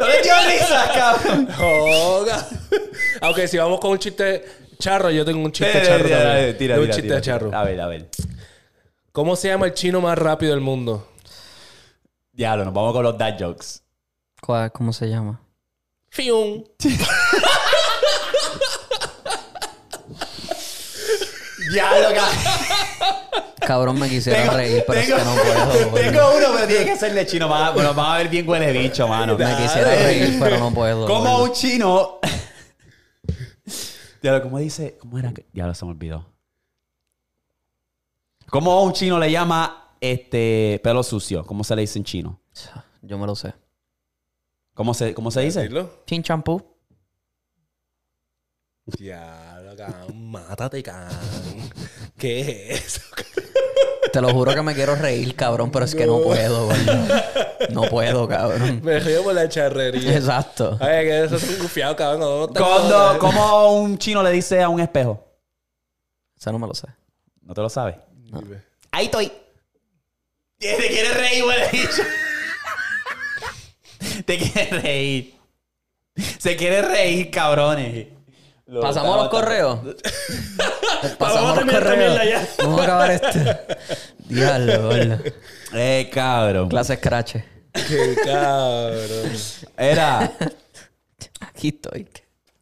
S1: No le dio risa, cabrón.
S3: Oh, cabrón. Aunque si vamos con un chiste charro, yo tengo un chiste charro también. Tengo un chiste charro.
S1: A ver, a ver.
S3: ¿Cómo se llama el chino más rápido del mundo?
S1: Diablo, nos vamos con los dad jokes.
S2: ¿Cuál- ¿Cómo se llama?
S3: Fium.
S1: Diablo, cabrón.
S2: Cabrón, me quisiera reír, pero es que no puedo. güey.
S1: tengo uno, pero tiene que ser de chino. Más, bueno, vamos a ver bien huele bicho, mano.
S2: Me quisiera reír, pero no puedo.
S1: Como
S2: güey.
S1: un chino. Diablo, ¿cómo dice? ¿Cómo era? que- Diablo, se me olvidó. ¿Cómo a un chino le llama este pelo sucio? ¿Cómo se le dice en chino?
S2: Yo me lo sé.
S1: ¿Cómo se, cómo se dice?
S3: Dilo.
S2: Chin champú.
S3: Diablo, cabrón. Mátate, cabrón. ¿Qué es eso?
S2: Te lo juro que me quiero reír, cabrón, pero es que no puedo, güey. No puedo, cabrón.
S3: Me río por la charrería.
S2: Exacto.
S3: Ay, que eso es un gufiado, cabrón. No, no te
S1: Cuando,
S3: jodas.
S1: ¿Cómo un chino le dice a un espejo?
S2: Eso no me lo sé.
S1: ¿No te lo sabes?
S3: Dime.
S1: Ahí estoy. Te te quieres reír, huele bicho. Te quieres reír. Se quiere reír, cabrones. Lo-
S2: ¿Pasamos a los
S1: estamos-
S2: correos?
S3: Vamos a
S2: Pasamos a los
S3: terminar
S2: correos.
S3: esta mierda ya.
S2: Vamos a grabar este. Diablo, güey.
S1: Eh, cabrón.
S2: Clase scratch.
S3: Qué cabrón.
S1: Era.
S2: Aquí estoy.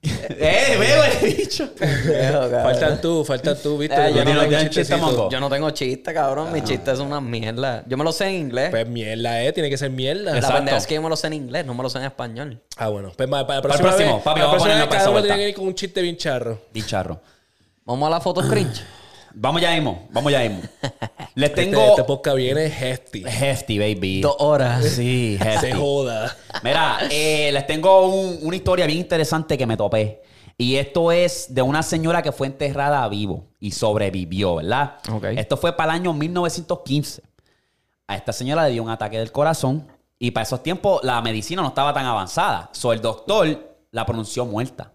S1: ¡Eh, veo el bicho!
S3: Falta tú, falta tú, viste.
S2: Eh, yo no
S3: tengo
S1: tengo
S3: un
S1: chiste,
S3: chistecito.
S1: mongo.
S2: Yo no tengo chiste, cabrón. Mis chistes son una mierda. Yo me lo sé en inglés.
S3: Pues mierda, eh. Tiene que ser mierda.
S2: la pendeja es que yo me lo sé en inglés, no me lo sé en español.
S3: Ah, bueno. Pues ma- para la
S1: Para el
S3: próxima
S1: próximo,
S3: vez-
S1: papi,
S3: para la
S1: vamos a
S3: próxima
S1: ponernos
S3: vez
S1: para
S3: cada
S1: esa
S3: uno
S1: vuelta.
S3: tiene que ir con un chiste bien charro.
S1: Bicharro.
S2: Vamos a la foto cringe.
S1: Vamos ya mismo, vamos ya mismo. Les
S3: Este-
S1: tengo.
S3: Este podcast viene hefty.
S1: Hefty, baby.
S2: Dos horas.
S1: Sí, hefty.
S3: Se joda.
S1: Mira, eh, les tengo un- una historia bien interesante que me topé. Y esto es de una señora que fue enterrada vivo y sobrevivió, ¿verdad?
S2: Ok.
S1: Esto fue para el año 1915. A esta señora le dio un ataque del corazón y para esos tiempos la medicina no estaba tan avanzada. So, el doctor la pronunció muerta.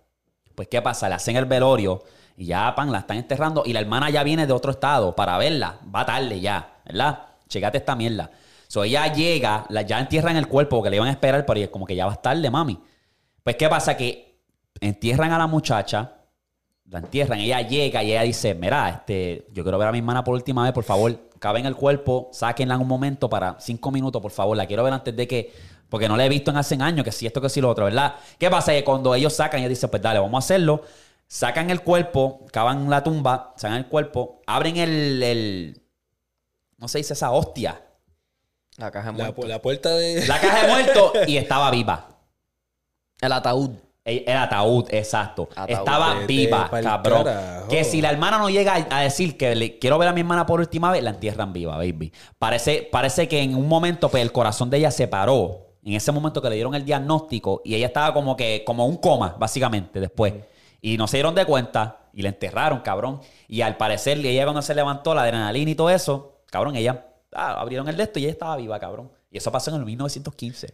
S1: Pues, ¿qué pasa? Le hacen el velorio y ya, pan, la están enterrando y la hermana ya viene de otro estado para verla. Va tarde ya, ¿verdad? Checate esta mierda. So, ella llega, la, ya entierran el cuerpo porque le iban a esperar, pero ella como que ya va tarde, mami. Pues, ¿qué pasa? Que entierran a la muchacha, la entierran, ella llega y ella dice, mira, este, yo quiero ver a mi hermana por última vez, por favor, caben el cuerpo, sáquenla en un momento para cinco minutos, por favor, la quiero ver antes de que, porque no la he visto en hace años, que si esto, que si lo otro, ¿verdad? ¿Qué pasa? Que cuando ellos sacan, ella dice, pues dale, vamos a hacerlo, sacan el cuerpo, cavan la tumba, sacan el cuerpo, abren el, el no se dice esa hostia,
S2: La caja
S3: La,
S2: muerta.
S3: pu- la puerta de.
S1: la caja de muertos y estaba viva.
S2: El ataúd.
S1: El, el ataúd, exacto.
S2: Ataúd.
S1: Estaba
S3: Vete
S1: viva,
S3: pa'l
S1: cabrón.
S3: carajo.
S1: Que si la hermana no llega a a decir que le quiero ver a mi hermana por última vez, la entierran viva, baby. Parece, parece que en un momento pues, el corazón de ella se paró. En ese momento que le dieron el diagnóstico y ella estaba como que, como un coma, básicamente, después. Y no se dieron de cuenta y la enterraron, cabrón. Y al parecer, ella cuando se levantó la adrenalina y todo eso, cabrón, ella ah, abrieron el de esto y ella estaba viva, cabrón. Y eso pasó en el 1915.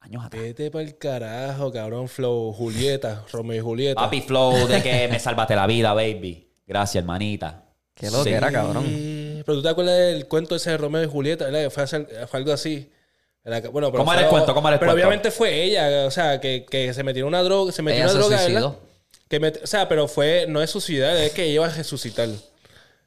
S1: Años atrás.
S3: Vete para el carajo, cabrón. Flow, Julieta, Romeo y Julieta.
S1: Papi Flow, de que me salvaste la vida, baby. Gracias, hermanita.
S2: Qué lo que era, cabrón.
S3: Mm, Pero tú te acuerdas del cuento ese de Romeo y Julieta, ¿verdad? Que Fue, hacer- fue algo así. Era que- bueno, pero
S1: ¿Cómo
S3: fue-
S1: era el cuento? ¿Cómo era el
S3: pero
S1: cuento?
S3: obviamente fue ella, o sea, que, que se metió una droga, se metió
S2: Ella
S3: una
S2: se
S3: droga,
S2: suicidó.
S3: ¿verdad? Que met- o sea, pero fue, no es suicidar, es que ella iba a resucitar.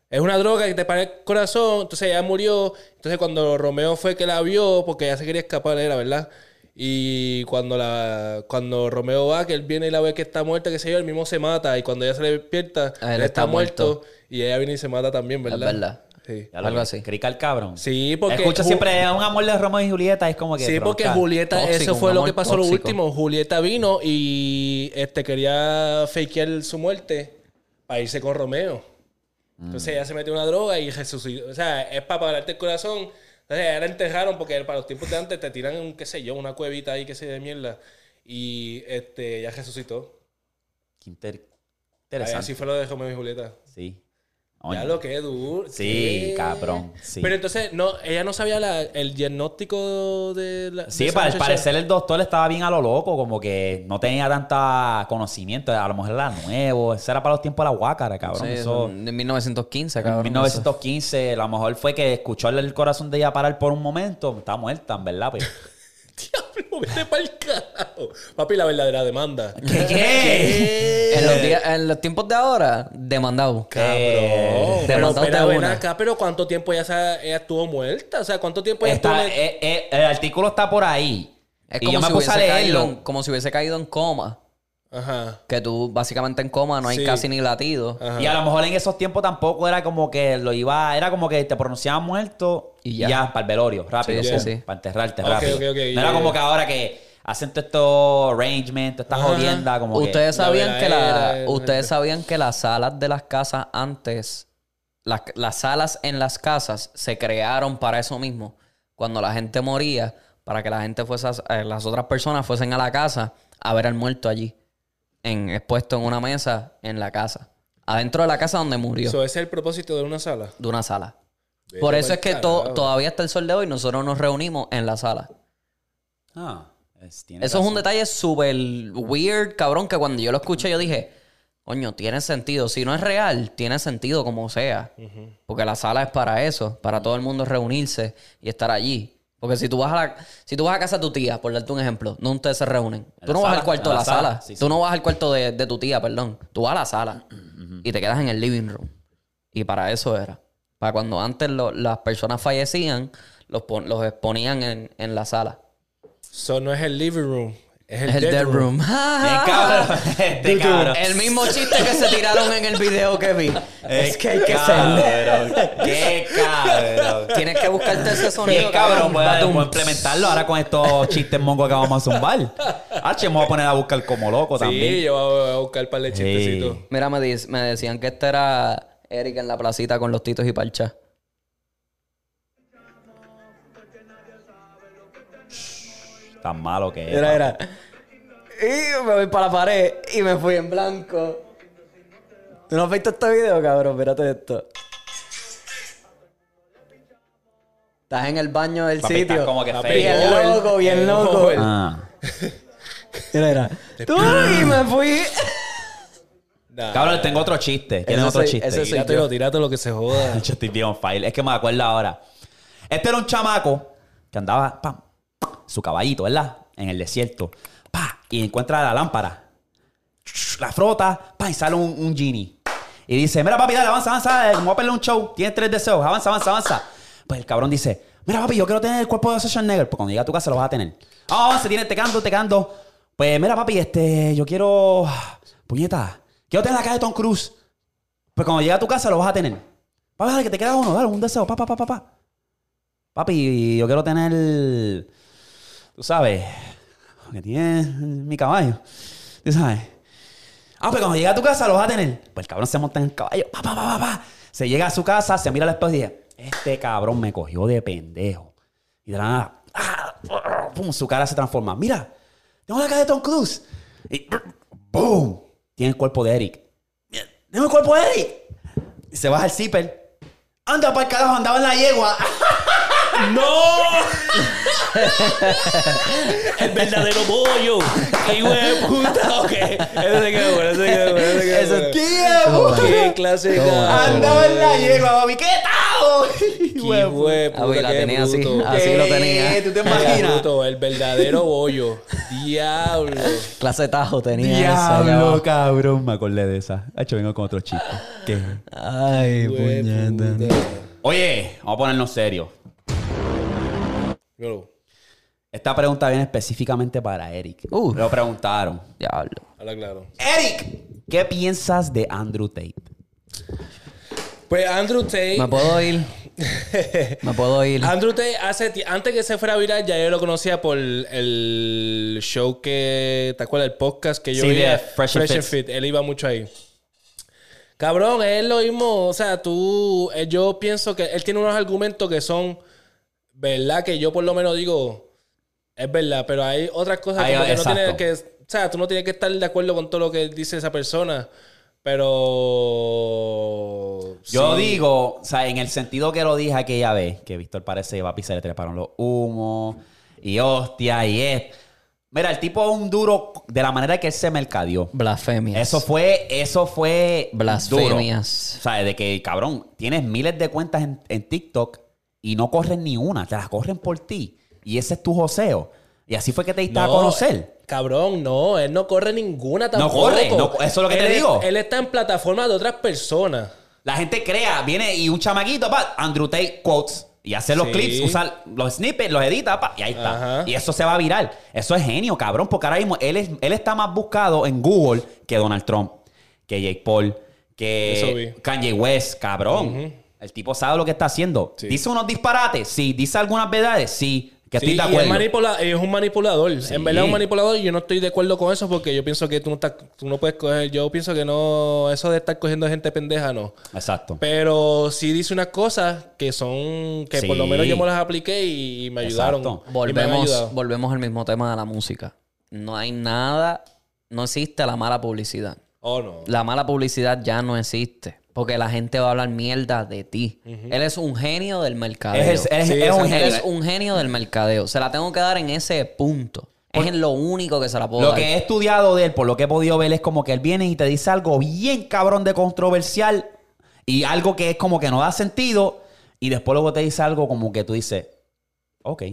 S3: Es una droga que te para el corazón, entonces ella murió. Entonces cuando Romeo fue que la vio, porque ella se quería escapar, era verdad. Y cuando la cuando Romeo va, que él viene y la ve que está muerta, que se yo, él mismo se mata. Y cuando ella se le despierta,
S2: Ah, él
S3: él, está,
S2: está
S3: muerto.
S2: muerto.
S3: Y ella viene y se mata también, ¿verdad?
S2: Es verdad.
S3: Sí.
S1: Ya lo
S2: Algo
S1: vi.
S2: así.
S1: Crica el cabrón.
S3: Sí, porque
S1: Escucho
S3: Ju-
S1: siempre un amor de Romeo y Julieta. Es como que.
S3: Sí, porque
S1: bronca.
S3: Julieta,
S2: Tóxico,
S3: eso fue
S2: un
S3: lo
S2: amor
S3: que pasó lo
S2: tóxico.
S3: último. Julieta vino y este quería fakear su muerte para irse con Romeo.
S2: Mm.
S3: Entonces ella se metió una droga y resucitó. O sea, es para pararte el corazón. Entonces ella la enterraron porque para los tiempos de antes te tiran, un, qué sé yo, una cuevita ahí, qué sé yo, de mierda. Y este, ella resucitó.
S1: Qué inter-
S3: Así
S1: Interesante.
S3: fue lo de Romeo y Julieta.
S1: Sí.
S3: Ya
S1: Oye.
S3: lo que duro.
S1: Sí,
S3: ¿Qué?
S1: cabrón, sí.
S3: Pero entonces, no, ella no sabía la- el diagnóstico de la. de
S1: Sí,
S3: esa
S1: para al
S3: muchacha.
S1: parecer el doctor estaba bien a lo loco, como que no tenía tanta conocimiento. A lo mejor era nuevo. Eso era para los tiempos de la guácara, cabrón.
S2: Sí,
S1: Eso-
S2: en 1915,
S1: En
S2: cabrón.
S1: 1915, a lo mejor fue que escuchó el corazón de ella parar por un momento. Está muerta, en verdad, pues.
S3: Diablo, vete para el carajo. Papi, la verdadera demanda.
S1: ¿Qué? ¿Qué?
S2: En los, días- en los tiempos de ahora, demandado.
S1: Eh,
S3: Cabrón. Pero,
S2: demandaste
S3: espera, ven
S2: una.
S3: acá, pero ¿cuánto tiempo ya esa- ella estuvo muerta? O sea, ¿cuánto tiempo ella estuvo
S1: Está-
S3: en-
S1: eh, eh, el artículo está por ahí.
S2: Es
S1: y
S2: como,
S1: yo me
S2: si
S1: puse a
S2: hubiese caído,
S1: leerlo.
S2: en- como si hubiese caído en coma.
S3: Ajá.
S2: Que tú, básicamente en coma, no hay
S3: Sí.
S2: casi ni latido.
S3: Ajá.
S1: Y a lo mejor en esos tiempos tampoco era como que lo iba, era como que te pronunciaban muerto
S2: Y
S1: y
S2: ya.
S1: ya, para el velorio, rápido,
S2: Sí,
S1: pum,
S2: sí, sí.
S1: para enterrarte
S3: Ok,
S1: rápido.
S3: ok, ok,
S1: no
S3: ya,
S1: era como
S3: ya.
S1: que ahora que hacen todos estos arrangements, todas
S3: Ajá.
S1: estas jodiendas, como
S2: Ustedes
S3: La
S2: sabían que la,
S3: veladera,
S2: ustedes sabían que las salas de las casas antes, las, las salas en las casas se crearon para eso mismo. Cuando la gente moría, para que la gente fuese, a- eh, las otras personas fuesen a la casa a ver al muerto allí, en, expuesto en una mesa en la casa, adentro de la casa donde murió,
S3: Eso es el propósito de una sala.
S2: de una sala.
S3: Vete
S2: Por
S3: pa'l
S2: eso es que to-
S3: carajo.
S2: todavía está el sol de hoy, nosotros nos reunimos en la sala.
S1: que. Ah, es- tiene
S2: Eso es un
S1: razón.
S2: detalle súper weird, cabrón, que cuando yo lo escuché yo dije, coño, tiene sentido. Si no es real, tiene sentido como sea. Porque la sala es para eso, para todo el mundo reunirse y estar allí. Porque si tú vas a la- si tú vas a casa de tu tía, por darte un ejemplo, no ustedes se reúnen.
S1: la
S2: Tú no vas
S1: sala,
S2: al
S1: en
S2: cuarto de la
S1: la
S2: sala.
S1: sala, sí,
S2: Tú
S1: sí.
S2: no vas al cuarto de, de tu tía, perdón. Tú vas a la sala y te quedas en el living room. Y para eso era. Para cuando antes lo- las personas fallecían, los, pon- los exponían en, en la sala.
S3: Eso no es el living room. Es el,
S2: Es el dead room. Ah.
S1: Eh, cabrón, este cabrón.
S2: El mismo chiste que se tiraron en el video que vi. Es que hay que hacerlo.
S1: Eh, cabrón. Qué cabrón.
S2: Tienes que buscarte ese
S1: Bien,
S2: sonido.
S1: Eh, cabrón, voy
S2: Va
S1: a,
S2: tum.
S1: voy a implementarlo ahora con estos chistes mongos que vamos a zumbar. Ah, che, me voy a poner a buscar como loco
S3: Sí,
S1: también.
S3: yo voy a buscar para el chistecito.
S1: Sí.
S2: Mira, me, dis- me decían que este era Eric en la placita con los titos y parchas.
S1: Tan malo que es.
S3: Era, era.
S2: Y me voy para la pared y me fui en blanco. ¿Tú no has visto este video, cabrón? Mírate esto. Estás en el baño del
S1: Papi, está
S2: sitio.
S1: como que feo.
S2: bien loco, bien loco.
S1: Ah.
S2: Mira, mira. Tú y me fui.
S3: Nah.
S1: Cabrón, les tengo otro chiste. Tienen
S2: Ese
S1: otro
S2: soy-
S1: chiste.
S2: ese soy
S3: Tíratelo,
S2: yo.
S3: tíratelo que se joda.
S1: Yo estoy bien on fire. Es que me acuerdo ahora. Este era un chamaco que andaba, pam, su caballito, ¿verdad? En el desierto. Pa, y encuentra la lámpara. La frota, pa, y sale un, un genie. Y dice, mira papi, dale, avanza, avanza. eh, Me voy a perder un show. Tienes tres deseos. Avanza, avanza, avanza. Pues el cabrón dice, mira papi, yo quiero tener el cuerpo de Schwarzenegger. Pues cuando llegue a tu casa lo vas a tener. Ah, avanza, tiene, te canto, te canto. Pues mira papi, este, yo quiero... Puñeta, quiero tener la cara de Tom Cruise. Pues cuando llegue a tu casa lo vas a tener. Papi, dale, que te queda uno, dale, un deseo, papá, papá, papá. Papi, yo quiero tener. Tú sabes. lo Que tiene mi caballo. Tú sabes. Ah, pues cuando llegue a tu casa lo vas a tener. Pues el cabrón se monta en el caballo. Pa, pa, pa, pa, pa. Se llega a su casa, se mira al espejo y dice: Este cabrón me cogió de pendejo. Y de la nada. ah, ah, pum, su cara se transforma. Mira, tengo la cara de Tom Cruise. Y. ¡Boom! Tiene el cuerpo de Eric. Tengo el cuerpo de Eric. Y se baja el zipper. Anda para el carajo, andaba en la yegua.
S3: ¡No! el verdadero pollo. ¡Qué hijo de puta! Ok. Ese se quedó bueno, ese se quedó bueno. ese se quedó
S1: Eso
S3: bueno.
S1: es tiempo.
S3: ¡Qué clásica!
S1: Andaba en la yegua, papi. ¿Qué tal?
S3: ¡Qué hijo de puta,
S2: Ah, güey, la
S3: qué
S2: tenía así,
S3: bruto.
S2: así
S3: Qué
S2: lo tenía.
S1: ¿Tú te
S3: Qué
S1: imaginas?
S3: bruto, el verdadero bollo. Diablo.
S2: Clase de tajo tenía esa. ya
S1: Diablo,
S2: va.
S1: cabrón. Me acordé de esa. Ha hecho, vengo con otro chico.
S2: Ay,
S3: Hijo de
S2: puñeta.
S3: puta.
S1: Oye, vamos a ponernos serios.
S3: Yo,
S1: Esta pregunta viene específicamente para Eric.
S2: Uh.
S1: Lo preguntaron.
S2: Diablo.
S3: habla claro.
S1: Eric, ¿qué piensas de Andrew Tate?
S3: Pues Andrew Tate.
S2: Me puedo ir. Me puedo ir.
S1: Ah,
S3: Andrew Tate hace ti- antes que se fuera viral ya yo lo conocía por el show que te acuerdas el podcast que yo
S1: Sí, de
S3: veía
S1: Fresh and Fit.
S3: él iba mucho ahí. Cabrón, es lo mismo, o sea, tú eh, yo pienso que él tiene unos argumentos que son verdad que yo por lo menos digo es verdad, pero hay otras cosas
S1: Hay-
S3: como que no
S1: exacto.
S3: tienes que, o sea, tú no tienes que estar de acuerdo con todo lo que dice esa persona, pero
S1: Yo
S3: sí.
S1: digo, o sea, en el sentido que lo dije aquella vez, que Víctor parece que papi se le treparon los humos, y hostia, y es. Mira, el tipo es un duro de la manera que él se mercadeó.
S2: Blasfemias.
S1: Eso fue, eso fue. duro.
S2: Blasfemias.
S1: O sea, de que, cabrón, tienes miles de cuentas en, en TikTok y no corren ni una, te las corren por ti. Y ese es tu joseo. Y así fue que te diste a conocer.
S3: eh, Cabrón, no, él no corre ninguna tampoco.
S1: corre, no- eso es lo que te
S3: Él
S1: digo.
S3: Él está en plataformas de otras personas.
S1: La gente crea, viene y un chamaquito, pa, Andrew Tate quotes y hace los
S3: Sí.
S1: clips, usa los snippets, los edita, pa, y ahí está.
S3: Ajá.
S1: Y eso se va a viral. Eso es genio, cabrón, porque ahora mismo él, es, él está más buscado en Google que Donald Trump, que Jake Paul,
S3: Eso vi.
S1: que Kanye West, cabrón. El tipo sabe lo que está haciendo.
S3: Sí.
S1: Dice unos disparates, sí. Dice algunas verdades, sí. Que
S3: Sí,
S1: estoy de
S3: y es,
S1: acuerdo.
S3: manipula- es un manipulador. En verdad es un manipulador y yo no estoy de acuerdo con eso porque yo pienso que tú no, estás- tú no puedes coger. Yo pienso que no. Eso de estar cogiendo gente pendeja, no.
S1: Exacto.
S3: Pero sí dice unas cosas que son. que por lo
S1: Sí.
S3: menos yo me las apliqué y, y me ayudaron.
S1: Exacto.
S3: Y me han ayudado.
S2: Volvemos, volvemos al mismo tema de la música. No hay nada, no existe la mala publicidad.
S3: Oh, no.
S2: La mala publicidad ya no existe. Porque la gente va a hablar mierda de ti. Él es un genio del mercadeo.
S1: Es, el- es-
S3: Sí,
S1: es un
S3: exacto.
S1: genio.
S2: Él es un genio del mercadeo. Se la tengo que dar en ese punto. Es en lo único que se la puedo
S1: Lo
S2: dar.
S1: que he estudiado de él, por lo que he podido ver, es como que él viene y te dice algo bien cabrón de controversial y algo que es como que no da sentido y después luego te dice algo como que tú dices, ok,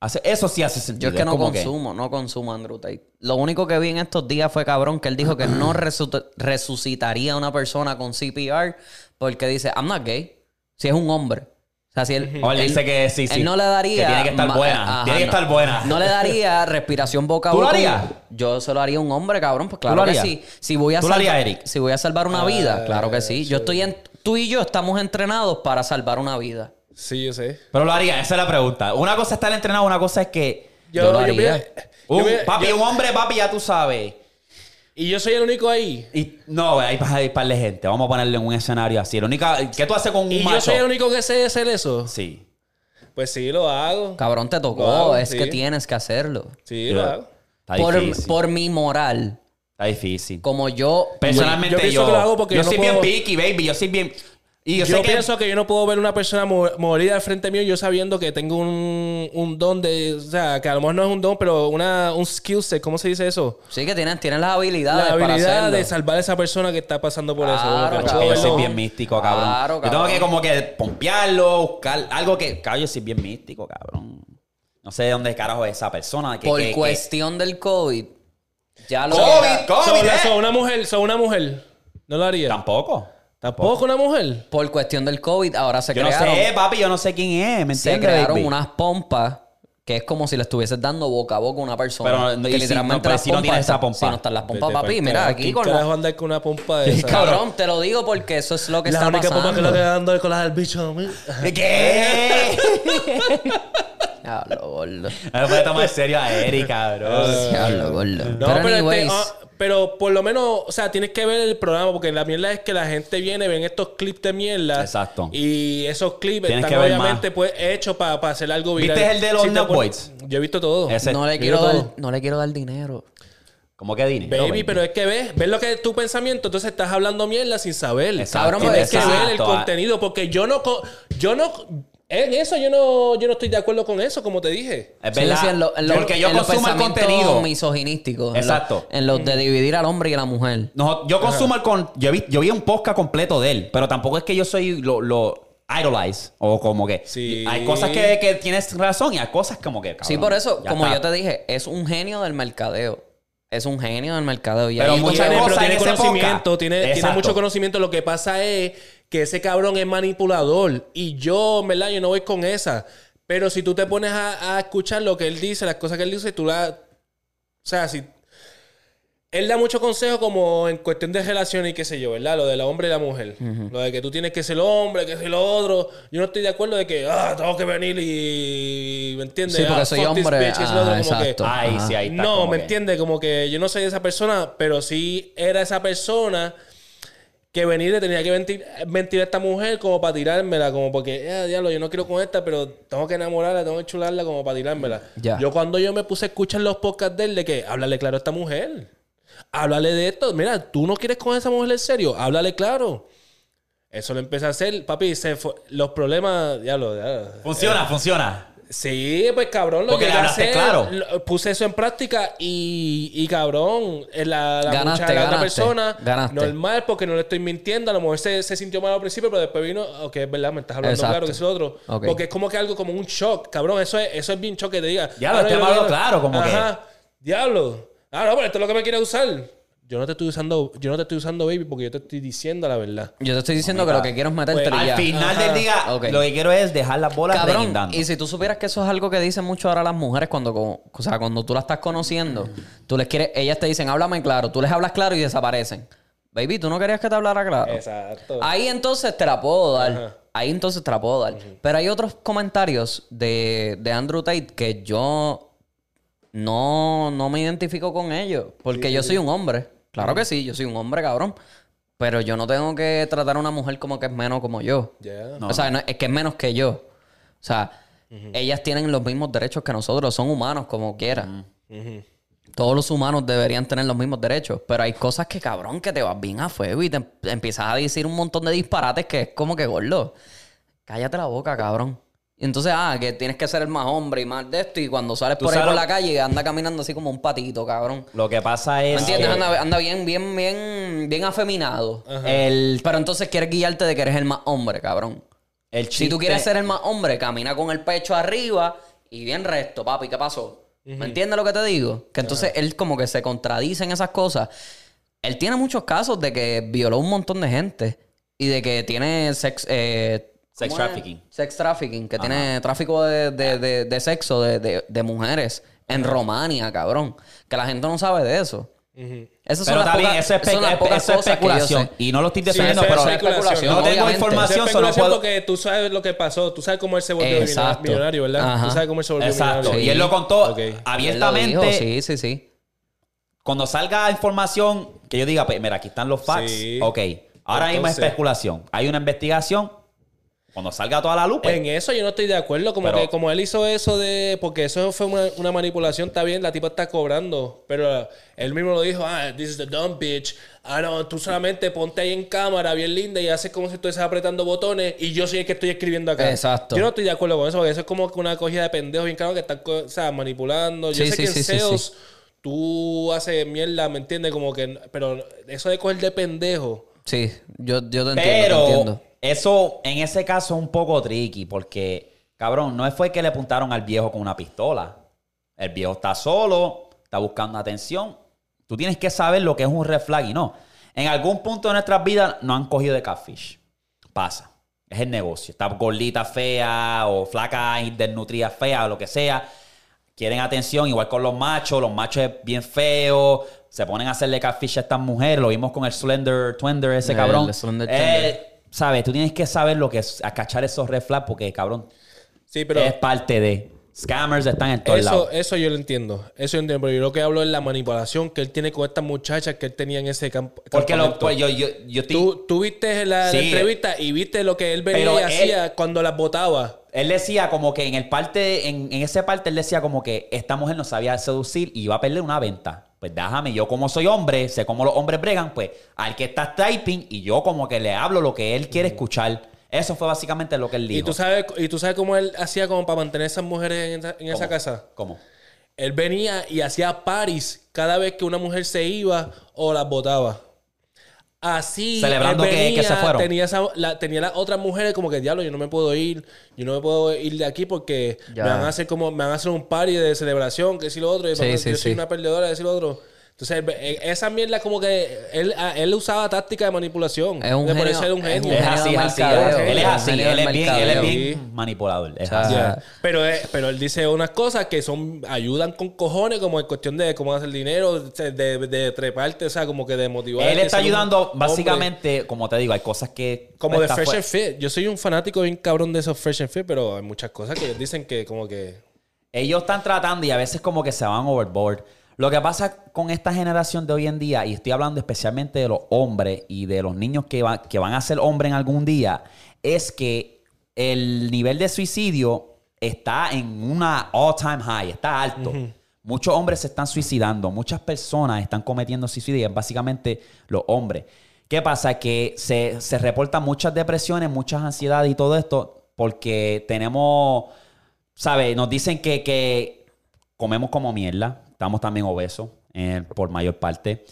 S1: hace, eso sí hace
S2: Yo
S1: sentido.
S2: es que no
S1: como
S2: consumo, no consumo Andrew Tate. Lo único que vi en estos días fue cabrón que él dijo que no resu- resucitaría a una persona con CPR porque dice, I'm not gay. Si es un hombre. O sea, si él,
S1: O él
S2: él-
S1: dice que sí,
S2: él
S1: sí.
S2: no le daría.
S1: Que tiene que estar
S2: ma- eh,
S1: buena, tiene que estar buena.
S2: No le daría respiración boca a
S1: ¿Tú lo
S2: boca.
S1: harías?
S2: Yo se lo haría a un hombre, cabrón. Pues
S1: lo
S2: claro que
S1: harías?
S2: sí. Si voy a
S1: ¿Tú lo
S2: salvar-
S1: harías, Eric?
S2: Si voy a salvar una vida, claro que sí. Yo estoy en, tú y yo estamos entrenados para salvar una vida.
S3: Sí, yo sé.
S1: Pero lo haría, esa es la pregunta. Una cosa es estar entrenado, una cosa es que...
S3: Yo,
S2: Yo lo
S3: yo
S2: haría.
S3: pienso-
S1: un-
S3: yo pienso-
S1: Uh, papi,
S3: yo-
S1: un hombre, papi, ya tú sabes.
S3: y yo soy el único ahí.
S1: Y, no, hay, hay par de gente. Vamos a ponerle en un escenario así. La única, ¿Qué tú haces con un
S3: Y yo
S1: macho?
S3: soy el único que sé hacer eso.
S1: Sí.
S3: Pues sí, lo hago.
S2: Cabrón, te tocó.
S3: Lo hago,
S2: es que
S3: sí.
S2: tienes que hacerlo.
S3: Sí,
S1: Yo-
S3: lo hago.
S1: Está difícil.
S2: por, por mi moral,
S1: Está difícil.
S2: como yo...
S1: Personalmente yo.
S3: Yo pienso
S1: Yo,
S3: que lo hago porque yo no
S1: soy bien
S3: puedo-
S1: picky, baby. Yo soy bien. Y yo,
S3: Yo,
S1: sé que.
S3: pienso que... yo no puedo ver una persona mo- morir al frente mío yo sabiendo que tengo un, un don de... O sea, que a lo mejor no es un don, pero una, un skill set. ¿Cómo se dice eso?
S2: Sí que tienes, tienes las
S3: La
S2: habilidades Ah, para
S3: habilidad
S2: hacerlo.
S3: de salvar a esa persona que está pasando por eso.
S2: Claro,
S3: Como que no
S1: Chacho,
S3: puedo
S1: yo soy
S3: verlo.
S1: bien místico, cabrón.
S2: Claro,
S1: Yo tengo
S2: cabrón.
S1: que como que pompearlo, buscar algo que. Cabrón, yo soy bien místico, cabrón. No sé de dónde carajo es esa persona. Que,
S2: por
S1: que- que-
S2: cuestión del COVID, ya lo...
S1: COVID,
S3: So,
S1: COVID, eh.
S3: so, una mujer, so, una mujer. No lo haría.
S1: Tampoco.
S3: Tampoco una mujer.
S2: Por cuestión del COVID, ahora se
S1: Yo no
S2: crearon...
S1: sé, papi, yo no sé quién es, ¿me
S2: se
S1: entiendes?
S2: crearon
S1: baby?
S2: unas pompas que es como si le estuvieses dando boca a boca a una persona.
S1: Pero, no,
S2: Que
S1: y si no, pero
S2: las
S1: si no
S2: pompas
S1: tienes esa
S2: están-
S1: pompa.
S2: Si no están las pompas,
S3: Vete
S2: papi,
S3: pa'l
S2: mira
S3: carajo.
S2: aquí
S3: ¿Quién
S2: con la-
S3: carajo andar con una pompa de esa?
S2: Cabrón, te lo digo porque eso es lo que
S3: La
S2: está
S3: única pompa que
S2: pasando.
S3: lo que ando es con las del bicho. mí.
S1: ¿Qué?
S2: Diablo, gordo.
S1: No me puede tomar en serio a Eric, cabrón.
S2: Diablo, gordo.
S3: No,
S2: pero,
S3: pero, este,
S2: anyways,
S3: ah, pero por lo menos, o sea, tienes que ver el programa, porque la mierda es que la gente viene, ven estos clips de mierda.
S1: Exacto.
S3: Y esos clips
S1: Tienes
S3: están
S1: que ver
S3: obviamente pues, hechos para hacer algo viral.
S1: ¿Viste el de los
S3: te
S1: Knock
S3: pon-
S1: Boys?
S3: Yo he visto todo.
S1: Ese-
S2: no, le
S3: Yo
S2: quiero
S3: todo.
S2: dar, no le quiero dar dinero.
S1: ¿Cómo que dinero?
S3: Baby, pero es que ves, ves lo que es tu pensamiento, entonces estás hablando mierda sin saber.
S1: Exacto,
S2: Cabrón, pero
S3: tienes que
S2: exacto,
S3: ver el
S1: ah.
S3: contenido, porque yo no, co- yo no, en eso yo no, yo no estoy de acuerdo con eso, como te dije.
S1: Es
S2: Sí,
S1: verdad.
S2: sí, en lo- en lo-
S1: Porque yo
S2: en los
S1: consumo el
S2: pensamientos
S1: contenido.
S2: misoginísticos. en lo-
S1: Exacto.
S2: En los de dividir al hombre y a la mujer.
S1: No, yo consumo el con... yo, vi, yo vi un podcast completo de él, pero tampoco es que yo soy lo, lo idolize o como que
S3: Sí.
S1: hay cosas que, que tienes razón y hay cosas como que cabrón,
S2: Sí, por eso,
S1: ya
S2: como
S1: está.
S2: yo te dije, es un genio del mercadeo. Es un genio del mercadeo. Y
S1: Pero
S2: ahí tú
S1: muchas
S2: sabes-
S1: cosas
S3: Tiene, pero
S1: en
S3: tiene
S1: ese
S3: conocimiento,
S1: podcast.
S3: tiene, tiene
S1: Exacto.
S3: mucho conocimiento. Lo que pasa es que ese cabrón es manipulador. Y yo, en ¿verdad? Yo no voy con esa. Pero si tú te pones a, a escuchar lo que él dice, las cosas que él dice, tú la. O sea, si. Él da mucho consejo como en cuestión de relaciones y qué sé yo, ¿verdad? Lo de la hombre y la mujer. Lo de que tú tienes que ser el hombre, que ser lo otro. Yo no estoy de acuerdo de que, ah, tengo que venir y... ¿Me entiendes?
S2: Sí, porque
S3: Ah,
S2: soy
S3: fuck this
S2: hombre.
S3: bitch, es lo otro,
S2: Ah,
S3: como que-
S2: exacto.
S1: Ay, sí, ahí está.
S3: no,
S1: como
S3: me
S1: que-
S3: entiende, como que yo no soy esa persona, pero sí era esa persona que venir le tenía que mentir, mentir a esta mujer como para tirármela, como porque, eh, diablo, yo no quiero con esta, pero tengo que enamorarla, tengo que chularla como para tirármela.
S2: Ya.
S3: Yo cuando yo me puse a escuchar los podcasts de él, de que, háblale claro a esta mujer, háblale de esto, mira, tú no quieres con esa mujer en serio, háblale claro. Eso lo empecé a hacer, papi, se fue- los problemas, diablo, diablo.
S1: Funciona, funciona.
S3: Sí, pues cabrón, lo
S1: Porque
S3: llegué
S1: le
S3: a
S1: hablaste
S3: hacer.
S1: claro.
S3: Lo- Puse eso en práctica y, y cabrón, eh, la, la
S2: Ganaste,
S3: muchacha, la otra
S2: ganaste,
S3: persona,
S2: ganaste.
S3: normal, porque no le estoy mintiendo. A lo mejor se, se sintió mal al principio, pero después vino, ok, es verdad, me estás hablando
S2: Exacto.
S3: claro, que es lo otro.
S2: Ok.
S3: Porque es como que algo como un shock, cabrón, eso es, eso es bien shock que te diga.
S1: Ya, lo
S3: "Ah, no,
S1: estoy
S3: yo
S1: hablando
S3: quiero".
S1: claro, como que-
S3: Ajá, diablo. Ah, no, pero esto es lo que me quieres usar. Yo no te estoy usando, yo no te estoy usando, baby, porque yo te estoy diciendo la verdad.
S2: Yo te estoy diciendo que lo que quiero es meterte
S1: pues,
S3: pues,
S1: Al
S2: ya.
S1: final del día,
S2: Ok.
S1: lo que quiero es dejar las bolas
S2: Cabrón,
S1: reguindando.
S2: y si tú supieras que eso es algo que dicen mucho ahora las mujeres cuando, co- o sea, cuando tú las estás conociendo, tú les quieres, ellas te dicen, háblame claro, tú les hablas claro y desaparecen. Baby, tú no querías que te hablara claro.
S3: Exacto.
S2: Ahí entonces te la puedo dar. Ahí entonces te la puedo dar. Pero hay otros comentarios de, de Andrew Tate que yo no, no me identifico con ellos. Porque yo soy un hombre. Claro que sí, yo soy un hombre, cabrón. Pero yo no tengo que tratar a una mujer como que es menos como yo.
S3: Ya.
S2: o sea, no, es que es menos que yo. O sea, ellas tienen los mismos derechos que nosotros. Son humanos como quieran.
S3: Ujú.
S2: Todos los humanos deberían tener los mismos derechos, pero hay cosas que, cabrón, que te vas bien a fuego y te em- empiezas a decir un montón de disparates que es como que gordo. Cállate la boca, cabrón. Y entonces, ah, que tienes que ser el más hombre y más de esto, y cuando sales
S1: Tú
S2: por ahí por
S1: sabes-
S2: la calle, anda caminando así como un patito, cabrón.
S1: Lo que pasa
S2: ¿Me
S1: es
S2: entiendes?
S1: que
S2: Anda, anda bien, bien, bien, bien afeminado.
S1: el,
S2: Pero entonces quieres guiarte de que eres el más hombre, cabrón.
S1: el
S2: Si tú
S1: chiste-
S2: quieres ser el más hombre, camina con el pecho arriba y bien recto, papi, ¿qué pasó? ¿Me entiendes lo que te digo? Que entonces él como que se contradice en esas cosas. Él tiene muchos casos de que violó un montón de gente y de que tiene sex... eh,
S1: Sex
S2: ¿cómo es?
S1: trafficking.
S2: Sex trafficking, que tiene tráfico de, de- de- de sexo de, de- de mujeres en Romania, cabrón. Que la gente no sabe de eso. Esas son
S1: Pero
S2: las
S1: está bien,
S2: pocas-
S1: eso es,
S2: son
S1: espe-
S2: las pocas
S1: eso es
S2: cosas que yo
S1: especulación.
S2: sé.
S1: Y no lo estoy
S3: Sí,
S1: defendiendo,
S3: eso es
S1: pero
S3: especulación.
S1: no tengo
S2: obviamente.
S3: Es
S1: información, solo
S3: especulación
S1: puedo...
S3: porque tú sabes lo que pasó. Tú sabes cómo él se volvió
S2: Exacto.
S3: millonario, ¿verdad?
S2: Ajá.
S3: Tú sabes cómo él se volvió
S1: Exacto.
S3: millonario.
S2: Sí.
S1: Y él lo contó
S3: Ok.
S1: abiertamente.
S2: Él lo dijo, sí, sí, sí.
S1: Cuando salga información que yo diga, pues, mira, aquí están los facts.
S3: Sí.
S1: Ok. Ahora mismo es
S3: Entonces-
S1: especulación. Hay una investigación. Cuando salga toda la luz, pues,
S3: En eso yo no estoy de acuerdo. Como
S1: Pero-
S3: que como él hizo eso de. Porque eso fue una, una manipulación, está bien, la tipa está cobrando. Pero él mismo lo dijo: Ah, this is the dumb bitch. Ah, no, tú solamente ponte ahí en cámara, bien linda, y haces como si estuvieses apretando botones y yo soy el que estoy escribiendo acá.
S2: Exacto.
S3: Yo no estoy de acuerdo con eso, porque eso es como que una cogida de pendejos bien claro que están co- o sea, manipulando. Yo
S2: Sí,
S3: sé
S2: sí,
S3: que en
S2: sí, sí, sí.
S3: SEOs tú haces mierda, ¿me entiendes? Como que. Pero eso de coger de pendejo.
S2: Sí, yo, yo te entiendo. te
S1: Pero
S2: entiendo.
S1: eso en ese caso es un poco tricky porque, cabrón, no fue que le apuntaron al viejo con una pistola. El viejo está solo, está buscando atención. Tú tienes que saber lo que es un red flag y no. En algún punto de nuestras vidas nos han cogido de catfish. Pasa. Es el negocio. Está gordita fea o flaca, desnutrida fea o lo que sea quieren atención, igual con los machos, los machos es bien feo, se ponen a hacerle catfish a estas mujeres, lo vimos con el Slender Twender, ese
S2: El
S1: cabrón.
S2: Slender
S1: Eh, sabes, tú tienes que saber lo que es, acachar esos red flags porque, cabrón,
S3: Sí, pero.
S1: es parte de... Scammers están en todos lados.
S3: Eso, eso yo lo entiendo. Eso yo entiendo. Pero yo lo que hablo es la manipulación que él tiene con estas muchachas que él tenía en ese campo.
S1: Porque lo,
S3: campamento.
S1: pues, yo, yo, yo estoy-
S3: tú, tú viste la, la
S1: Sí.
S3: entrevista y viste lo que él venía
S1: Pero
S3: y hacía cuando las botaba.
S1: Él decía como que en el parte, en, en ese parte, él decía como que esta mujer no sabía seducir y iba a perder una venta. Pues déjame, yo como soy hombre, sé cómo los hombres bregan, pues al que está typing y yo como que le hablo lo que él quiere escuchar. Eso fue básicamente lo que él dijo.
S3: Y tú, sabes, y tú sabes cómo él hacía como para mantener a esas mujeres en esa, en esa
S1: ¿Cómo?
S3: casa.
S1: ¿Cómo?
S3: Él venía y hacía paris cada vez que una mujer se iba o las botaba. Así
S1: Celebrando
S3: él
S1: que- que se fueron.
S3: Tenía, esa- la- tenía las otras mujeres como que diablo, yo no me puedo ir, yo no me puedo ir de aquí porque
S2: Ya.
S3: me van a hacer como, me van a hacer un party de celebración, que si lo otro, y
S2: Sí,
S3: papá,
S2: sí,
S3: yo soy
S2: sí.
S3: una perdedora, decir lo otro. Entonces, él- eh, esa mierda como que él, a- él usaba táctica de manipulación.
S2: Es un
S3: de
S2: genio,
S3: parecer un
S2: es un
S3: genio.
S1: Es así, es
S2: del
S1: así.
S2: mercadeo,
S1: Él es así, él
S2: genio del
S1: es bien, él es
S2: mercadeo.
S1: bien manipulador. es
S2: O sea,
S1: así.
S3: Ya. Pero, eh, pero él dice unas cosas que son ayudan con cojones, como en cuestión de cómo hacer dinero, o sea, de, de treparte, o sea, como que de motivar.
S1: Él
S3: que
S1: está
S3: ser un
S1: ayudando,
S3: hombre.
S1: básicamente, como te digo, hay cosas que. pues
S3: Como de
S1: está
S3: Fresh
S1: fue-
S3: and Fit. Yo soy un fanático bien cabrón de esos Fresh and Fit, pero hay muchas cosas que ellos dicen que como que...
S1: ellos están tratando y a veces como que se van overboard. Lo que pasa con esta generación de hoy en día, y estoy hablando especialmente de los hombres y de los niños que, va- que van a ser hombres en algún día, es que el nivel de suicidio está en una all-time high, está alto. Muchos hombres se están suicidando, muchas personas están cometiendo suicidio, y es básicamente los hombres. ¿Qué pasa? Que se, se reportan muchas depresiones, muchas ansiedades y todo esto porque tenemos ¿sabes? Nos dicen que, que comemos como mierda, estamos también obesos eh, por mayor parte.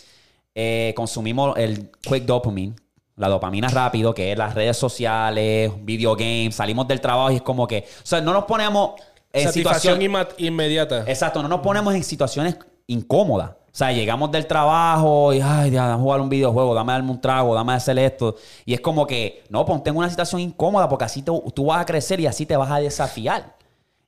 S1: Eh, consumimos el quick dopamine, la dopamina rápido, que es las redes sociales, videogames, salimos del trabajo y es como que, o sea, no nos ponemos en
S3: satisfacción
S1: situación
S3: inma- inmediata.
S1: Exacto, no nos ponemos en situaciones incómodas. O sea, llegamos del trabajo y, ay, ya, dame a jugar un videojuego, dame darme un trago, dame hacer esto. Y es como que, no, ponte en una situación incómoda porque así te- tú vas a crecer y así te vas a desafiar.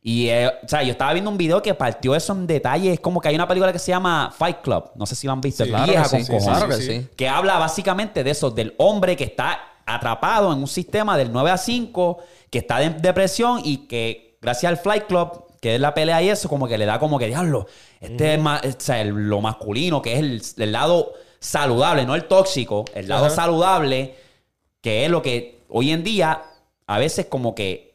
S1: Y, eh, o sea, yo estaba viendo un video que partió eso en detalle. Es como que hay una película que se llama Fight Club. No sé si lo han visto. es
S2: Claro
S1: vieja
S2: que
S1: con
S2: sí,
S1: cojones
S2: claro que
S3: Sí, sí,
S2: sí.
S1: que habla básicamente de eso, del hombre que está atrapado en un sistema del 9 a 5, que está en depresión y que gracias al Flight Club, que es la pelea y eso, como que le da como que, diablo, este es ma- o sea, el- lo masculino, que es el, el lado saludable, no el tóxico, el lado
S3: Ajá.
S1: saludable, que es lo que hoy en día a veces como que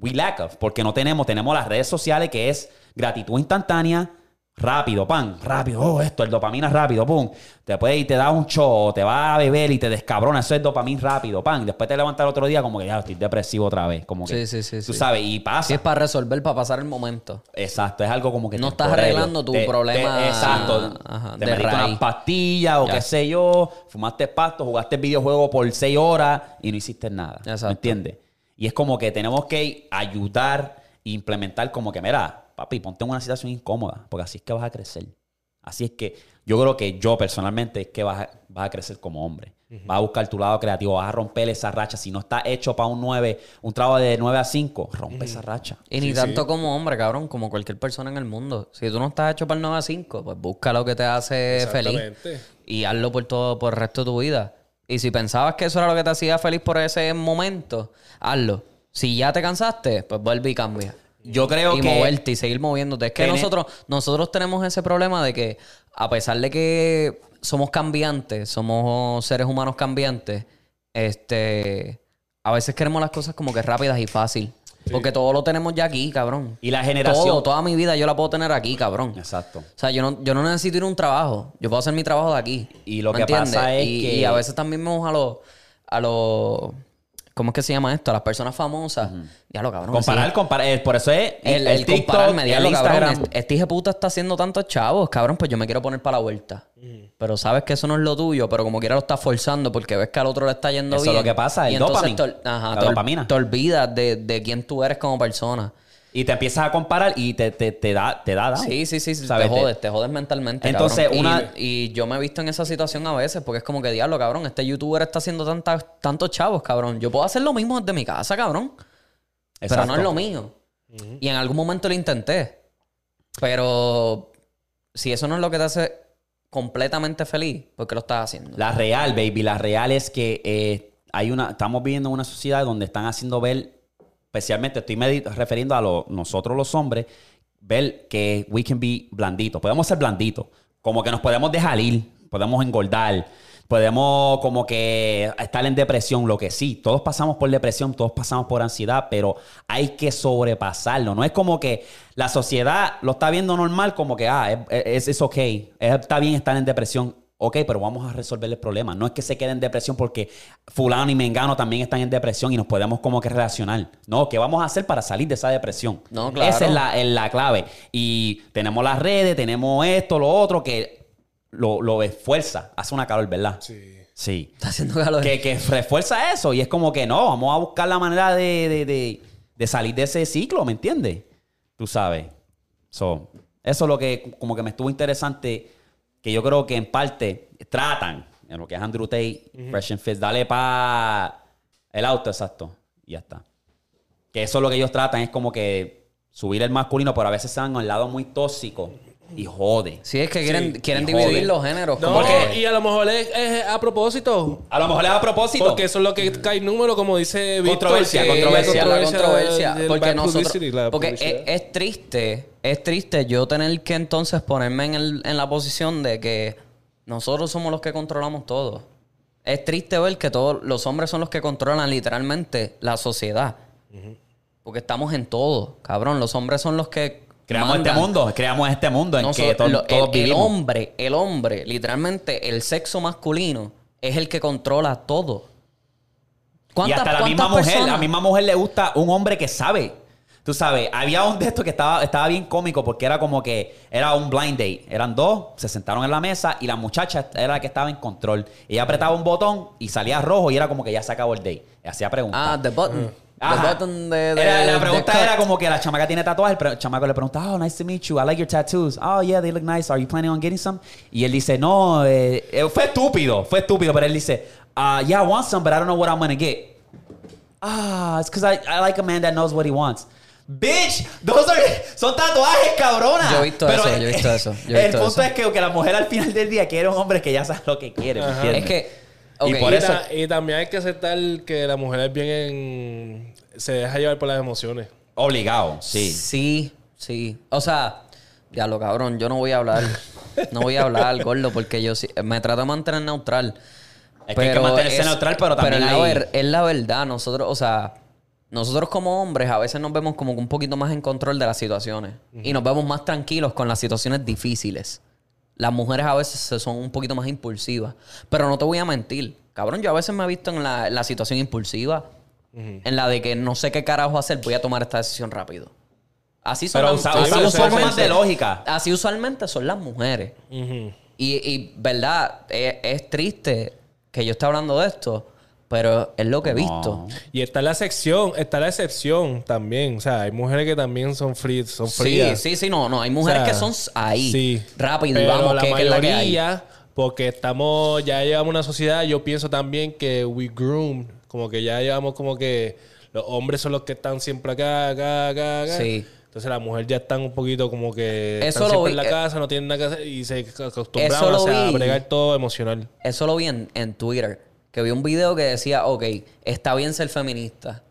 S1: we lack of, porque no tenemos, tenemos las redes sociales que es gratitud instantánea, rápido, pan, rápido, oh, esto, el dopamina rápido, pum. Te puede y te da un show, te va a beber y te descabrona, eso es dopamina rápido, pan. Después te levantas el otro día como que ya estoy depresivo otra vez, como que
S2: Sí, sí, sí,
S1: tú
S2: sí.
S1: sabes, y pasa.
S2: Sí, es para resolver, para pasar el momento.
S1: Exacto, es algo como que
S2: No estás
S1: temporero.
S2: arreglando tu problema,
S1: exacto,
S2: ajá,
S1: te
S2: de
S1: metiste
S2: raíz.
S1: unas pastillas o
S2: Ya.
S1: qué sé yo, fumaste pasto, jugaste videojuego por seis horas y no hiciste nada.
S2: Exacto.
S1: ¿Me entiendes? Y es como que tenemos que ayudar e implementar como que, mira, papi, ponte en una situación incómoda, porque así es que vas a crecer. Así es que yo creo que yo personalmente es que vas a, vas a crecer como hombre. Vas a buscar tu lado creativo, vas a romper esa racha. Si no está hecho para un 9, un trabajo de 9 a 5, rompe esa racha.
S2: Y ni tanto como hombre, cabrón, como cualquier persona en el mundo. Si tú no estás hecho para el 9 a 5, pues busca lo que te hace feliz
S3: Exactamente.
S2: y hazlo por todo por el resto de tu vida. Y si pensabas que eso era lo que te hacía feliz por ese momento, hazlo. Si ya te cansaste, pues vuelve y cambia.
S1: Yo creo
S2: y
S1: que...
S2: moverte y seguir moviéndote. Es que
S1: Tiene-
S2: nosotros, nosotros tenemos ese problema de que, a pesar de que somos cambiantes, somos seres humanos cambiantes, este a veces queremos las cosas como que rápidas y fácil. Porque todo lo tenemos ya aquí, cabrón.
S1: Y la generación-
S2: Todo, toda mi vida yo la puedo tener aquí, cabrón.
S1: Exacto.
S2: O sea, yo no, yo no necesito ir a un trabajo. Yo puedo hacer mi trabajo de aquí.
S1: Y lo
S2: ¿Me
S1: que pasa es
S2: y,
S1: que-
S2: y a veces también vemos a los... A los ¿Cómo es que se llama esto? A las personas famosas. Ya lo cabrón.
S1: Comparar,
S2: sí.
S1: comparar. eh, Por eso es
S2: El, el,
S1: TikTok,
S2: compararme, diablo,
S1: el Instagram.
S2: cabrón. es- Este hijo de puta está haciendo tantos chavos, cabrón. Pues yo me quiero poner para la vuelta. Pero sabes que eso no es lo tuyo, pero como quiera lo estás forzando porque ves que al otro le está yendo
S1: Eso es
S2: bien.
S1: lo que pasa, el
S2: Y entonces
S1: dopamine.
S2: te ol- ajá,
S1: La
S2: te ol-
S1: dopamina.
S2: Te olvidas de, de quién tú eres como persona.
S1: Y te empiezas a comparar y te, te, te da, te da down.
S2: Sí, sí, sí, sí,
S1: ¿Sabes?
S2: te jodes, te jodes mentalmente.
S1: Entonces,
S2: cabrón.
S1: una-
S2: Y, y yo me he visto en esa situación a veces, porque es como que diablo, cabrón, este youtuber está haciendo tantas, tantos chavos, cabrón. Yo puedo hacer lo mismo desde mi casa, cabrón.
S1: Exacto.
S2: Pero no es lo mío. Y en algún momento lo intenté. Pero si eso no es lo que te hace completamente feliz, ¿por qué lo estás haciendo?
S1: La real, baby. La real es que eh, hay una, estamos viviendo en una sociedad donde están haciendo ver, especialmente estoy medi- refiriendo a lo- nosotros los hombres, ver que we can be blanditos. Podemos ser blanditos. Como que nos podemos dejar ir, podemos engordar, podemos como que estar en depresión, lo que sí. Todos pasamos por depresión, todos pasamos por ansiedad, pero hay que sobrepasarlo. No es como que la sociedad lo está viendo normal, como que, ah, es, es ok, está bien estar en depresión. Ok, pero vamos a resolver el problema. No es que se quede en depresión porque fulano y mengano también están en depresión y nos podemos como que relacionar. No, ¿qué vamos a hacer para salir de esa depresión?
S2: No, claro.
S1: Esa es la, es la clave. Y tenemos las redes, tenemos esto, lo otro, que lo, lo esfuerza. Hace una calor, ¿verdad?
S3: Sí.
S1: Sí.
S2: Está haciendo calor.
S1: Que, que refuerza eso y es como que no, vamos a buscar la manera de, de- de- de salir de ese ciclo, ¿me entiendes? Tú sabes. So, eso es lo que como que me estuvo interesante, que yo creo que en parte tratan, en lo que es Andrew Tate, Fresh and Fit, dale pa el auto, exacto, y ya está. Que eso es lo que ellos tratan, es como que subir el masculino, pero a veces se van al lado muy tóxico y jode.
S2: Sí, es que quieren, quieren
S1: y
S2: dividir
S1: joder.
S2: los géneros.
S3: No,
S2: como que-
S3: y a lo mejor es, es a propósito.
S1: A lo mejor es a propósito.
S3: Porque eso es lo que cae número, como dice Víctor.
S1: Controversia,
S3: que-
S1: controversia,
S2: la
S3: controversia
S2: controversia.
S3: del
S2: porque
S3: bad
S2: nosotros.
S3: publicity, la
S2: Porque e- es,
S3: publicidad.
S2: es triste, es triste yo tener que entonces ponerme en, el- en la posición de que nosotros somos los que controlamos todo. Es triste ver que todos los hombres son los que controlan literalmente la sociedad. Porque estamos en todo, cabrón. Los hombres son los que.
S1: Creamos
S2: mandan.
S1: este mundo, creamos este mundo en
S2: No
S1: que
S2: so-
S1: to-
S2: lo-
S1: todos
S2: el, el
S1: vivimos.
S2: hombre, el hombre, literalmente el sexo masculino es el que controla todo.
S1: Y
S2: ¿Cuántas-
S1: hasta la
S2: cuántas
S1: misma mujer, a
S2: personas-
S1: la misma mujer le gusta un hombre que sabe. Tú sabes, había un de estos que estaba, estaba bien cómico porque era como que era un blind date. Eran dos, se sentaron en la mesa y la muchacha era la que estaba en control. Ella apretaba un botón y salía rojo y era como que ya se acabó el date. Y hacía preguntas.
S2: Ah, The Button.
S1: Ajá.
S2: The Button de... de-
S1: Era- la
S2: de
S1: pregunta
S2: cut.
S1: era como que la chamaca tiene tatuajes, pero el chamaco le pregunta, oh, nice to meet you, I like your tattoos, oh, yeah, they look nice, are you planning on getting some? Y él dice, no, eh, eh, fue estúpido, fue estúpido, pero él dice, ah, yeah, I want some, but I don't know what I'm gonna get. Ah, it's because I, I like a man that knows what he wants. Bitch, those are, son tatuajes, cabrona.
S2: Yo he visto eso, yo he visto eso, yo he
S1: el
S2: visto
S1: punto
S2: eso.
S1: es que, que la mujer al final del día quiere un hombre que ya sabe lo que quiere, ¿me entiendes?
S2: Es que...
S1: Y pues
S2: ok,
S1: por
S3: y,
S1: eso-
S3: ta- y también hay que aceptar que la mujer es bien. en- se deja llevar por las emociones.
S1: Obligado, sí.
S2: Sí, sí. O sea, ya lo cabrón, yo no voy a hablar. No voy a hablar, gordo, porque yo sí- me trato de mantener neutral.
S1: Es que hay que mantenerse neutral, pero también
S2: es, la
S1: hay-
S2: ver- es la verdad, nosotros, o sea, nosotros como hombres a veces nos vemos como que un poquito más en control de las situaciones. Y nos vemos más tranquilos con las situaciones difíciles. Las mujeres a veces se- son un poquito más impulsivas. Pero no te voy a mentir. Cabrón, yo a veces me he visto en la, en la situación impulsiva. En la de que no sé qué carajo hacer, voy a tomar esta decisión rápido. Así son
S1: Pero
S2: las-
S1: usa-
S2: así
S1: usamos un poco más
S2: usualmente-
S1: de lógica.
S2: Así usualmente son las mujeres. Y, y, verdad, es, es triste que yo esté hablando de esto, pero es lo que he visto.
S3: Y está la sección, está la excepción también. O sea, hay mujeres que también son frías. Son
S2: Sí,
S3: frías.
S2: sí, sí, no, no. Hay mujeres
S3: O sea,
S2: que son ahí.
S3: sí.
S2: Rápido y
S3: Pero
S2: vamos,
S3: la
S2: que, que es
S3: mayoría,
S2: la que hay.
S3: porque estamos, ya llevamos una sociedad, yo pienso también que we groom, como que ya llevamos como que los hombres son los que están siempre acá, acá, acá, acá.
S2: Sí.
S3: Entonces las mujeres ya están un poquito como que
S2: Eso
S3: están
S2: lo
S3: siempre
S2: vi-
S3: en la
S2: eh,
S3: casa, no tienen nada que hacer y se acostumbraban
S2: eso lo
S3: o sea, a
S2: vi.
S3: bregar todo emocional.
S2: Eso lo vi en, en Twitter. Que vi un video que decía, ok, está bien ser feminista.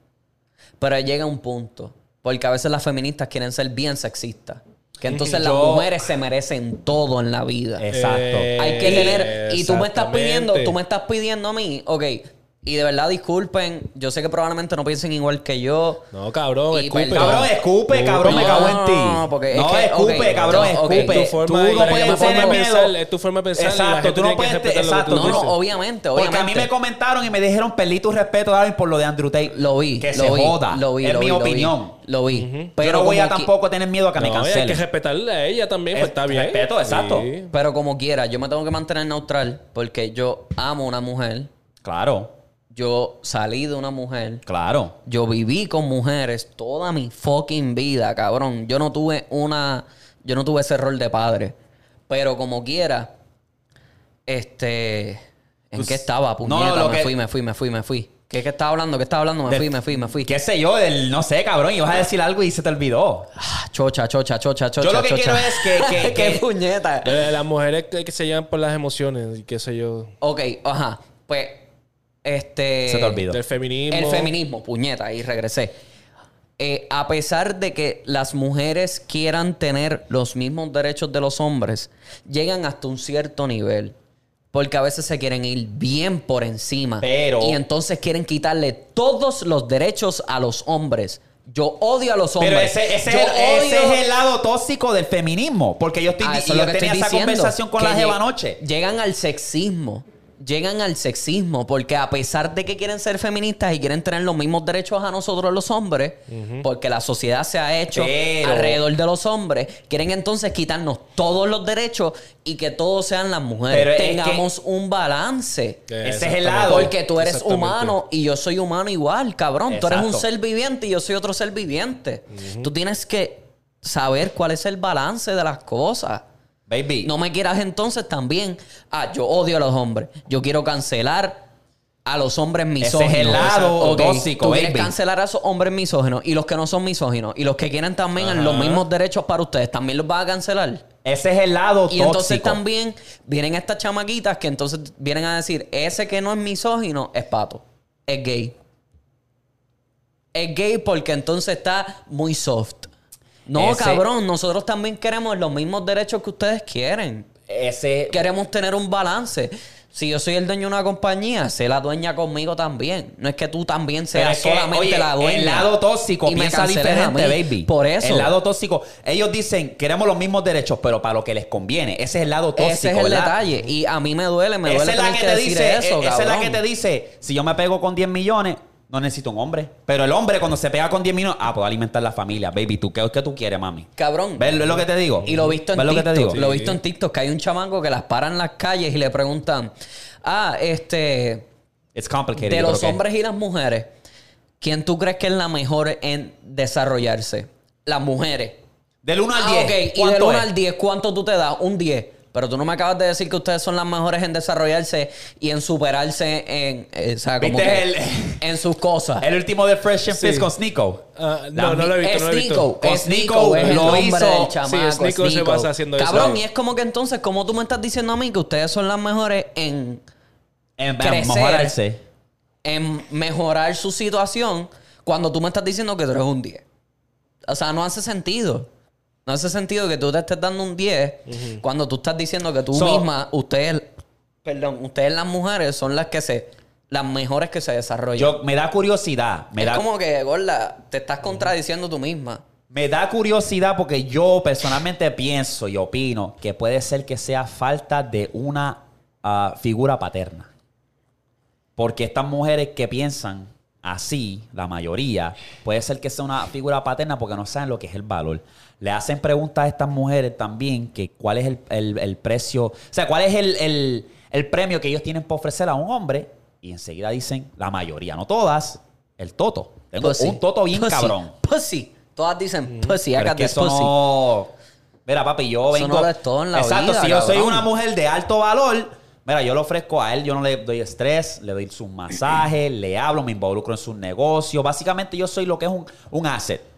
S2: Pero llega un punto. Porque a veces las feministas quieren ser bien sexistas. Que entonces las
S1: Yo-
S2: mujeres se merecen todo en la vida.
S1: Exacto.
S3: Eh,
S2: Hay que tener. Y tú me estás pidiendo, tú me estás pidiendo a mí, ok, Y de verdad, disculpen. Yo sé que probablemente no piensen igual que yo.
S3: No, cabrón,
S2: Y, pues,
S3: escúpelo.
S2: perdón,
S1: Cabrón, escupe, cabrón, me
S2: No,
S1: cago en
S2: no,
S1: ti.
S2: no, no, porque es
S1: No,
S2: que-
S1: escupe,
S2: ok,
S1: cabrón,
S2: no, ok.
S1: escupe.
S2: Tu
S3: forma
S1: tú
S3: de-
S1: no
S3: pero
S1: puedes
S3: es tu
S1: tener
S3: forma de
S1: miedo.
S3: pensar, es tu forma de pensar y la
S1: Exacto,
S3: gente
S1: tú no
S3: tiene que
S1: puedes.
S3: respetar lo que
S1: Exacto,
S3: tú
S2: No, no,
S3: dices.
S2: obviamente,
S1: Porque a mí
S2: obviamente.
S1: me comentaron y me dijeron pelito respeto, Darwin, por lo de Andrew Tate.
S2: Lo vi.
S1: Que
S2: lo
S1: se
S2: vi,
S1: joda.
S2: Lo vi.
S1: es
S2: lo
S1: mi
S2: vi, lo vi,
S1: opinión.
S2: Lo vi. Pero
S1: Yo no voy
S2: como
S1: a
S2: qui-
S1: tampoco tener miedo a que me
S3: No, y hay que
S1: cancelen.
S3: respetarle a ella también, pues
S1: Es-
S3: está bien.
S1: respeto, exacto.
S3: Sí.
S2: Pero como quiera, yo me tengo que mantener neutral porque yo amo a una mujer.
S1: Claro,
S2: Yo salí de una mujer.
S1: claro.
S2: Yo viví con mujeres toda mi fucking vida, cabrón. Yo no tuve una. Yo no tuve ese rol de padre. Pero como quiera, este. ¿En
S1: Pues,
S2: qué estaba?
S1: no,
S2: Puñeta,
S1: lo
S2: me
S1: que-
S2: fui, me fui, me fui, me fui. ¿Qué, qué estaba hablando? ¿Qué estaba hablando? Me
S1: Del-
S2: fui, me fui, me fui.
S1: Qué sé yo, del, no sé, cabrón, ibas a decir algo y se te olvidó.
S2: Ah, Chocha, chocha, chocha, chocha.
S1: Yo lo que
S2: chocha.
S1: quiero es que- que-
S2: ¡Qué
S1: que-
S2: puñeta!
S3: Eh, Las mujeres que, que se llevan por las emociones y qué sé yo.
S2: Ok, ajá. Pues, este...
S1: Se te olvidó.
S3: Del feminismo.
S2: El feminismo, puñeta, y regresé. Eh, a pesar de que las mujeres quieran tener los mismos derechos de los hombres, llegan hasta un cierto nivel. Porque a veces se quieren ir bien por encima.
S1: Pero-
S2: Y entonces quieren quitarle todos los derechos a los hombres. Yo odio a los hombres.
S1: Pero ese, ese
S2: Yo
S1: es el, ese
S2: odio-
S1: es el lado tóxico del feminismo. Porque yo, estoy,
S2: Ah,
S1: y
S2: eso es
S1: yo
S2: lo que
S1: tenía
S2: estoy
S1: esa
S2: diciendo,
S1: conversación con
S2: que
S1: la Jeva
S2: lleg-
S1: anoche.
S2: Llegan al sexismo. Llegan al sexismo porque a pesar de que quieren ser feministas y quieren tener los mismos derechos a nosotros los hombres, porque la sociedad se ha hecho
S1: Pero-
S2: alrededor de los hombres, quieren entonces quitarnos todos los derechos y que todos sean las
S1: Pero
S2: mujeres.
S1: es que-
S2: Tengamos un balance.
S3: Eh,
S1: Ese es el
S3: exactamente.
S1: lado.
S2: Porque tú eres
S3: Exactamente.
S2: humano y yo soy humano igual, cabrón. Tú eres un
S1: Exacto.
S2: ser viviente y yo soy otro ser viviente. Tú tienes que saber cuál es el balance de las cosas.
S1: Baby.
S2: No me quieras entonces también. Ah, yo odio a los hombres. Yo quiero cancelar a los hombres misóginos.
S1: Ese es el lado
S2: Ok,
S1: tóxico,
S2: Tú quieres
S1: baby.
S2: cancelar a esos hombres misóginos y los que no son misóginos y los que quieren también los mismos derechos para ustedes, también los vas a cancelar.
S1: Ese es el lado
S2: Y
S1: tóxico.
S2: entonces también vienen estas chamaquitas que entonces vienen a decir, ese que no es misógino es pato, es gay. Es gay porque entonces está muy soft. No,
S1: Ese-
S2: cabrón, nosotros también queremos los mismos derechos que ustedes quieren.
S1: Ese.
S2: Queremos tener un balance. Si yo soy el dueño de una compañía, sé la dueña conmigo también. No es que tú también
S1: Pero
S2: seas
S1: es que,
S2: solamente
S1: oye,
S2: la dueña.
S1: El lado tóxico
S2: y me
S1: piensa
S2: canceles a
S1: diferente,
S2: mí.
S1: baby.
S2: Por eso.
S1: El lado tóxico. Ellos dicen, queremos los mismos derechos, pero para lo que les conviene. Ese es el lado tóxico.
S2: Ese es el
S1: ¿verdad?
S2: detalle. Y a mí me duele, me
S1: Esa
S2: duele
S1: es la
S2: tener
S1: que,
S2: que
S1: te
S2: decir
S1: dice,
S2: eso,
S1: eh, esa es la
S2: cabrón.
S1: que te dice, si yo me pego con 10 millones, no necesito un hombre. Pero el hombre cuando se pega con 10 millones, ah, puedo alimentar la familia, baby. ¿Tú qué, qué tú quieres, mami?
S2: Cabrón.
S1: ¿Ves lo que te digo?
S2: Y lo he visto en
S1: ¿Ves lo que
S2: TikTok.
S1: te digo?
S2: Lo he visto en TikTok que hay un chamanco que las para en las calles y le preguntan, ah, este,
S1: It's complicated.
S2: de
S1: yo creo
S2: los
S1: que-
S2: hombres y las mujeres, ¿quién tú crees que es la mejor en desarrollarse? Las mujeres.
S1: Del 1 al 10.
S2: Ah, ok. Y del
S1: ¿cuánto
S2: 1
S1: es?
S2: al 10, ¿cuánto tú te das? Un 10. Pero tú no me acabas de decir que ustedes son las mejores en desarrollarse y en superarse en, eh, o sea, como
S1: ¿Viste
S2: que
S1: el-
S2: en sus cosas.
S1: El último de Fresh and
S3: Sí.
S1: Fizz con Snico.
S3: Ah, no, no lo he visto, no lo he
S2: es Nico,
S3: visto.
S2: es
S1: Nico,
S2: Nico, es el
S1: lo
S2: nombre
S1: hizo.
S2: del
S1: Sí,
S2: chamaco,
S3: es Nico, se pasa haciendo eso.
S2: Cabrón, y es como que entonces, ¿cómo tú me estás diciendo a mí que ustedes son las mejores en,
S1: En
S2: Crecer.
S1: eh, mejorarse.
S2: en mejorar su situación cuando tú me estás diciendo que tú eres un 10? O sea, no hace sentido. No hace sentido que tú te estés dando un 10 cuando tú estás diciendo que tú
S1: So-
S2: misma, ustedes, perdón, ustedes las mujeres son las que se, las mejores que se desarrollan.
S1: Yo, me da curiosidad. Me
S2: es
S1: da,
S2: como que, gorda, te estás contradiciendo tú misma.
S1: me da curiosidad porque yo personalmente pienso y opino que puede ser que sea falta de una ah, figura paterna. Porque estas mujeres que piensan así, la mayoría, puede ser que sea una figura paterna porque no saben lo que es el valor. Le hacen preguntas a estas mujeres también que cuál es el, el- el precio, o sea, cuál es el, el- el premio que ellos tienen por ofrecer a un hombre y enseguida dicen, la mayoría, no todas, el toto. Tengo
S2: Pussy.
S1: un toto bien
S2: Pussy.
S1: cabrón.
S2: Pussy. Pues Todas dicen pussy,
S1: Pero
S2: acá pues
S1: es que eso
S2: de pussy.
S1: no... Mira, papi, yo
S2: Eso
S1: vengo...
S2: no lo es todo en la
S1: Exacto,
S2: vida,
S1: si yo soy
S2: cabrón.
S1: una mujer de alto valor, mira, yo le ofrezco a él, yo no le doy estrés, le doy sus masajes, le hablo, me involucro en sus negocios. Básicamente yo soy lo que es un, un asset.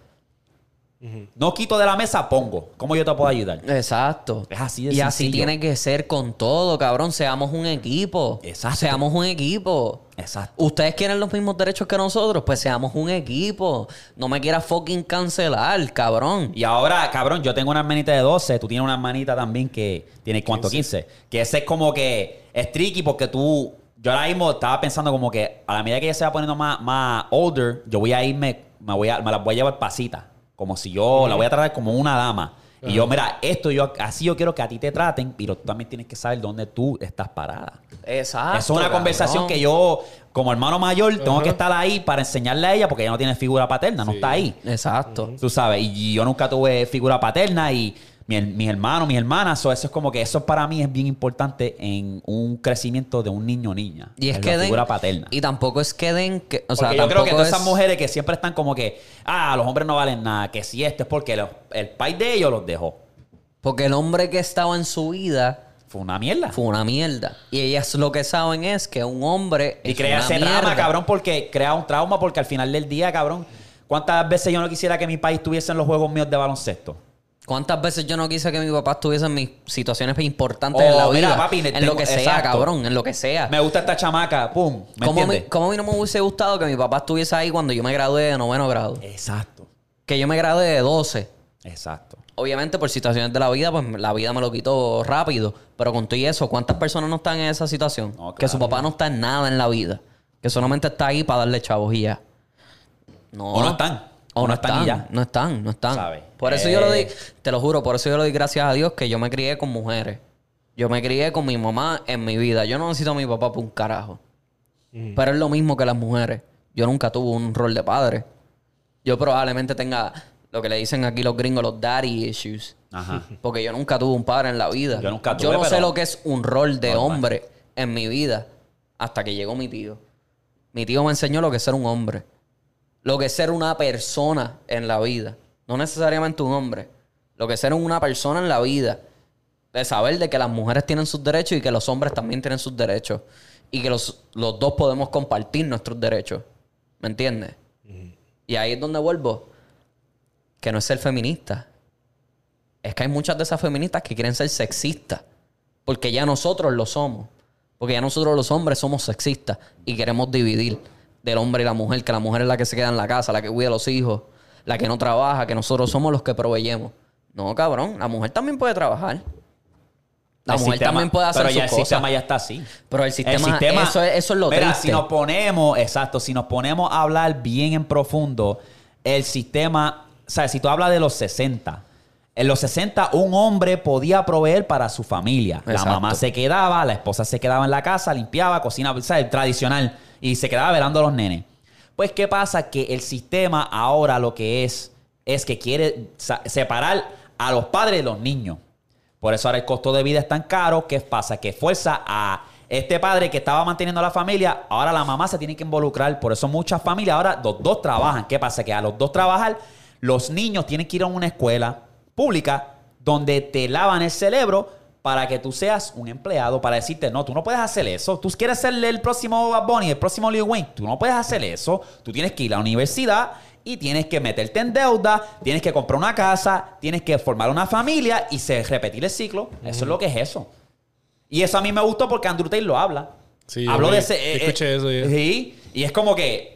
S1: No quito de la mesa, pongo. ¿Cómo yo te puedo ayudar?
S2: Exacto.
S1: Es así
S2: y
S1: de
S2: así
S1: sencillo.
S2: tiene que ser con todo, cabrón. Seamos un equipo.
S1: Exacto.
S2: Seamos un equipo.
S1: Exacto.
S2: Ustedes quieren los mismos derechos que nosotros, pues seamos un equipo. No me quieras fucking cancelar, cabrón.
S1: Y ahora, cabrón, yo tengo una hermanita de 12, tú tienes una hermanita también que tiene cuánto, 15. Que ese es como que es tricky porque tú yo ahora mismo estaba pensando como que a la medida que ella se va poniendo más, más older, yo voy a irme, me, voy a, me las voy a llevar pasita. Como si yo la voy a tratar como una dama. Y yo, mira, esto yo así yo quiero que a ti te traten, pero tú también tienes que saber dónde tú estás parada.
S2: Exacto.
S1: es una
S2: cabrón.
S1: conversación que yo, como hermano mayor, tengo
S3: Ajá.
S1: que estar ahí para enseñarle a ella porque ella no tiene figura paterna, no está ahí.
S2: Exacto.
S1: Tú sabes, y yo nunca tuve figura paterna y mi- mis hermanos, mis hermanas, so, eso es como que eso para mí es bien importante en un crecimiento de un niño o niña.
S2: Y es
S1: en
S2: que
S1: la
S2: den-
S1: figura paterna.
S2: Y tampoco es que den. que- o sea,
S1: porque yo creo que
S2: tampoco
S1: todas esas
S2: es-
S1: mujeres que siempre están como que, ah, los hombres no valen nada, que si esto es porque los- el país de ellos los dejó.
S2: Porque el hombre que estaba en su vida
S1: Fue una mierda.
S2: fue una mierda. Y ellas lo que saben es que un hombre.
S1: Y
S2: es
S1: crea
S2: una
S1: ese trauma,
S2: mierda.
S1: cabrón, porque crea un trauma, porque al final del día, cabrón, ¿cuántas veces yo no quisiera que mi país tuviese en los juegos míos de baloncesto?
S2: ¿Cuántas veces yo no quise que mi papá estuviese en mis situaciones importantes
S1: Oh,
S2: en la
S1: mira,
S2: vida?
S1: papi, le
S2: en
S1: tengo-
S2: lo que sea,
S1: exacto.
S2: cabrón, en lo que sea.
S1: Me gusta esta chamaca, pum, ¿me
S2: ¿Cómo, me-
S1: entiendes?
S2: cómo a mí no me hubiese gustado que mi papá estuviese ahí cuando yo me gradué de noveno grado?
S1: Exacto,
S2: Que yo me gradué de 12.
S1: exacto.
S2: Obviamente, por situaciones de la vida, pues la vida me lo quitó rápido. Pero con todo y eso, ¿cuántas personas no están en esa situación?
S1: No,
S2: Que su
S1: claro.
S2: papá no está en nada en la vida. Que solamente está ahí para darle chavos y ya. No.
S1: O no están.
S2: O no están, No están, no están.
S1: ¿Sabes?
S2: Por eso yo lo di,
S1: Eh.
S2: te lo juro, por eso yo lo di gracias a Dios que yo me crié con mujeres. Yo me crié con mi mamá en mi vida. Yo no necesito a mi papá por un carajo. Pero es lo mismo que las mujeres. Yo nunca tuve un rol de padre. Yo probablemente tenga lo que le dicen aquí los gringos, los daddy issues.
S1: Ajá.
S2: Porque yo nunca tuve un padre en la vida.
S1: Yo nunca
S2: Yo
S1: tuve,
S2: no sé
S1: pero-
S2: lo que es un rol de hombre en mi vida hasta que llegó mi tío. Mi tío me enseñó lo que es ser un hombre. Lo que es ser una persona en la vida. No necesariamente un hombre. Lo que es ser una persona en la vida. De saber de que las mujeres tienen sus derechos y que los hombres también tienen sus derechos. Y que los, los dos podemos compartir nuestros derechos. ¿Me entiendes? Y ahí es donde vuelvo. Que no es ser feminista es que hay muchas de esas feministas que quieren ser sexistas. Porque ya nosotros lo somos. Porque ya nosotros los hombres somos sexistas y queremos dividir del hombre y la mujer, que la mujer es la que se queda en la casa, la que cuida a los hijos, la que no trabaja, que nosotros somos los que proveyemos. No, cabrón, la mujer también puede trabajar. La
S1: El
S2: mujer
S1: sistema-
S2: también puede hacer
S1: Pero
S2: sus
S1: ya el
S2: cosas.
S1: sistema ya está así.
S2: Pero el sistema,
S1: el sistema
S2: eso, es, eso es lo
S1: Mira,
S2: triste.
S1: si nos ponemos, exacto, si nos ponemos a hablar bien en profundo, el sistema, o sea, si tú hablas de los 60, en los 60 un hombre podía proveer para su familia.
S2: Exacto.
S1: La mamá se quedaba, la esposa se quedaba en la casa, limpiaba, cocinaba, o sea, el tradicional, y se quedaba velando a los nenes. Pues, ¿qué pasa? Que el sistema ahora lo que es, es que quiere sa- separar a los padres de los niños. Por eso ahora el costo de vida es tan caro. ¿Qué pasa? Que fuerza a este padre que estaba manteniendo a la familia. Ahora la mamá se tiene que involucrar. Por eso muchas familias ahora los dos trabajan. ¿Qué pasa? Que a los dos trabajar, los niños tienen que ir a una escuela pública donde te lavan el cerebro para que tú seas un empleado, para decirte, no, tú no puedes hacer eso. Tú quieres ser el próximo Bad Bunny, el próximo Lil Wayne. Tú no puedes hacer eso. Tú tienes que ir a la universidad y tienes que meterte en deuda, tienes que comprar una casa, tienes que formar una familia y se, repetir el ciclo. Eso es lo que es eso. Y eso a mí me gustó porque Andrew Tate lo habla.
S3: Sí,
S1: Habló
S3: yo
S1: de
S3: me-
S1: ese... eh, eh,
S3: escuché eso, ya.
S1: Sí. Y es como que...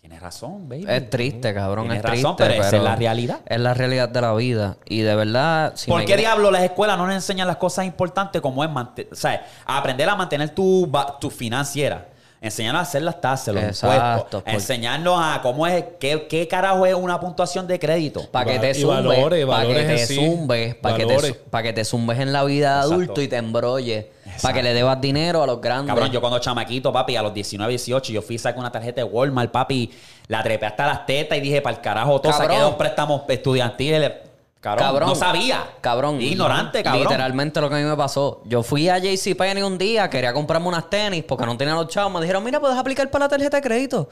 S1: Tienes razón, baby.
S2: Es triste, cabrón.
S1: Tienes
S2: Es
S1: razón,
S2: triste,
S1: pero esa es la realidad.
S2: Es la realidad de la vida. Y de verdad, si
S1: ¿Por
S2: me
S1: qué
S2: quiere-
S1: diablo las escuelas no nos enseñan las cosas importantes como es mante- o sea, aprender a mantener tu, ba- tu financiera? Enseñarnos a hacer las tasas, los
S2: Exacto,
S1: impuestos.
S2: porque-
S1: Enseñarnos a cómo es, qué, qué carajo es una puntuación de crédito.
S2: Para que
S3: Y
S2: te
S3: va- y
S2: zumbes,
S3: valores,
S2: para que
S3: valores
S2: te
S3: en sí.
S2: zumbes, para que te,
S3: Valores.
S2: zu- pa' que te zumbes en la vida de adulto
S1: Exacto.
S2: y te embrolles, para
S1: Exacto.
S2: que le debas dinero a los grandes.
S1: Cabrón, yo cuando chamaquito, papi, a los 19, 18, yo fui y saqué una tarjeta de Walmart, papi, la trepé hasta las tetas y dije, para el carajo, todo saqué
S2: Cabrón.
S1: dos préstamos estudiantiles. Cabrón,
S2: Cabrón.
S1: no sabía.
S2: Cabrón.
S1: Ignorante, cabrón.
S2: Literalmente lo que a mí me pasó. Yo fui a JCPenney un día, quería comprarme unas tenis porque no tenía los chavos. Me dijeron, mira, puedes aplicar para la tarjeta de crédito.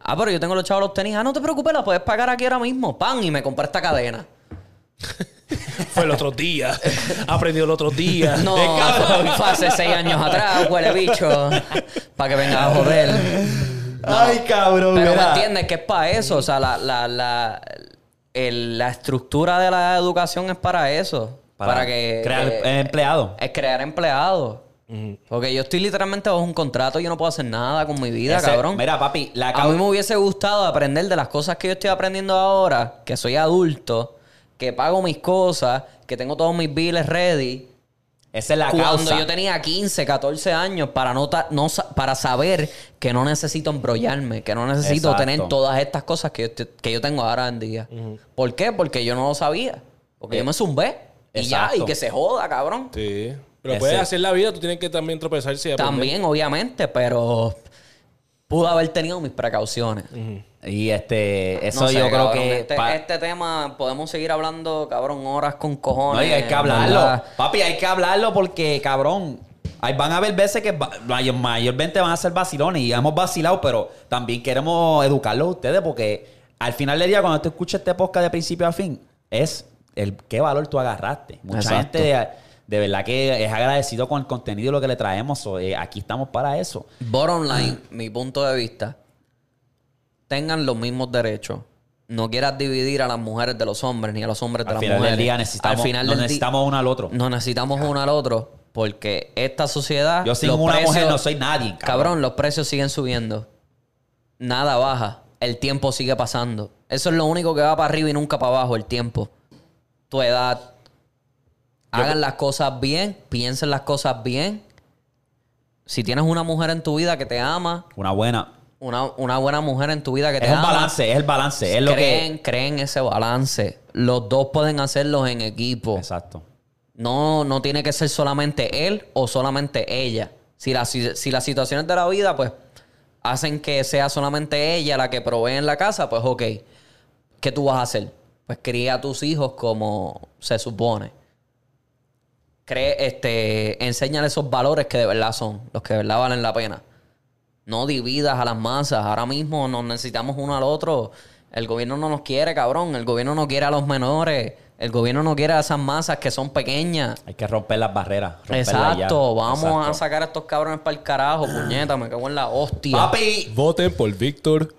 S2: Ah, pero yo tengo los chavos los tenis. Ah, no te preocupes, la puedes pagar aquí ahora mismo. Pan, y me compré esta cadena.
S3: Fue el otro día. Aprendió el otro día.
S2: No, fue hace seis años atrás, huele bicho. Para que venga a joder.
S1: Ay, cabrón.
S2: Pero me
S1: mira.
S2: entiendes que es para eso. O sea, la, la, la, el- la estructura de la educación es para eso. Para, que. eh,
S1: Crear em-,
S2: que-
S1: empleado.
S2: es crear empleados. Porque yo estoy literalmente bajo un contrato, yo no puedo hacer nada con mi vida,
S1: Ese-
S2: cabrón.
S1: Mira, papi, la
S2: a
S1: cau-
S2: mí me hubiese gustado aprender de las cosas que yo estoy aprendiendo ahora, que soy adulto, que pago mis cosas, que tengo todos mis bills ready,
S1: Esa es la
S2: Cuando
S1: causa.
S2: yo tenía 15, 14 años, para, no ta- no sa- para saber que no necesito embrollarme, que no necesito
S1: Exacto.
S2: tener todas estas cosas que yo, te- que yo tengo ahora en día. ¿Por qué? Porque yo no lo sabía. Porque yo me zumbé. Y ya,
S1: Eh, Exacto.
S2: y que se joda, cabrón.
S3: Sí. Pero
S1: Ese-
S3: puedes hacer la vida, tú tienes que también tropezarse. y aprender.
S2: También, obviamente, pero pude haber tenido mis precauciones.
S1: Y este, eso
S2: No sé,
S1: yo creo
S2: cabrón,
S1: que.
S2: Este,
S1: pa-
S2: este tema podemos seguir hablando, cabrón, horas con cojones.
S1: No, y hay que
S2: en
S1: hablarlo.
S2: verdad.
S1: Papi, hay que hablarlo porque, cabrón, ahí van a haber veces que va- may- mayormente van a ser vacilones y hemos vacilado, pero también queremos educarlos a ustedes porque al final del día, cuando tú escuchas este podcast de principio a fin, es el qué valor tú agarraste. Mucha gente
S2: Exacto.
S1: de, de verdad que es agradecido con el contenido y lo que le traemos. so, eh, aquí estamos para eso.
S2: Bottom line, mi punto de vista, tengan los mismos derechos. No quieras dividir a las mujeres de los hombres ni a los hombres de
S1: Al
S2: las
S1: final
S2: mujeres.
S1: del día necesitamos,
S2: al final
S1: nos
S2: del di-
S1: necesitamos uno al otro.
S2: nos necesitamos uno al otro porque esta sociedad.
S1: Yo sin
S2: los
S1: una
S2: precios-
S1: mujer no soy nadie, cabrón.
S2: Cabrón, los precios siguen subiendo. Nada baja. El tiempo sigue pasando. Eso es lo único que va para arriba y nunca para abajo, el tiempo. Tu edad. Hagan las cosas bien, piensen las cosas bien. Si tienes una mujer en tu vida que te ama,
S1: Una buena.
S2: una, una buena mujer en tu vida que te
S1: Es un
S2: ama,
S1: balance, es el balance. Es lo que.
S2: creen, creen ese balance. Los dos pueden hacerlos en equipo.
S1: Exacto.
S2: No, no tiene que ser solamente él o solamente ella. Si, la- si- si las situaciones de la vida, pues, hacen que sea solamente ella la que provee en la casa, pues ok. ¿Qué tú vas a hacer? Pues cría a tus hijos como se supone. Cree, este, enséñale esos valores que de verdad son, los que de verdad valen la pena. No dividas a las masas. Ahora mismo nos necesitamos uno al otro. El gobierno no nos quiere, cabrón. El gobierno no quiere a los menores. El gobierno no quiere a esas masas que son pequeñas.
S1: Hay que romper las barreras. romperlas
S2: Exacto.
S1: ya.
S2: Vamos a
S1: Exacto.
S2: sacar a estos cabrones para el carajo, puñeta. Me cago en la hostia.
S1: Papi,
S3: Voten por Víctor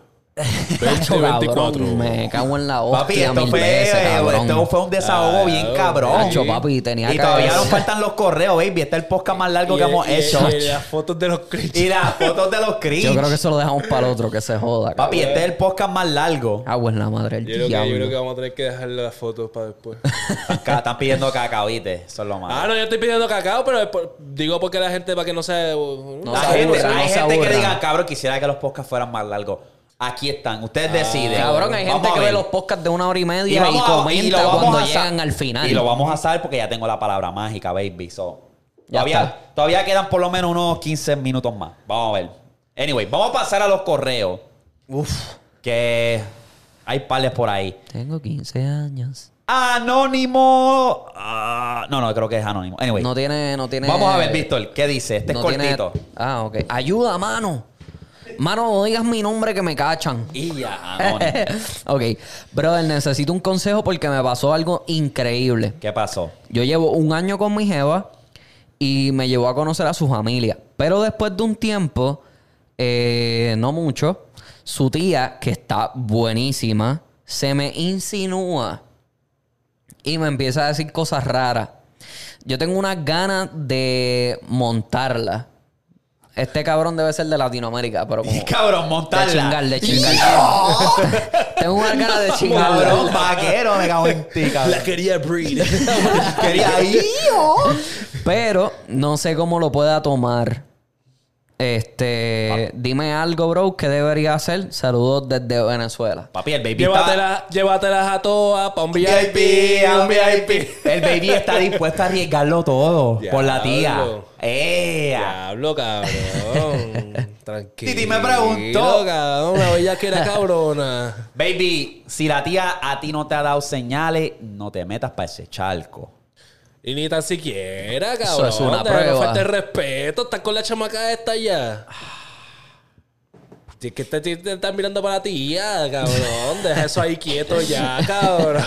S2: Cacho, cabrón,
S3: 2024.
S2: me cago en la hostia.
S1: papi, esto
S2: mil
S1: fue, eh,
S2: veces, cabrón.
S1: esto fue un desahogo bien cabrón.
S2: Cacho, papi, tenía
S1: y
S2: que
S1: todavía
S2: haber-
S1: nos faltan los correos, baby. Este es el podcast más largo que hemos
S3: y-
S1: hecho.
S3: y las fotos de los clichés.
S1: Y las fotos de los cringe.
S2: Yo creo que eso lo dejamos para el otro, que se joda. Papi.
S1: Papi, este es el podcast más largo.
S2: Agua en la madre del
S3: Yo creo, que, yo
S2: diablo.
S3: creo que vamos a tener que dejar las fotos para después.
S1: Acá están pidiendo cacao, ¿viste? Eso es lo más.
S3: ah, no, yo estoy pidiendo cacao, pero es por- digo porque la gente, para que no uh, se...
S2: No
S1: La
S2: se
S1: gente-
S2: aburran,
S1: hay
S2: no se
S1: gente que
S2: aburran.
S1: diga, cabrón, quisiera que los podcasts fueran más largos. Aquí están, ustedes deciden.
S2: Cabrón, hay gente
S1: Vamos a
S2: que ve
S1: ver.
S2: los podcasts de una hora y media y,
S1: vamos a- y lo
S2: comenta
S1: vamos
S2: cuando
S1: a sa-
S2: llegan al final.
S1: Y lo vamos a saber porque ya tengo la palabra mágica, baby. So,
S2: Ya
S1: todavía,
S2: está.
S1: todavía quedan por lo menos unos 15 minutos más. Vamos a ver. Anyway, vamos a pasar a los correos.
S2: Uf,
S1: Que hay pales por ahí.
S2: tengo 15 años.
S1: Anónimo. Ah, no, no, creo que es anónimo. Anyway.
S2: No tiene, no tiene.
S1: Vamos a ver, Víctor, ¿qué dice? Este
S2: no
S1: es
S2: tiene-
S1: cortito.
S2: Ah, ok. Ayuda, mano. Mano, no digas mi nombre que me cachan.
S1: Y ya, anónimo.
S2: ok. Brother, necesito un consejo porque me pasó algo increíble.
S1: ¿Qué pasó?
S2: Yo llevo un año con mi jeva y me llevó a conocer a su familia. Pero después de un tiempo, eh, no mucho, su tía, que está buenísima, se me insinúa y me empieza a decir cosas raras. Yo tengo unas ganas de montarla. Este cabrón debe ser de Latinoamérica, pero como...
S1: Cabrón,
S2: De
S1: montarla.
S2: chingar, de chingar. Tengo unas ganas de chingarla.
S1: Cabrón, vaquero, me cago en ti, cabrón.
S3: quería breed.
S1: Quería ir.
S2: Pero no sé cómo lo pueda tomar.
S3: Ah.
S2: Este, dime algo, bro, ¿qué debería hacer? Saludos desde Venezuela.
S1: Papi, el baby está-
S3: llévatelas, llévatelas a todas para un VIP, un VIP.
S1: El baby está dispuesto a arriesgarlo todo por la tía.
S3: Diablo.
S1: ¡Eh!
S3: Diablo, cabrón. Tranquilo.
S1: Titi me preguntó.
S3: cabrón, una bellaquera cabrona.
S1: Baby, si la tía a ti no te ha dado señales, no te metas para ese charco.
S3: Y ni tan siquiera,
S2: Eso
S3: cabrón.
S2: es una
S3: Te- no
S2: prueba.
S3: falta el respeto. Estás con la chamaca esta ya. Es que te, te- te están mirando para la tía, cabrón. Deja eso ahí quieto ya, cabrón.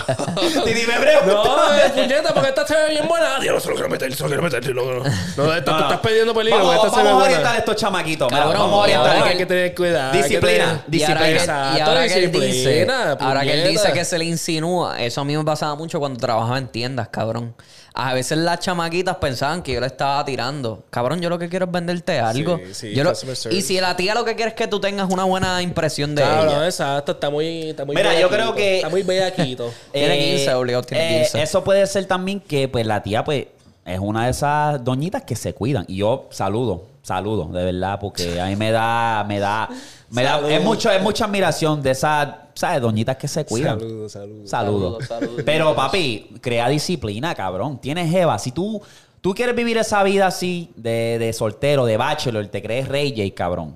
S1: Titi me preguntó.
S3: No, eh, puñeta, porque esta se ve bien buena. Dios, se lo quiero meter, se lo quiero meter. No, no, no. No, esta, tú estás pidiendo peligro.
S1: Vamos,
S3: porque esta
S1: vamos
S3: se ve
S1: a
S3: buena.
S1: orientar a estos chamaquitos. mira,
S2: Cabrón,
S1: vamos a orientar.
S3: Ahora
S2: que
S3: hay que tener cuidado. hay que
S1: Disciplina,
S3: tener-
S2: Y ahora, que,
S1: Disciplina.
S2: y ahora que él dice,
S3: Disciplina,
S2: ahora que él
S3: puñeta.
S2: dice que se le insinúa, eso a mí me pasaba mucho cuando trabajaba en tiendas, cabrón. A veces las chamaquitas pensaban que yo le estaba tirando. Cabrón, yo lo que quiero es venderte algo.
S3: Sí, sí,
S2: Yo lo-
S3: customer service.
S2: y si la tía lo que quiere es que tú tengas una buena impresión de ella.
S3: Cabrón, exacto. Está muy, está muy
S1: Mira, yo
S3: bellaquito,
S1: creo que-
S3: Está muy bellaquito.
S1: Eh,
S2: Tiene 15, obligado tiene 15.
S1: Eso puede ser también que pues la tía pues es una de esas doñitas que se cuidan. Y yo saludo, saludo, de verdad, porque a mí me da, me da, me da, es, mucho, es mucha admiración de esas, ¿sabes? Doñitas que se cuidan.
S3: Saludos, saludos.
S1: Saludos.
S2: Saludos, saludos.
S1: Pero, papi, crea disciplina, cabrón. Tienes Jeva. Si tú, tú quieres vivir esa vida así de, de soltero, de bachelor, te crees rey, J, cabrón.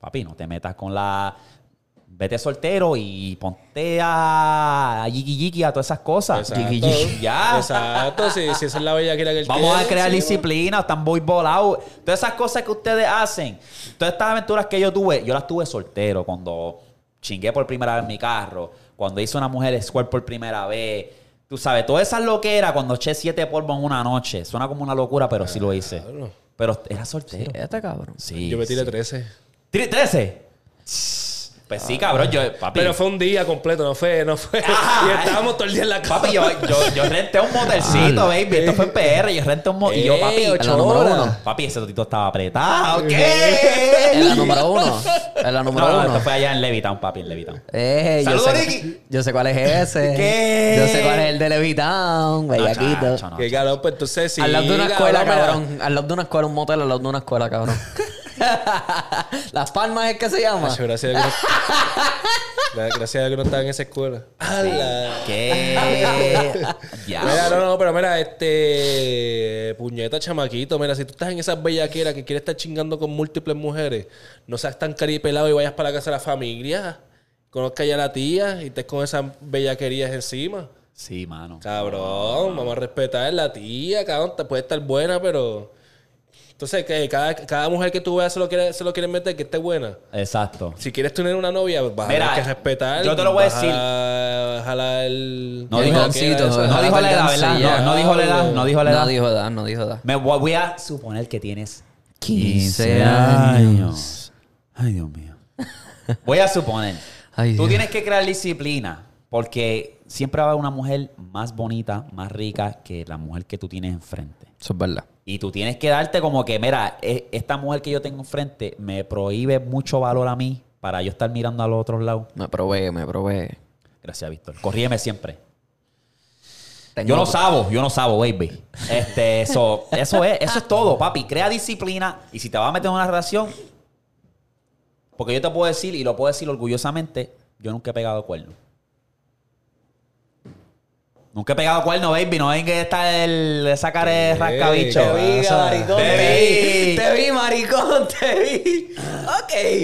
S1: Papi, no te metas con la. Vete soltero y ponte a, a Yiki Yiki, a todas esas cosas. Yiki Yiki. Ya.
S3: Exacto, si, si esa es la bella que era que él
S1: Vamos a
S3: quiere,
S1: crear
S3: sí,
S1: disciplina, están voy volados. Todas esas cosas que ustedes hacen, todas estas aventuras que yo tuve, yo las tuve soltero cuando chingué por primera vez en mi carro, cuando hice una mujer square por primera vez. Tú sabes, todas esas loqueras cuando eché siete polvos en una noche. Suena como una locura, pero sí lo hice.
S3: Claro.
S1: Pero era
S3: eh.
S1: soltero.
S2: Este cabrón.
S1: Sí.
S3: Yo me tiré 13.
S1: ¿Tri- ¿Trece? Pues sí, cabrón. Yo, papi,
S3: Pero fue un día completo, no fue, no fue.
S1: Ah.
S3: y estábamos todo el día en la cama.
S1: papi yo, yo, yo renté un motelcito, baby. Esto fue en PR. Yo renté un motel. Y yo,
S3: Eh,
S1: papi,
S3: ocho
S1: la número
S3: horas.
S1: uno. Papi, ese totito estaba apretado.
S2: En
S1: ¿Qué?
S2: la número uno. En la número
S1: No, no,
S2: uno.
S1: esto fue allá en Levitown, papi, en Levitown.
S2: Eh, yo
S1: Saludos,
S2: sé,
S1: Ricky.
S2: Yo sé cuál es ese.
S1: ¿Qué? Ah,
S2: Yo sé cuál es el de Levitown, bellaquito.
S1: chacho, no.
S3: Que cabrón, pues entonces sí.
S2: al lado de una escuela,
S3: mira.
S2: cabrón. Al lado de una escuela, un motel al lado de una escuela, cabrón. Las Palmas es que se llama.
S3: Ay, Gracias a Dios que no- gracias a Dios que no estaba en esa escuela. ¡Hala!
S1: ¿Qué?
S3: Mira,
S1: Diablo.
S3: no, no, pero mira, este. Puñeta, chamaquito. Mira, si tú estás en esas bellaqueras que quieres estar chingando con múltiples mujeres, no seas tan caripelado y vayas para la casa de la familia. Conozca ya a la tía y estés con esas bellaquerías encima.
S1: Sí, mano.
S3: Cabrón, vamos a respetar a la tía, cabrón. Te puede estar buena, pero. Entonces, que cada, cada mujer que tú veas se lo quiere, se lo quiere meter, que esté buena.
S1: Exacto.
S3: Si quieres tener una novia, vas
S1: Mira,
S3: a tener que respetar.
S1: yo te lo voy a
S3: vas
S1: decir.
S3: A jalar el.
S1: No
S2: El
S1: dijo,
S2: gancito,
S1: no
S2: ojalá
S1: dijo la edad,
S2: tengan
S1: ¿verdad?
S2: silla.
S1: No, no dijo la edad, no dijo la edad.
S2: No dijo edad, no dijo edad.
S1: Me voy voy a suponer que tienes
S2: 15
S1: años.
S4: Ay, Dios mío.
S1: Voy a suponer.
S2: Ay,
S1: Tú
S2: Dios.
S1: tienes que crear disciplina. Porque siempre va a haber una mujer más bonita, más rica que la mujer que tú tienes enfrente.
S2: Eso es verdad.
S1: Y tú tienes que darte como que, mira, e- esta mujer que yo tengo enfrente me prohíbe mucho valor a mí para yo estar mirando al otro lado.
S2: Me probé, me probé.
S1: Gracias, Víctor. Corríeme siempre.
S2: Tengo-
S1: Yo no sabo, yo no sabo, baby. Este, eso, eso es, eso es todo, papi. Crea disciplina y si te vas a meter en una relación, porque yo te puedo decir y lo puedo decir orgullosamente, yo nunca he pegado cuerno. Nunca he pegado cuerno, baby. No venga esta el sacar el rascabicho.
S3: qué bien.
S2: Diga, maricón.
S1: Te vi.
S2: Te vi, maricón. Te vi.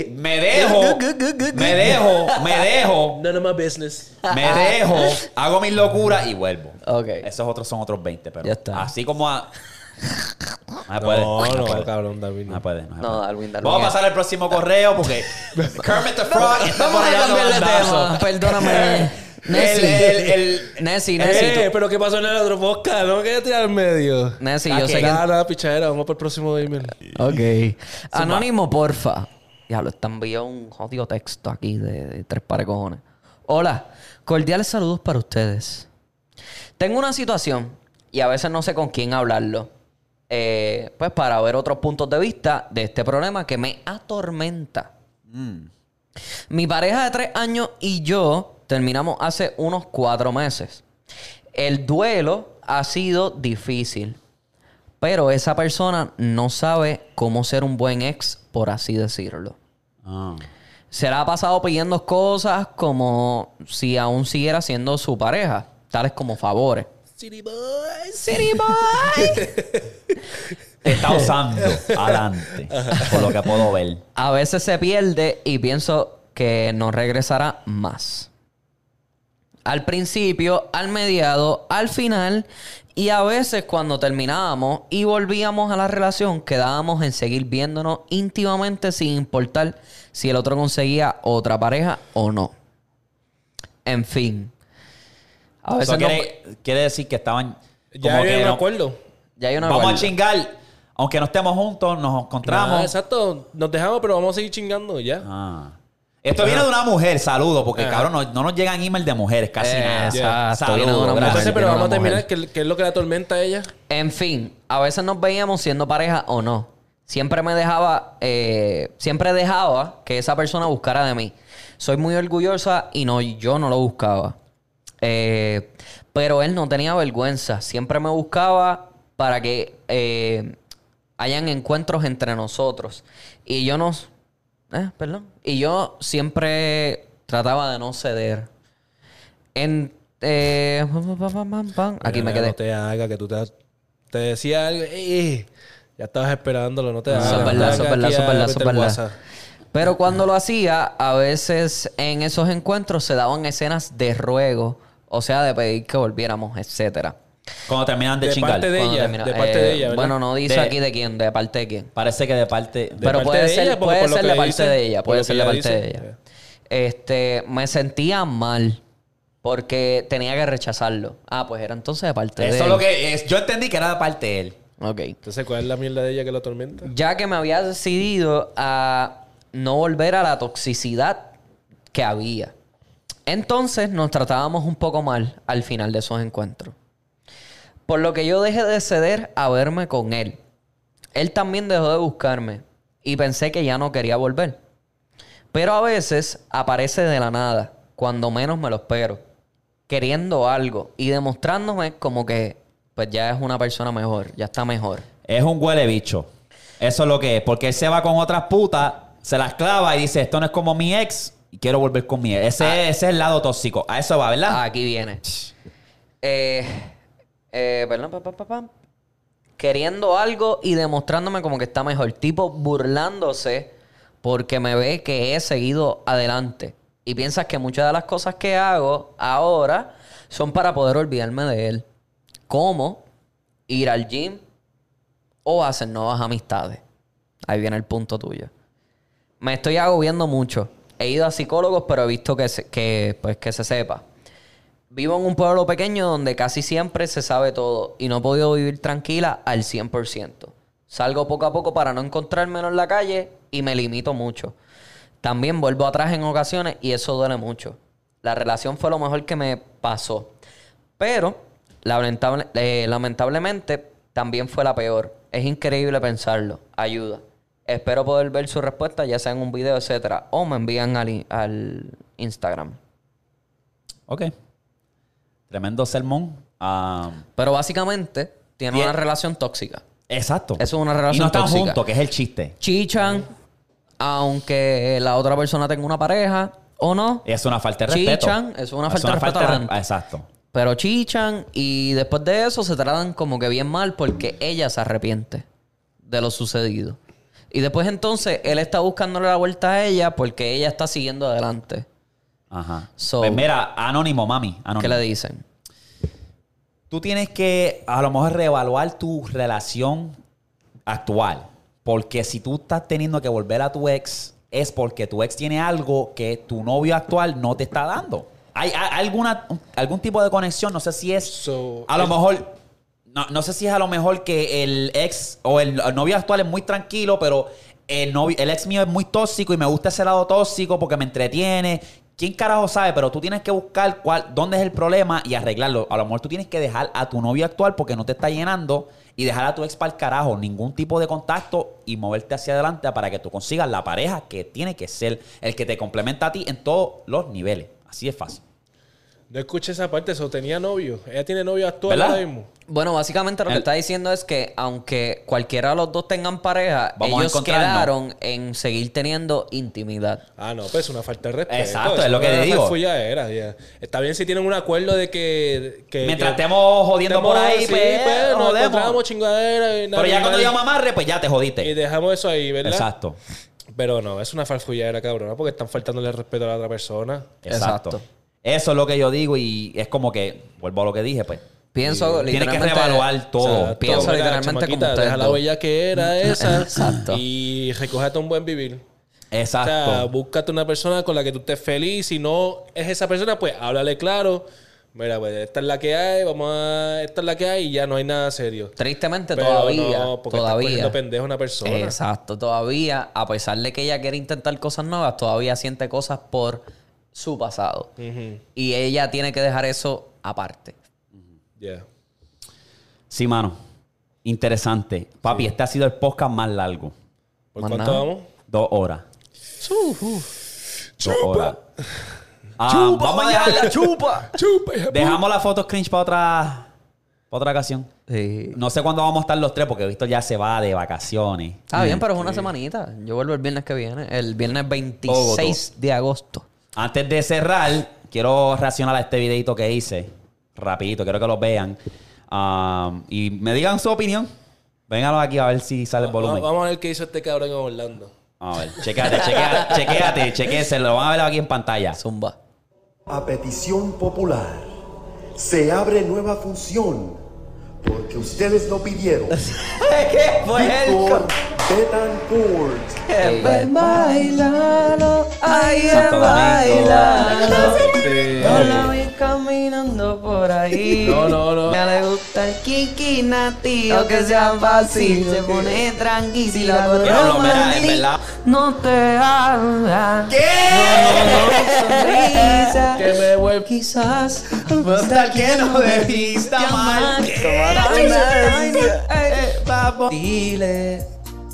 S2: Ok.
S1: Me dejo,
S2: Good, good, good, good,
S1: me
S2: good.
S1: dejo, me dejo,
S3: None of my business.
S1: me dejo, hago mis locuras y vuelvo.
S2: Ok.
S1: Esos otros son otros 20, pero
S2: Ya está.
S1: así como a... No se
S3: No,
S1: puede,
S3: no,
S1: se puede. Ah,
S3: cabrón, David. no.
S1: No puede, no se
S2: No,
S1: puede.
S2: Darwin, Darwin.
S1: Vamos a pasar al próximo correo porque Kermit the Frog está
S2: Vamos a
S1: mandando
S2: cambiar de
S1: bandazos.
S2: tema. Perdóname. Nessie.
S1: El- el- el-
S2: Nessie, Nessie.
S3: Eh,
S2: tú-
S3: pero ¿qué pasó en el otro podcast? No me quería tirar al medio.
S2: Nessie,
S1: Ah,
S2: yo
S1: que
S2: sé que...
S3: Nada, nada, pichadera. Vamos para el próximo email.
S2: Ok. Anónimo, porfa. Diablo, te envió un jodido texto aquí de, de tres pares cojones. Hola, cordiales saludos para ustedes. Tengo una situación y a veces no sé con quién hablarlo. Eh, pues para ver otros puntos de vista de este problema que me atormenta. Mi pareja de tres años y yo terminamos hace unos cuatro meses. El duelo ha sido difícil, pero esa persona no sabe cómo ser un buen ex, por así decirlo.
S1: Ah.
S2: Se la ha pasado pidiendo cosas como si aún siguiera siendo su pareja, tales como favores.
S3: City Boys.
S2: City boy.
S1: Te está usando adelante, por lo que puedo ver.
S2: A veces se pierde y pienso que no regresará más. Al principio, al mediado, al final y a veces cuando terminábamos y volvíamos a la relación quedábamos en seguir viéndonos íntimamente sin importar si el otro conseguía otra pareja o no. En fin. A
S1: Eso
S2: veces no-
S1: quiere, quiere decir que estaban
S3: Ya
S1: como
S3: yo
S1: que
S3: me
S1: no-
S3: acuerdo.
S2: ya hay una
S1: vamos a
S2: guarda.
S1: chingar, aunque no estemos juntos, nos
S3: Ah,
S1: encontramos.
S3: exacto. Nos dejamos, pero vamos a seguir chingando ya.
S1: Ah. Esto viene de una mujer, saludo, porque cabrón, no, no nos llegan email de mujeres casi
S2: Eh,
S1: nada.
S2: exacto, viene de
S1: Saludo,
S2: una
S1: gracias.
S3: Entonces,
S2: mujer.
S3: pero
S2: tiene
S3: vamos a
S2: una
S3: terminar.
S2: mujer.
S3: ¿Qué, qué es lo que le atormenta a ella?
S2: En fin, a veces nos veíamos siendo pareja o no. Siempre me dejaba, eh, siempre dejaba que esa persona buscara de mí. Soy muy orgullosa y no, yo no lo buscaba. Eh, pero él no tenía vergüenza. Siempre me buscaba para que eh, hayan encuentros entre nosotros. Y yo no... eh, perdón. Y yo siempre trataba de no ceder. En... eh, pam, pam, pam, pam, pam. Aquí me
S3: Mira,
S2: quedé.
S3: No te hagas que tú te, te decía algo. "Eh, ya estabas esperándolo, no te hagas.
S2: Eso es Ah, verdad, eso es verdad, eso es verdad, eso es verdad.
S3: verdad.
S2: Pero cuando lo hacía, a veces en esos encuentros se daban escenas de ruego, o sea, de pedir que volviéramos, etcétera.
S1: Cuando terminan de,
S3: De
S1: chingar.
S3: parte de
S2: Cuando
S3: ella,
S2: termina- eh,
S3: de parte de ella, ¿verdad?
S2: Bueno, no dice
S1: De-
S2: aquí de quién, de parte de quién.
S1: Parece que de parte. de-
S2: Pero
S3: parte
S2: puede
S3: de
S2: ser,
S3: ella, porque
S2: puede
S3: por lo
S2: ser
S3: que
S2: de
S3: le
S2: parte
S3: dicen,
S2: de ella,
S3: por
S2: puede
S3: lo
S2: ser
S3: que
S2: de parte
S3: ella
S2: de
S3: dice.
S2: ella. Este, me sentía mal porque tenía que rechazarlo. Ah, pues era entonces de parte de
S1: eso
S2: ella.
S1: es lo que. es- yo entendí que era de parte de él.
S2: Ok.
S3: Entonces, ¿cuál es la mierda de ella que lo atormenta?
S2: ya que me había decidido a no volver a la toxicidad que había. Entonces nos tratábamos un poco mal al final de esos encuentros. Por lo que yo dejé de ceder a verme con él. Él también dejó de buscarme y pensé que ya no quería volver. Pero a veces aparece de la nada, cuando menos me lo espero, queriendo algo y demostrándome como que pues ya es una persona mejor, ya está mejor.
S1: Es un huele bicho. Eso es lo que es. Porque él se va con otras putas, se las clava y dice: Esto no es como mi ex y quiero volver con mi ex. Ese, ese es el lado tóxico. A eso va, ¿verdad?
S2: Ah, aquí viene. Eh, eh, perdón, pa, pa, pa, pa. Queriendo algo y demostrándome como que está mejor. Tipo burlándose porque me ve que he seguido adelante. Y piensas que muchas de las cosas que hago ahora son para poder olvidarme de él. Como ir al gym o hacer nuevas amistades. Ahí viene el punto tuyo. Me estoy agobiando mucho. He ido a psicólogos, pero he visto que se- que, pues, que se sepa. Vivo en un pueblo pequeño donde casi siempre se sabe todo y no he podido vivir tranquila al 100%. Salgo poco a poco para no encontrármelo en la calle y me limito mucho. También vuelvo atrás en ocasiones y eso duele mucho. La relación fue lo mejor que me pasó. Pero, lamentable- eh, lamentablemente, también fue la peor. Es increíble pensarlo. Ayuda. Espero poder ver su respuesta, ya sea en un video, etcétera, o me envían al, in- al Instagram.
S1: Ok. Tremendo sermón. Ah,
S2: Pero básicamente tiene
S1: Y
S2: una
S1: es-
S2: relación tóxica.
S1: exacto.
S2: Eso es una relación
S1: Y no están
S2: tóxica.
S1: juntos, que es el chiste.
S2: Chichan, aunque la otra persona tenga una pareja o no,
S1: Es una falta de respeto.
S2: Chichan, es una falta de respeto
S1: re-
S2: adelante.
S1: Exacto.
S2: pero chichan y después de eso se tratan como que bien mal porque ella se arrepiente de lo sucedido. Y después entonces él está buscándole la vuelta a ella porque ella está siguiendo adelante.
S1: Ajá.
S2: So-
S1: Pues mira, anónimo, mami. Anónimo.
S2: ¿Qué le dicen?
S1: Tú tienes que a lo mejor reevaluar tu relación actual. Porque si tú estás teniendo que volver a tu ex, es porque tu ex tiene algo que tu novio actual no te está dando. Hay, hay alguna, algún tipo de conexión, no sé si es.
S3: So,
S1: a lo
S3: es-
S1: mejor. No, no sé si es a lo mejor que el ex o el, el novio actual es muy tranquilo, pero el, novio, el ex mío es muy tóxico y me gusta ese lado tóxico porque me entretiene. ¿Quién carajo sabe? Pero tú tienes que buscar cuál, dónde es el problema y arreglarlo. A lo mejor tú tienes que dejar a tu novio actual porque no te está llenando y dejar a tu ex para el carajo, ningún tipo de contacto y moverte hacia adelante para que tú consigas la pareja que tiene que ser, el que te complementa a ti en todos los niveles. Así es fácil.
S3: No escuché esa parte, eso tenía novio. Ella tiene novio actual
S1: ¿Verdad?
S3: ahora mismo.
S2: Bueno, básicamente lo que
S1: El-
S2: está diciendo es que aunque cualquiera de los dos tengan pareja,
S1: Vamos a
S2: ellos
S1: encontrarnos.
S2: quedaron en seguir teniendo intimidad.
S3: Ah, no, pues una falta de respeto.
S1: Exacto,
S3: Eso
S1: es lo que
S3: era
S1: te
S3: una
S1: digo.
S3: falfullera, ya. Está bien si tienen un acuerdo de que. que-
S1: Mientras
S3: que-
S1: estemos jodiendo
S3: Eh, estemos-
S1: por ahí,
S3: sí,
S1: pues,
S3: pues, nos
S1: jodemos.
S3: encontramos chingadera. y nada,
S1: Pero ya cuando
S3: normal.
S1: yo mamarre, pues ya te
S3: Y
S1: jodiste.
S3: dejamos eso ahí, ¿verdad?
S1: Exacto.
S3: Pero no, es una falfullera, cabrón, porque están faltándole el respeto a la otra persona.
S1: Exacto.
S2: Exacto.
S1: Eso es lo que yo digo y es como que, vuelvo a lo que dije, pues.
S2: Pienso
S1: Tienes que
S2: literalmente-
S1: reevaluar todo.
S3: Exacto.
S2: pienso
S3: Mira,
S2: literalmente como
S3: chamaquita,
S2: ustedes
S3: Deja la
S2: dos.
S3: huella que era
S1: Mm,
S3: esa.
S2: Exacto.
S3: Y recógete un buen vivir. O
S1: Exacto.
S3: sea, búscate una persona con la que tú estés feliz. Si no es esa persona, pues háblale claro. Mira, pues esta es la que hay, vamos a. Esta es la que hay y ya no hay nada serio.
S2: Tristemente
S3: Pero
S2: Este, todavía,
S3: no, porque estás
S2: todavía.
S3: cogiendo pendejo a una persona.
S2: Exacto, todavía, a pesar de que ella quiere intentar cosas nuevas, todavía siente cosas por su pasado. Y ella tiene que dejar eso aparte.
S3: Yeah.
S1: Sí, mano. Interesante. Papi, este ha sido el podcast más largo.
S3: ¿Por
S2: Más
S3: cuánto
S2: nada.
S3: vamos?
S1: Dos horas. Dos horas. Ah, vamos a dejar-
S2: chupa!
S3: Chupa,
S1: Dejamos las fotos cringe para otra Otra ocasión.
S2: Sí.
S1: No sé cuándo vamos a estar los tres, porque Víctor ya se va de vacaciones.
S2: Está bien, pero es una semanita. Yo vuelvo el viernes que viene. El viernes 26 de agosto.
S1: Antes de cerrar, quiero reaccionar a este videito que hice. Rapidito, quiero que lo vean. Um, y me digan su opinión. Vénganlo aquí a ver si sale el volumen.
S3: Vamos a ver qué hizo este cabrón en Orlando.
S1: A ver, chequéate, chequéate, chequéate, chequéese, lo van a ver aquí en pantalla.
S2: Zumba.
S5: A petición popular, se abre nueva función porque ustedes lo pidieron.
S1: ¿Qué
S5: Víctor Betancourt.
S2: Bailalo, ahí
S1: Santo Domingo. Este,
S2: Yo la vi caminando por ahí.
S3: No, no, no.
S2: Ya le gusta el kikina, tío, que sea fácil. Se pone tranqui si la
S1: Diablo, mira, en
S2: romantic,
S1: verdad.
S2: No te habla. ¿Qué? Sonrisa.
S3: Que me vuelva.
S2: Quizás.
S1: Hasta que no debiste amar.
S2: Dile que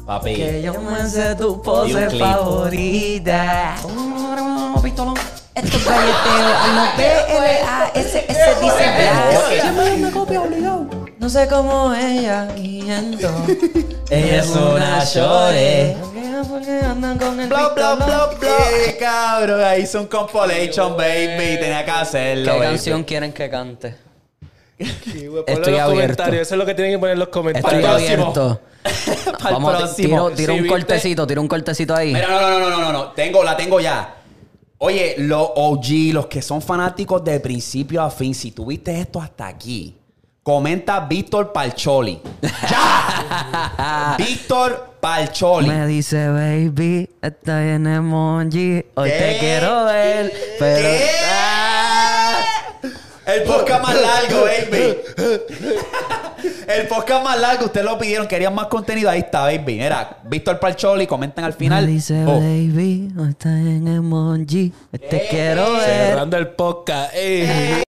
S1: Papi,
S2: yo me sé tu
S1: Y un
S2: pose
S1: clip.
S2: favorita. Pistolón. Esto es galleteo, a lo B-L-A-S-S dice Blas. Siempre una copia obligado. No sé cómo ella, guiando.
S1: ella es una eh. llore.
S2: Porque andan con el
S1: Bla, bla,
S2: pistolón.
S1: bla, bla. Eh, cabrón, ahí hizo un compilation, baby. Tenía que hacerlo. baby.
S2: quieren que cante?
S3: Estoy
S2: abierto.
S3: Eso es lo que tienen que poner en los comentarios.
S2: Estoy
S1: próximo.
S2: abierto.
S1: Pa'l
S2: a-
S1: próximo.
S2: tiro, tiro
S3: Si
S2: un
S3: viste-
S2: cortecito, tiro un cortecito ahí.
S1: Mira, no, no, no, no, no, no. Tengo, la tengo ya. Oye, los OG, los que son fanáticos de principio a fin, si tuviste esto hasta aquí, comenta Víctor Palcholi. ¡Ya! Víctor Palcholi.
S2: Me dice, baby, estoy en emoji. Hoy te
S1: ¿Qué?
S2: quiero ver, pero. Ah.
S1: ¿Qué? El podcast más largo, baby. El podcast más largo, ustedes lo pidieron, querían más contenido. Ahí está, baby. Era Víctor Palcholi, comenten al final.
S2: Me dice,
S1: Oh.
S2: baby, hoy estoy en emoji. Hoy te quiero ver.
S3: Cerrando el podcast. eh. Ey.